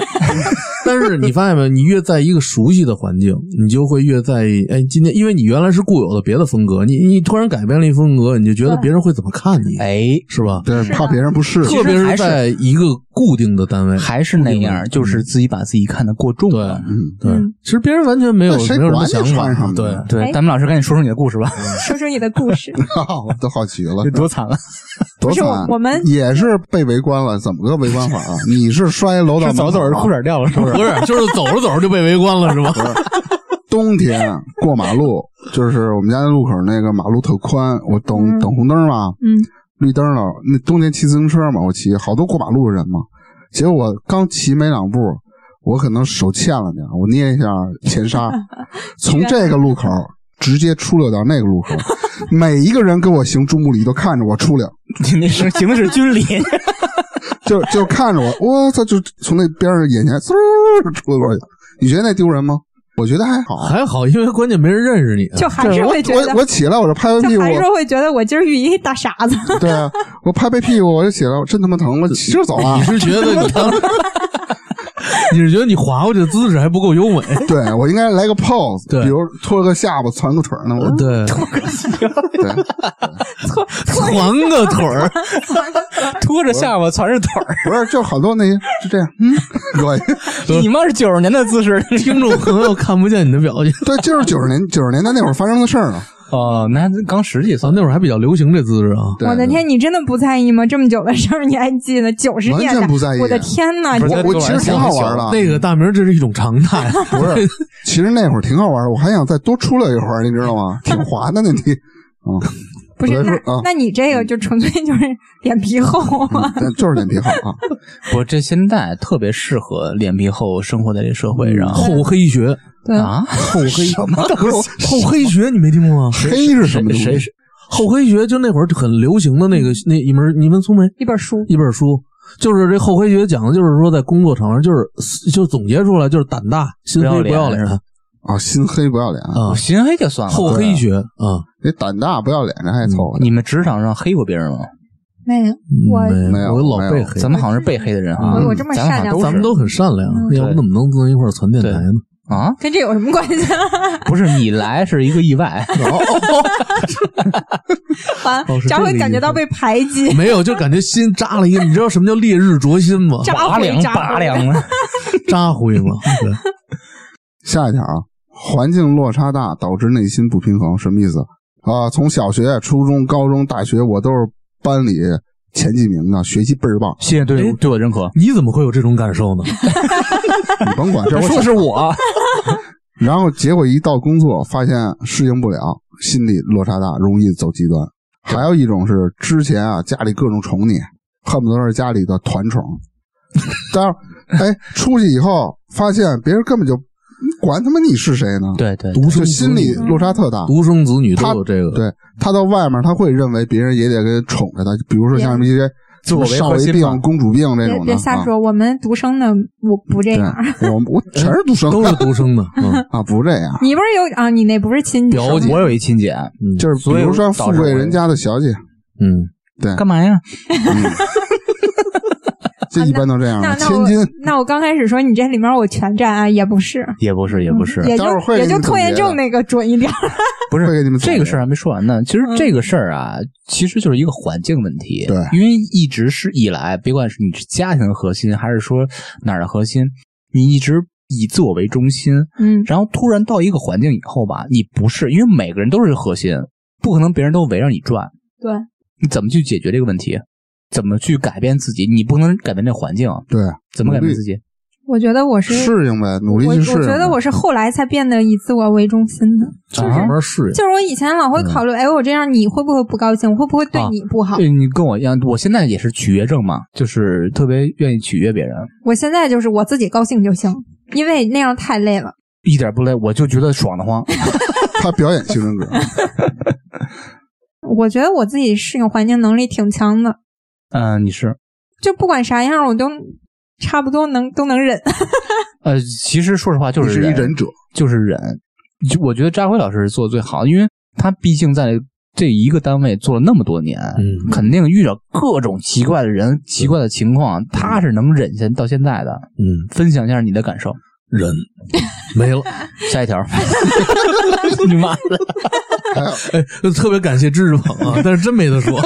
C: 但是你发现没，你越在一个熟悉的环境，你就会越在意。哎，今天因为你原来是固有的别的风格，你你突然改变了一风格，你就觉得
A: 对
C: 别人会怎么看你，
D: 哎，
C: 是啊吧？
B: 对，怕别人不 适应。
C: 特别是在一个固定的单位，
D: 还是那样，就是自己把自己看得过重了。
B: 嗯，
C: 对
A: 嗯，
C: 其实别人完全没有
B: 那
C: 没
B: 谁
C: 有什么
B: 管你
C: 想
B: 穿什
C: 法，
B: 么
C: 对，
D: 对，
A: 哎
D: 咱们老师赶紧说说你的故事吧，
A: 说说你的故事。
B: 我都好奇了
D: 这，多惨了！
B: 多
A: 不是
B: 惨！
A: 我我们
B: 也是被围观了，怎么个围观法 啊？你是摔楼道
D: 是
B: 门口啊
D: 走
B: 了，
D: 着走着裤衩掉了，是不是？
C: 不是，就是走着走着就被围观了，是吧？
B: 冬天过马 路，就是我们家那路口那个马路特宽，我等、
A: 嗯
B: 等红灯嘛，
A: 嗯，
B: 绿灯了。那冬天骑自行车嘛，我骑好多过马路的人嘛。结果我刚骑没两步，我可能手欠了点，我捏一下 前刹，从这个路口直接出溜到那 个路口，每一个人跟我行注目礼都看着我出溜，
D: 你那是行的是 军礼，
B: 就就看着我，我操，就从那边上眼前嗖就出溜过去。你觉得那丢人吗？我觉得还好，啊
C: 还好，因为关键没人认识你。啊
A: 就还是
B: 我
A: 会觉得
B: 我我起来我就拍拍屁
A: 就
B: 股，
A: 还是会觉得我今儿遇一大傻子。
B: 对啊，我拍拍屁股我就起来，我真他妈疼，我骑着走啊
C: 你！是觉得你 当，你是觉得你划过去的姿势还不够优 美，
B: 对我应该来个 pose，
C: 对
B: 比如托个下巴，攒个腿儿呢。我
C: 对，
B: 对，
C: 环个腿儿，
D: 拖着下巴，攒着腿儿。
B: 不是，就好多那些就这样，嗯，我
C: 对
D: 你妈是九十年代姿势
C: 听众朋友看不见你的表情。
B: 对，就是九十年九十年代那会儿发生的事儿呢。
D: 哦，那刚十几岁
C: 啊，，那会儿还比较流行这姿势啊。
B: 对
A: 我的，天，你真的不在意吗？这么久的事儿你还记得？九十
B: 完
A: 年代
B: 全，不在意。
A: 我的天呐！
D: 不
A: 你
D: 是
B: 哎我我其实挺好玩的，
C: 那个大名，这是一种常态。
B: 不是，其实那会儿挺好玩的，我还想再多出来一会儿，你知道吗？挺滑的那地， 嗯，
A: 不是
B: 我
A: 那
B: 在说啊嗯
A: 那你这个就纯粹就是 脸皮厚啊！
B: 但就是脸皮厚 啊。
D: 不，这现在特别适合脸皮厚生活在这社会，然后
C: 厚黑学，
A: 对，
D: 啊，
B: 厚黑什么
C: 不是厚黑学，你没听过吗？
B: 黑是什么东
D: 谁
B: 西？
D: 谁
C: 厚黑学就那会儿很流行的那个那一门，你们聪没？
A: 一本书，
C: 一本书，就是这厚黑学讲的，就是说在工作场上，就是就总结出来就是胆大心黑不
D: 不要
C: 要
D: 脸
C: 脸
B: 啊，心黑不要脸，
C: 啊
D: 我，哦心黑就算了。
C: 厚黑学啊，
B: 你胆大不要脸，这还凑合。
D: 你们职场上黑过别人吗？
A: 没有我
B: 嗯没有
C: 我老
B: 没
C: 被
B: 有
C: 黑，
D: 咱们好像是被黑的人啊。
A: 我我这么
D: 咱们
A: 善
D: 好像
A: 良
D: 都
C: 咱们
D: 是
C: 都很善良，
B: 嗯
C: 要不
D: 对
C: 怎么能坐一块儿传电台呢？
D: 啊，
A: 跟这有什么关系？ 啊
D: 不是你来是一个意 外，
A: 完
C: 哦，是这
A: 然
C: 个
A: 后
C: 意思
A: 感觉到被排挤，
C: 没有，就感觉心扎了一个，你知道什么叫烈日灼心吗？
A: 扎
D: 拔
A: 回
D: 凉
A: 扎
D: 拔
A: 回
D: 凉了。。
C: 扎灰了， 对
B: 下一条啊，环境落差大导致内心不平衡，什么意思啊？从小学、初中、高中、大学，我都是班里前几名的，学习倍儿棒
D: 谢谢对对我的认可。
C: 你怎么会有这种感受 呢？
B: 你甭管，这我
D: 说
B: 小
D: 的是我，
B: 然后结果一到工作，发现适应不了，心理落差大，容易走极端。还有一种是之前啊，家里各种宠你，恨不得是家里的团宠。但是，哎，出去以后发现别人根本就管他妈你是谁呢？
D: 对对，
C: 独
B: 就
C: 生子
B: 心理
D: 嗯
C: 女，
B: 落差特大。
C: 独生子女都有这个，
B: 对他到外面，他会认为别人也得跟宠着他，比如说像什么一些
D: 自我维护
B: 少爷
D: 心
B: 病
D: 嘛、
B: 公主病这
A: 别
B: 种的。
A: 别瞎
B: 啊！
A: 说，我们独生的我不这样。
B: 对，哎我我全是独生
C: 都是独生的，嗯，
B: 啊，不这 样，
A: 你不是有啊？你那不是亲戚？
C: 表姐
D: 我有一亲姐，嗯
B: 就是比如说 富贵人家的小姐，
C: 嗯，
D: 干嘛呀？
B: 嗯，这一般都这样
A: 那
B: 的。
A: 那
B: 千
A: 我
B: 金，
A: 那我刚开始说你这里面我全占啊，也不是，
D: 也不是，也不是，
A: 也
B: 待会儿
A: 就
B: 会
A: 也
B: 给
A: 就
B: 你总
A: 拖延
B: 结
A: 症
B: 的
A: 那个准一点儿。
D: 不
B: 会给
D: 是
B: 你们总
D: 这个
B: 结
D: 事儿还没说完呢。其实
A: 嗯
D: 这个事儿啊，其实就是一个环境问题。
B: 对
D: 因为一直是以来，别管是你是家庭的核心，还是说哪儿的核心，你一直以自我为中心，
A: 嗯，
D: 然后突然到一个环境以后吧，你不是，因为每个人都是核心，不可能别人都围着你转。
A: 对，
D: 你怎么去解决这个问题？怎么去改变自己？你不能改变这环境，啊
B: 对，
D: 怎么改
B: 努
D: 变
B: 力
D: 自己？
A: 我觉得我 是
B: 适应呗，努力
A: 我
B: 去适应
A: 我
B: 呗。
A: 觉得我是后来才变得以自我为中心的，
C: 就是慢慢适应。
A: 就是我以前老
B: 嗯
A: 会考虑，哎，我这样你会不会不高兴？我会不会对
D: 啊
A: 你不好？
D: 对你跟我一样，我现在也是取悦症嘛，就是特别愿意取悦别人，
A: 我现在就是我自己高兴就行，因为那样太累了。
D: 一点不累，我就觉得爽得慌。
B: 他表演型人 格，
A: 我觉得我自己适应环境能力挺强的，
D: 嗯、你是
A: 就不管啥样我都差不多能都能忍。
D: 呃，其实说实话，就
B: 你
D: 是
B: 是一
D: 忍
B: 忍者，
D: 就是忍。就我觉得扎辉老师做的最好，因为他毕竟在这一个单位做了那么多年，
C: 嗯，
D: 肯定遇到各种奇怪的人、奇怪的情况，他是能忍下到现在的。
C: 嗯，
D: 分享一下你的感受。
C: 人没了。
D: 下一条，你妈的！
B: 还有
C: 哎，特别感谢知识鹏 啊，但是真没得说，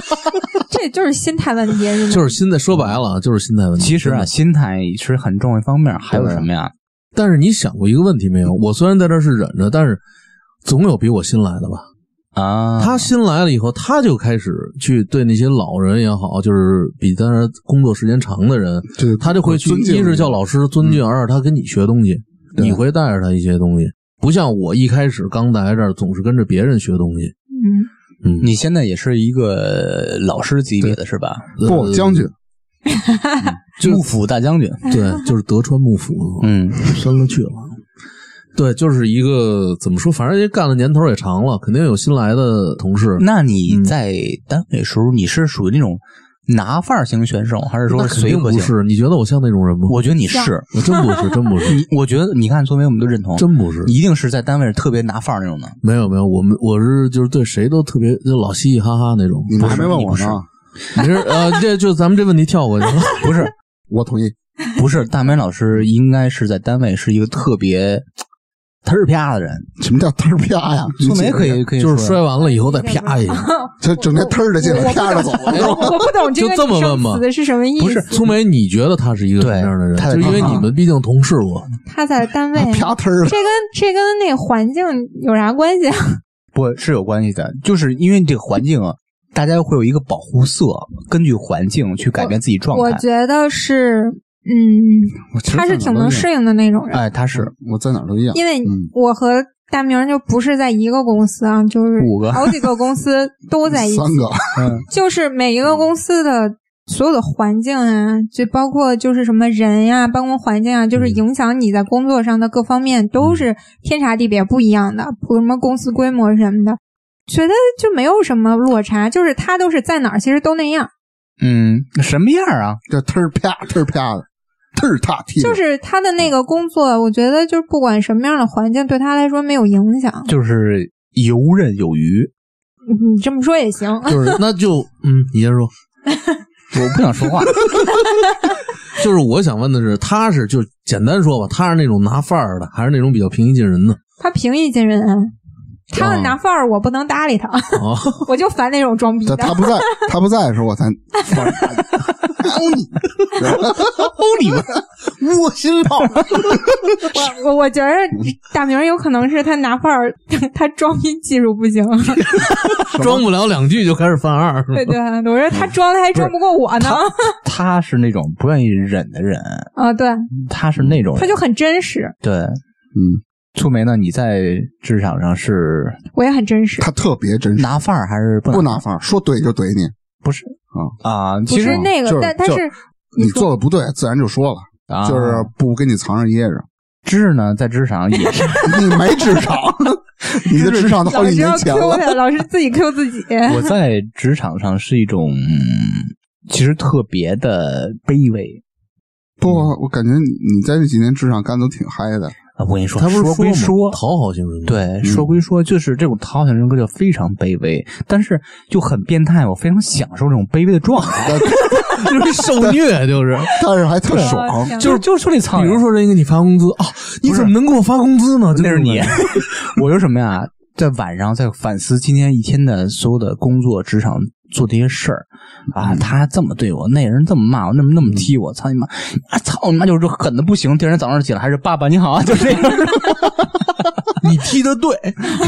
A: 这就是心态问题，是吗
C: 就是心态。说白了，就是心态问题。
D: 其实
C: 真
D: 啊，
C: 的，
D: 心态是很重要一方面，还有什么呀？
C: 但是你想过一个问题没有？我虽然在这儿是忍着，但是总有比我新来的吧？
D: 啊，
C: 他新来了以后，他就开始去对那些老人也好，就是比他工作时间长的人，
B: 就是
C: 他就会去
B: 尊敬
C: 一是
B: 人
C: 叫老师尊
D: 嗯
C: 敬，二是他跟你学东西，
B: 对
C: 你会带着他一些东西，不像我一开始刚来这儿总是跟着别人学东西。
A: 嗯，
C: 嗯，
D: 你现在也是一个老师级别的是吧？
B: 不将军，
D: 幕府大将军，
C: 对，就是德川幕 府，
D: 嗯，
C: 深了去了。对，就是一个怎么说，反正也干了年头也长了，肯定有新来的同事。
D: 那
C: 嗯
D: 你在单位时候，你是属于那种拿范儿型选手，还是说
C: 那肯
D: 随
C: 定
D: 和
C: 不
D: 型？
C: 是，你觉得我像那种人吗？
D: 我觉得你是，
C: 我真不是，真不是，
D: 你我觉得你看，作为我们都认同，
C: 真不是。
D: 一定是在单位是特别拿范儿那种的。
C: 没有没有，我们我是就是对谁都特别就老嘻嘻哈哈那种。
B: 你们还没问我
D: 不是
B: 呢，
C: 没事，呃，这就咱们这问 题跳过去了。
D: 不是，
B: 我同意。
D: 不是，大梅老师应该是在单位是一个特别嘚儿啪的人，
B: 什么叫嘚儿啪呀？
D: 说没可
B: 你
D: 以可以
C: 就
D: 说
C: 是摔完了以后再啪
D: 哎
C: 一 下。
B: 这，这整天嘚儿的进来，啪着走了。
A: 我我不懂这
C: 就
A: 个
C: 这么
A: 拟声
C: 问吧
A: 词的是什么意思？
D: 不是
C: 聪梅，你觉得他是一个什么样的人？
D: 对他在
C: 就因为你们毕竟同事 过，
A: 他在单位，
B: 啊啪嘚儿的
A: 这跟这跟那环境有啥关系啊？
D: 不是有关系的，就是因为这个环境啊，大家会有一个保护色，根据环境去改变自己状
A: 我
D: 态。
A: 觉得是，嗯，
B: 我其实
A: 他是挺能
B: 应。
A: 适应的那种人，
D: 哎，他是
B: 我在哪儿都一样，
A: 因为
B: 嗯
A: 我和大明就不是在一个公司啊，就是
D: 五个
A: 好几个公司都 在一起，
B: 三个
A: 就是每一个公司的所有的环境啊，就包括就是什么人呀、办公环境啊，就是影响你在工作上的各方面都是天差地别不一样的，不什么公司规模什么的，觉得就没有什么落差，就是他都是在哪儿其实都那样，
D: 嗯，什么样啊？
B: 这嘚儿啪嘚儿啪的，嘚儿踏踢的，
A: 就是他的那个工作，我觉得就是不管什么样的环境对他来说没有影响，
D: 就是游刃有余。
A: 你这么说也行。
C: 就是那就嗯，你先说。
D: 我不想 说话，
C: 就是我想问的是，他是就简单说吧，他是那种拿范儿的，还是那种比较平易近人的？
A: 他平易近人啊，他
C: 哦
A: 要
B: 啊
A: 拿范儿，我不能搭理他，
C: 啊，
A: 我就烦那种装逼
B: 他
A: 的。
B: 他不在，他不在的时候我才放着他欧你，
D: 你们
B: 窝心炮，
A: 我我我觉得大明儿有可能是他拿范儿， 他装逼技术不行。
C: 装不了两句就开始犯二。
A: 对对，我说他装的还装不过我呢。
D: 他是那种不愿意忍的人，
A: 啊，对，
D: 他是那种
A: 他就很真实，
D: 对。
B: 嗯，
D: 醋梅呢？你在职场上是
A: 我也很真实。
B: 他特别真实，
D: 拿范儿还是不
B: 不拿范儿，说怼就怼你，
D: 不是啊？
A: 不
D: 其实
A: 是那个
B: 嗯就，是
A: 但但
B: 就是你做的不对，自然就说了，
D: 啊
B: 就是不跟你藏着掖着。
D: 知呢，在职场也是
B: 你没职场，你的职场都好
A: 老
B: 几
A: 师
B: 年
A: 要
B: 前
A: Q
B: 了。
A: 他，老师自己 Q 自 己。
D: 我在职场上是一种，嗯其实特别的卑微。
B: 不，我感觉你你在这几年职场干的都挺嗨的，
D: 啊我跟你 说，
C: 他不是
D: 说归
C: 说
D: 说
C: 吗，讨嗯好型人格，
D: 对，说归说，就是这种讨好型人格就非常卑微，但是就很变态。我非常享受这种卑微的状态，
C: 就是受虐， 就是。
B: 但是还特
A: 对啊
B: 爽。
A: 天哪
D: 就是就是说那苍
C: 比
D: 蝇，
C: 如说，这个你发工资啊，你怎么能给我发工资呢？就
D: 那是
C: 种
D: 你啊
C: 感觉，
D: 我是什么呀？在晚上在反思今天一天的所有的工作、职场做的一些事儿啊，他这么对我，那人这么骂我，那么那么踢我，操你妈！啊，操你妈！就是狠的不行。第二天早上起来还是爸爸你好啊，就是 那种，
C: 你踢的对，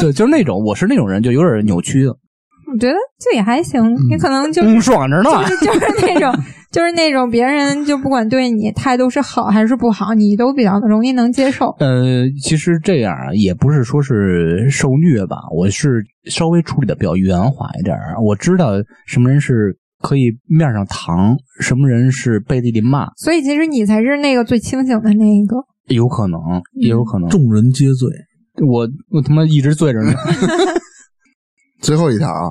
D: 对，就是那种，我是那种人，就有点扭曲的，
A: 我觉得这也还行，你可能就
D: 嗯，爽着呢。
A: 就是就是那种，就是那种别人就不管对你态度是好还是不好，你都比较容易能接受。
D: 呃，其实这样啊，也不是说是受虐吧，我是稍微处理的比较圆滑一点儿。我知道什么人是可以面上糖，什么人是背地里骂，
A: 所以其实你才是那个最清醒的那一个。
D: 有可能，也有可能。
C: 众人皆醉。
D: 我我他妈一直醉着呢。
B: 最后一条啊，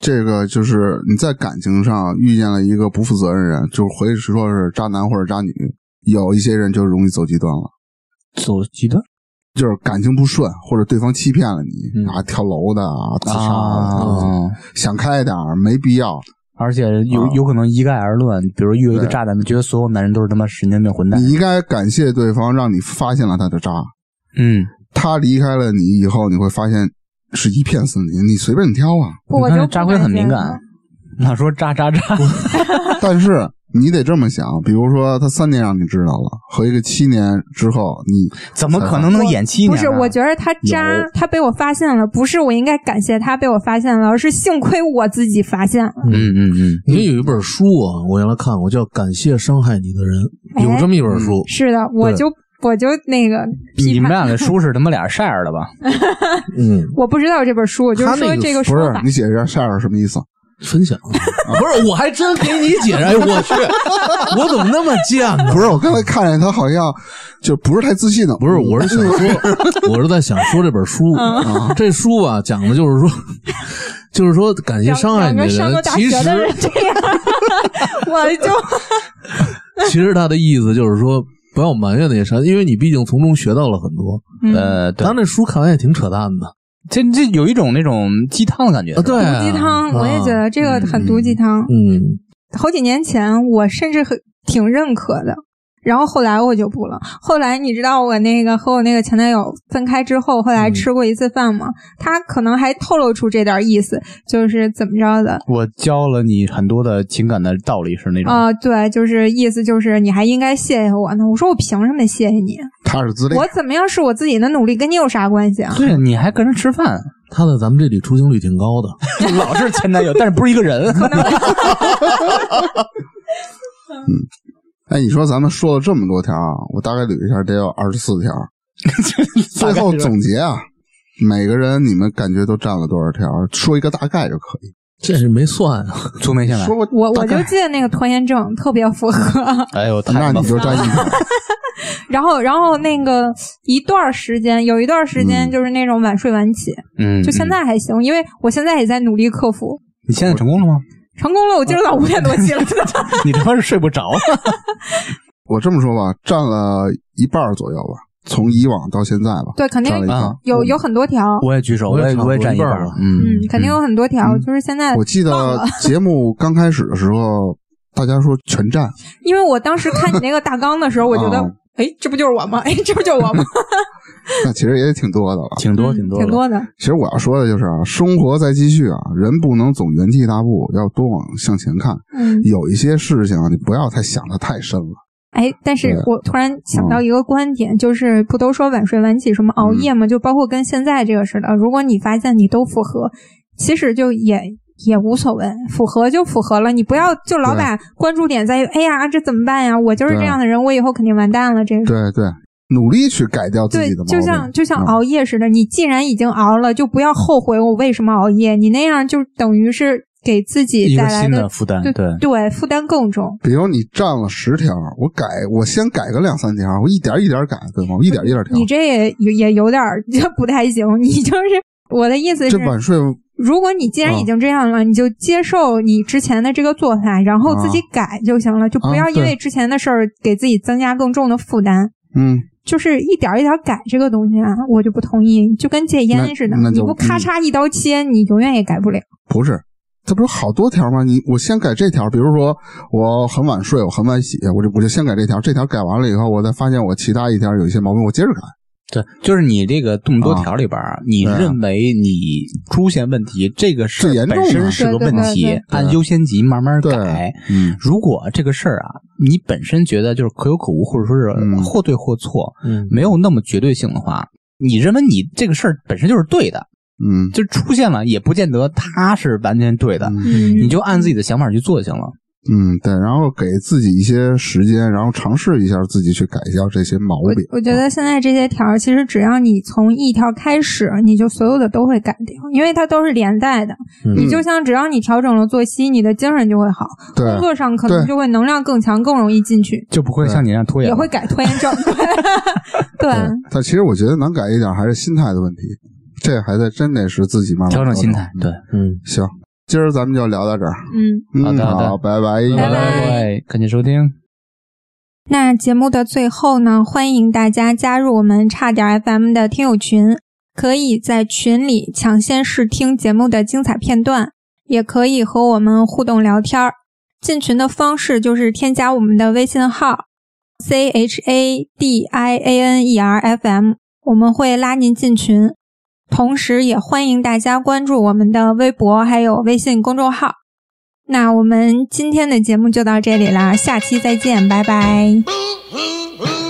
B: 这个就是你在感情上遇见了一个不负责任人，就是回去说是渣男或者渣女，有一些人就容易走极端了，
D: 走极端，
B: 就是感情不顺或者对方欺骗了你、
C: 嗯
B: 啊，跳楼的啊，自杀的，
D: 啊！
B: 想开点儿，没必要。
D: 而且有、
B: 啊
D: 有可能一概而论，比如遇到一个
B: 对
D: 炸弹的，觉得所有男人都是他妈神经病混蛋。
B: 你应该感谢对方，让你发现了他的渣。
D: 嗯，
B: 他离开了你以后，你会发现是一片森林，你随便挑啊。
A: 我
D: 你
A: 就
D: 看
A: 不
D: 扎辉
A: 敢
D: 很
A: 这样
D: 敏感，哪说渣渣渣？
B: 但是你得这么想，比如说他三年让你知道了，和一个七年之后，你
D: 怎么可能能演七年呢？
A: 不是，我觉得他渣
D: 有，
A: 他被我发现了，不是我应该感谢他被我发现了，而是幸亏我自己发现了。
D: 嗯嗯嗯，
C: 因为有一本书啊，我原来看过，叫《感谢伤害你的人》，有这么一本书。
A: 是的，我
C: 对
A: 就我就那个批
D: 你们
A: 判，
D: 俩的书是他妈俩晒着的吧？
C: 嗯，
A: 我不知道这本书，我就
C: 他
A: 是说
C: 那个
A: 这个
B: 不
A: 说
B: 是
A: 法
B: 啊你。解释一下下边什么意思？啊
C: 分享， 不是，我还真给你解释。哎，我去， 我怎么那么贱呢？
B: 不是，我刚才看见他好像就不是太自信的，嗯
C: 不是，我是想说，我是在想说这本书。
A: 嗯
C: 啊这书吧，讲的就是说， 就是说感谢
A: 两
C: 伤害
A: 两
C: 你
A: 个上过
C: 人，
A: 大
C: 其
A: 学的
C: 实
A: 人这 样，我就
C: 其实他的意思就是说，不要埋怨那些啥，因为你毕竟从中学到了很多。
A: 嗯，
D: 呃，对
C: 他，那书看完也挺扯淡的，
D: 这这有一种那种鸡汤的感觉。
C: 啊对
A: 毒鸡汤，我也觉得这个很毒鸡汤。
C: 嗯，
A: 好几年前，我甚至很挺认可的。然后后来我就不了。后来你知道我那个和我那个前男友分开之后，后来
C: 嗯
A: 吃过一次饭嘛，他可能还透露出这点意思，就是怎么着的
D: 我教了你很多的情感的道理，是那种。
A: 啊、对，就是意思就是你还应该谢谢我呢。我说我凭什么谢谢你？
B: 他是自恋
A: 我，怎么样是我自己的努力，跟你有啥关 系啊？
D: 对，你还跟人吃饭，
C: 他在咱们这里出镜率挺高的。
D: 老是前男友，但是不是一个人。
B: 哎，你说咱们说了这么多条啊，我大概捋一下，得有二十四条。 最后总结啊，每个人你们感觉都占了多少条？说一个大概就可以。
C: 这是没算啊，
D: 粗眉现在，
B: 说个
A: 我
B: 大
A: 我
B: 概
A: 就记得那个拖延症特别符合，
D: 哎呦，太
B: 那
D: 麻
B: 你就占一条。
A: 然后然后那个一段儿时间有一段儿时间就是那种晚睡晚起，
D: 嗯，
A: 就现在还行，因为我现在也在努力克服，
D: 你现在成功了吗？
A: 成功了。我今儿早五点多起来 的，
D: 你他妈是睡不着。啊
B: 我这么说吧，占了一半儿左右吧，从以往到现在吧，
A: 对，肯定
B: 占了一半儿
D: 啊。
A: 有有很多条，
D: 我也举手，
C: 我也
D: 也
C: 差不多
D: 我也占
C: 一
D: 半
C: 半
D: 儿
C: 了
A: 嗯，肯定有很多条。就是现在
B: 我，记 得节目刚开始的时候，大家说全占，
A: 因为我当时看你那个大纲的时候，我觉得
B: 嗯，
A: 哎，这不就是我吗？哎，这不就是我吗？
B: 那其实也挺多的了。
D: 挺多
A: 嗯
D: 挺多
A: 挺
D: 的。
A: 多的。
B: 其实我要说的就是啊，生活在继续啊，人不能总原地踏步，要多往向前看。
A: 嗯，
B: 有一些事情啊，你不要太想的太深了。
A: 哎，但是
B: 对嗯
A: 我突然想到一个观点，就是不都说晚睡晚起，什么熬夜嘛，就包括跟现在这个似的。如果你发现你都符合，其实就也也无所谓，符合就符合了，你不要就老
B: 对
A: 把关注点在于，哎呀，这怎么办呀？我就是这
B: 对
A: 样的人，我以后肯定完蛋了。这个
B: 对对，努力去改掉自
A: 对
B: 己的，毛病。
A: 就像就像
B: 嗯
A: 熬夜似的，你既然已经熬了，就不要后悔我为什么熬夜，你那样就等于是给自己
D: 一
A: 带
D: 个
A: 来
D: 新的负担，
A: 对
D: 对，
A: 对负担更重。
B: 比如你占了十条，我改，我先改个两三条，我一点一点改，对吗？我一点一点调。
A: 你这也也也有点儿不太行，你就是我的意思是
B: 这，嗯晚睡
A: 如果你既然已经这样了，你就接受你之前的这个做法，然后自己改就行了，就不
B: 啊
A: 要因
B: 嗯对
A: 为之前的事儿给自己增加更重的负担。
B: 嗯，
A: 就是一点儿一点儿改这个东西啊，我就不同意。就跟戒烟似的
B: 那那，
A: 你
B: 就嗯
A: 不咔嚓一刀切，你永远也改不了。
B: 不是，这不是好多条吗？你我先改这条，比如说我很晚睡，我很晚起，我就我就先改这条，这条改完了以后，我再发现我其他一条有一些毛病，我接着改。
D: 对，就是你这个这么多条里边儿，你
B: 对啊
D: 认为你出现问题，这个事
B: 最
D: 儿
B: 严重
D: 本
B: 的
D: 身是个问
A: 对对
D: 题
A: 对，
D: 按优先级慢慢
B: 对
D: 改。
B: 嗯，
D: 如果这个事儿啊，你本身觉得就是可有可无，或者说是
B: 嗯
D: 或对或错，
C: 嗯
D: 没有那么绝对性的话，你认为你这个事儿本身就是对的，
B: 嗯
D: 就出现了也不见得它是完全对的，
B: 嗯
D: 你就按自己的想法去做就行了。
B: 嗯，对，然后给自己一些时间，然后尝试一下自己去改一下这些毛
A: 我
B: 病。
A: 我觉得现在这些条儿，其实只要你从一条开始，你就所有的都会改掉，因为它都是连带的。
C: 嗯
A: 你就像只要你调整了作息，你的精神就会好，
B: 啊对，
A: 工作上可能
B: 对
A: 就会能量更强，更容易进取，
D: 就不会像你那样拖延
A: 也
D: 了，
A: 会改拖延症。 对，
B: 对，但其实我觉得难改一点还是心态的问题，这还得真得是自己慢慢
D: 调整心态。对，
C: 嗯，
B: 行，今儿咱们就聊到这儿。
A: 嗯。
B: 嗯，
D: 好的好的
B: 好，拜拜，
D: 嗯
A: 拜拜
D: 拜，感谢收听。
A: 那节目的最后呢，欢迎大家加入我们差点 FM 的听友群，可以在群里抢先试听节目的精彩片段，也可以和我们互动聊天儿。进群的方式就是添加我们的微信号 c h a d i a n e r f m，我们会拉您进群。同时，也欢迎大家关注我们的微博还有微信公众号。那我们今天的节目就到这里啦，下期再见，拜拜。
E: Boo hoo hoo.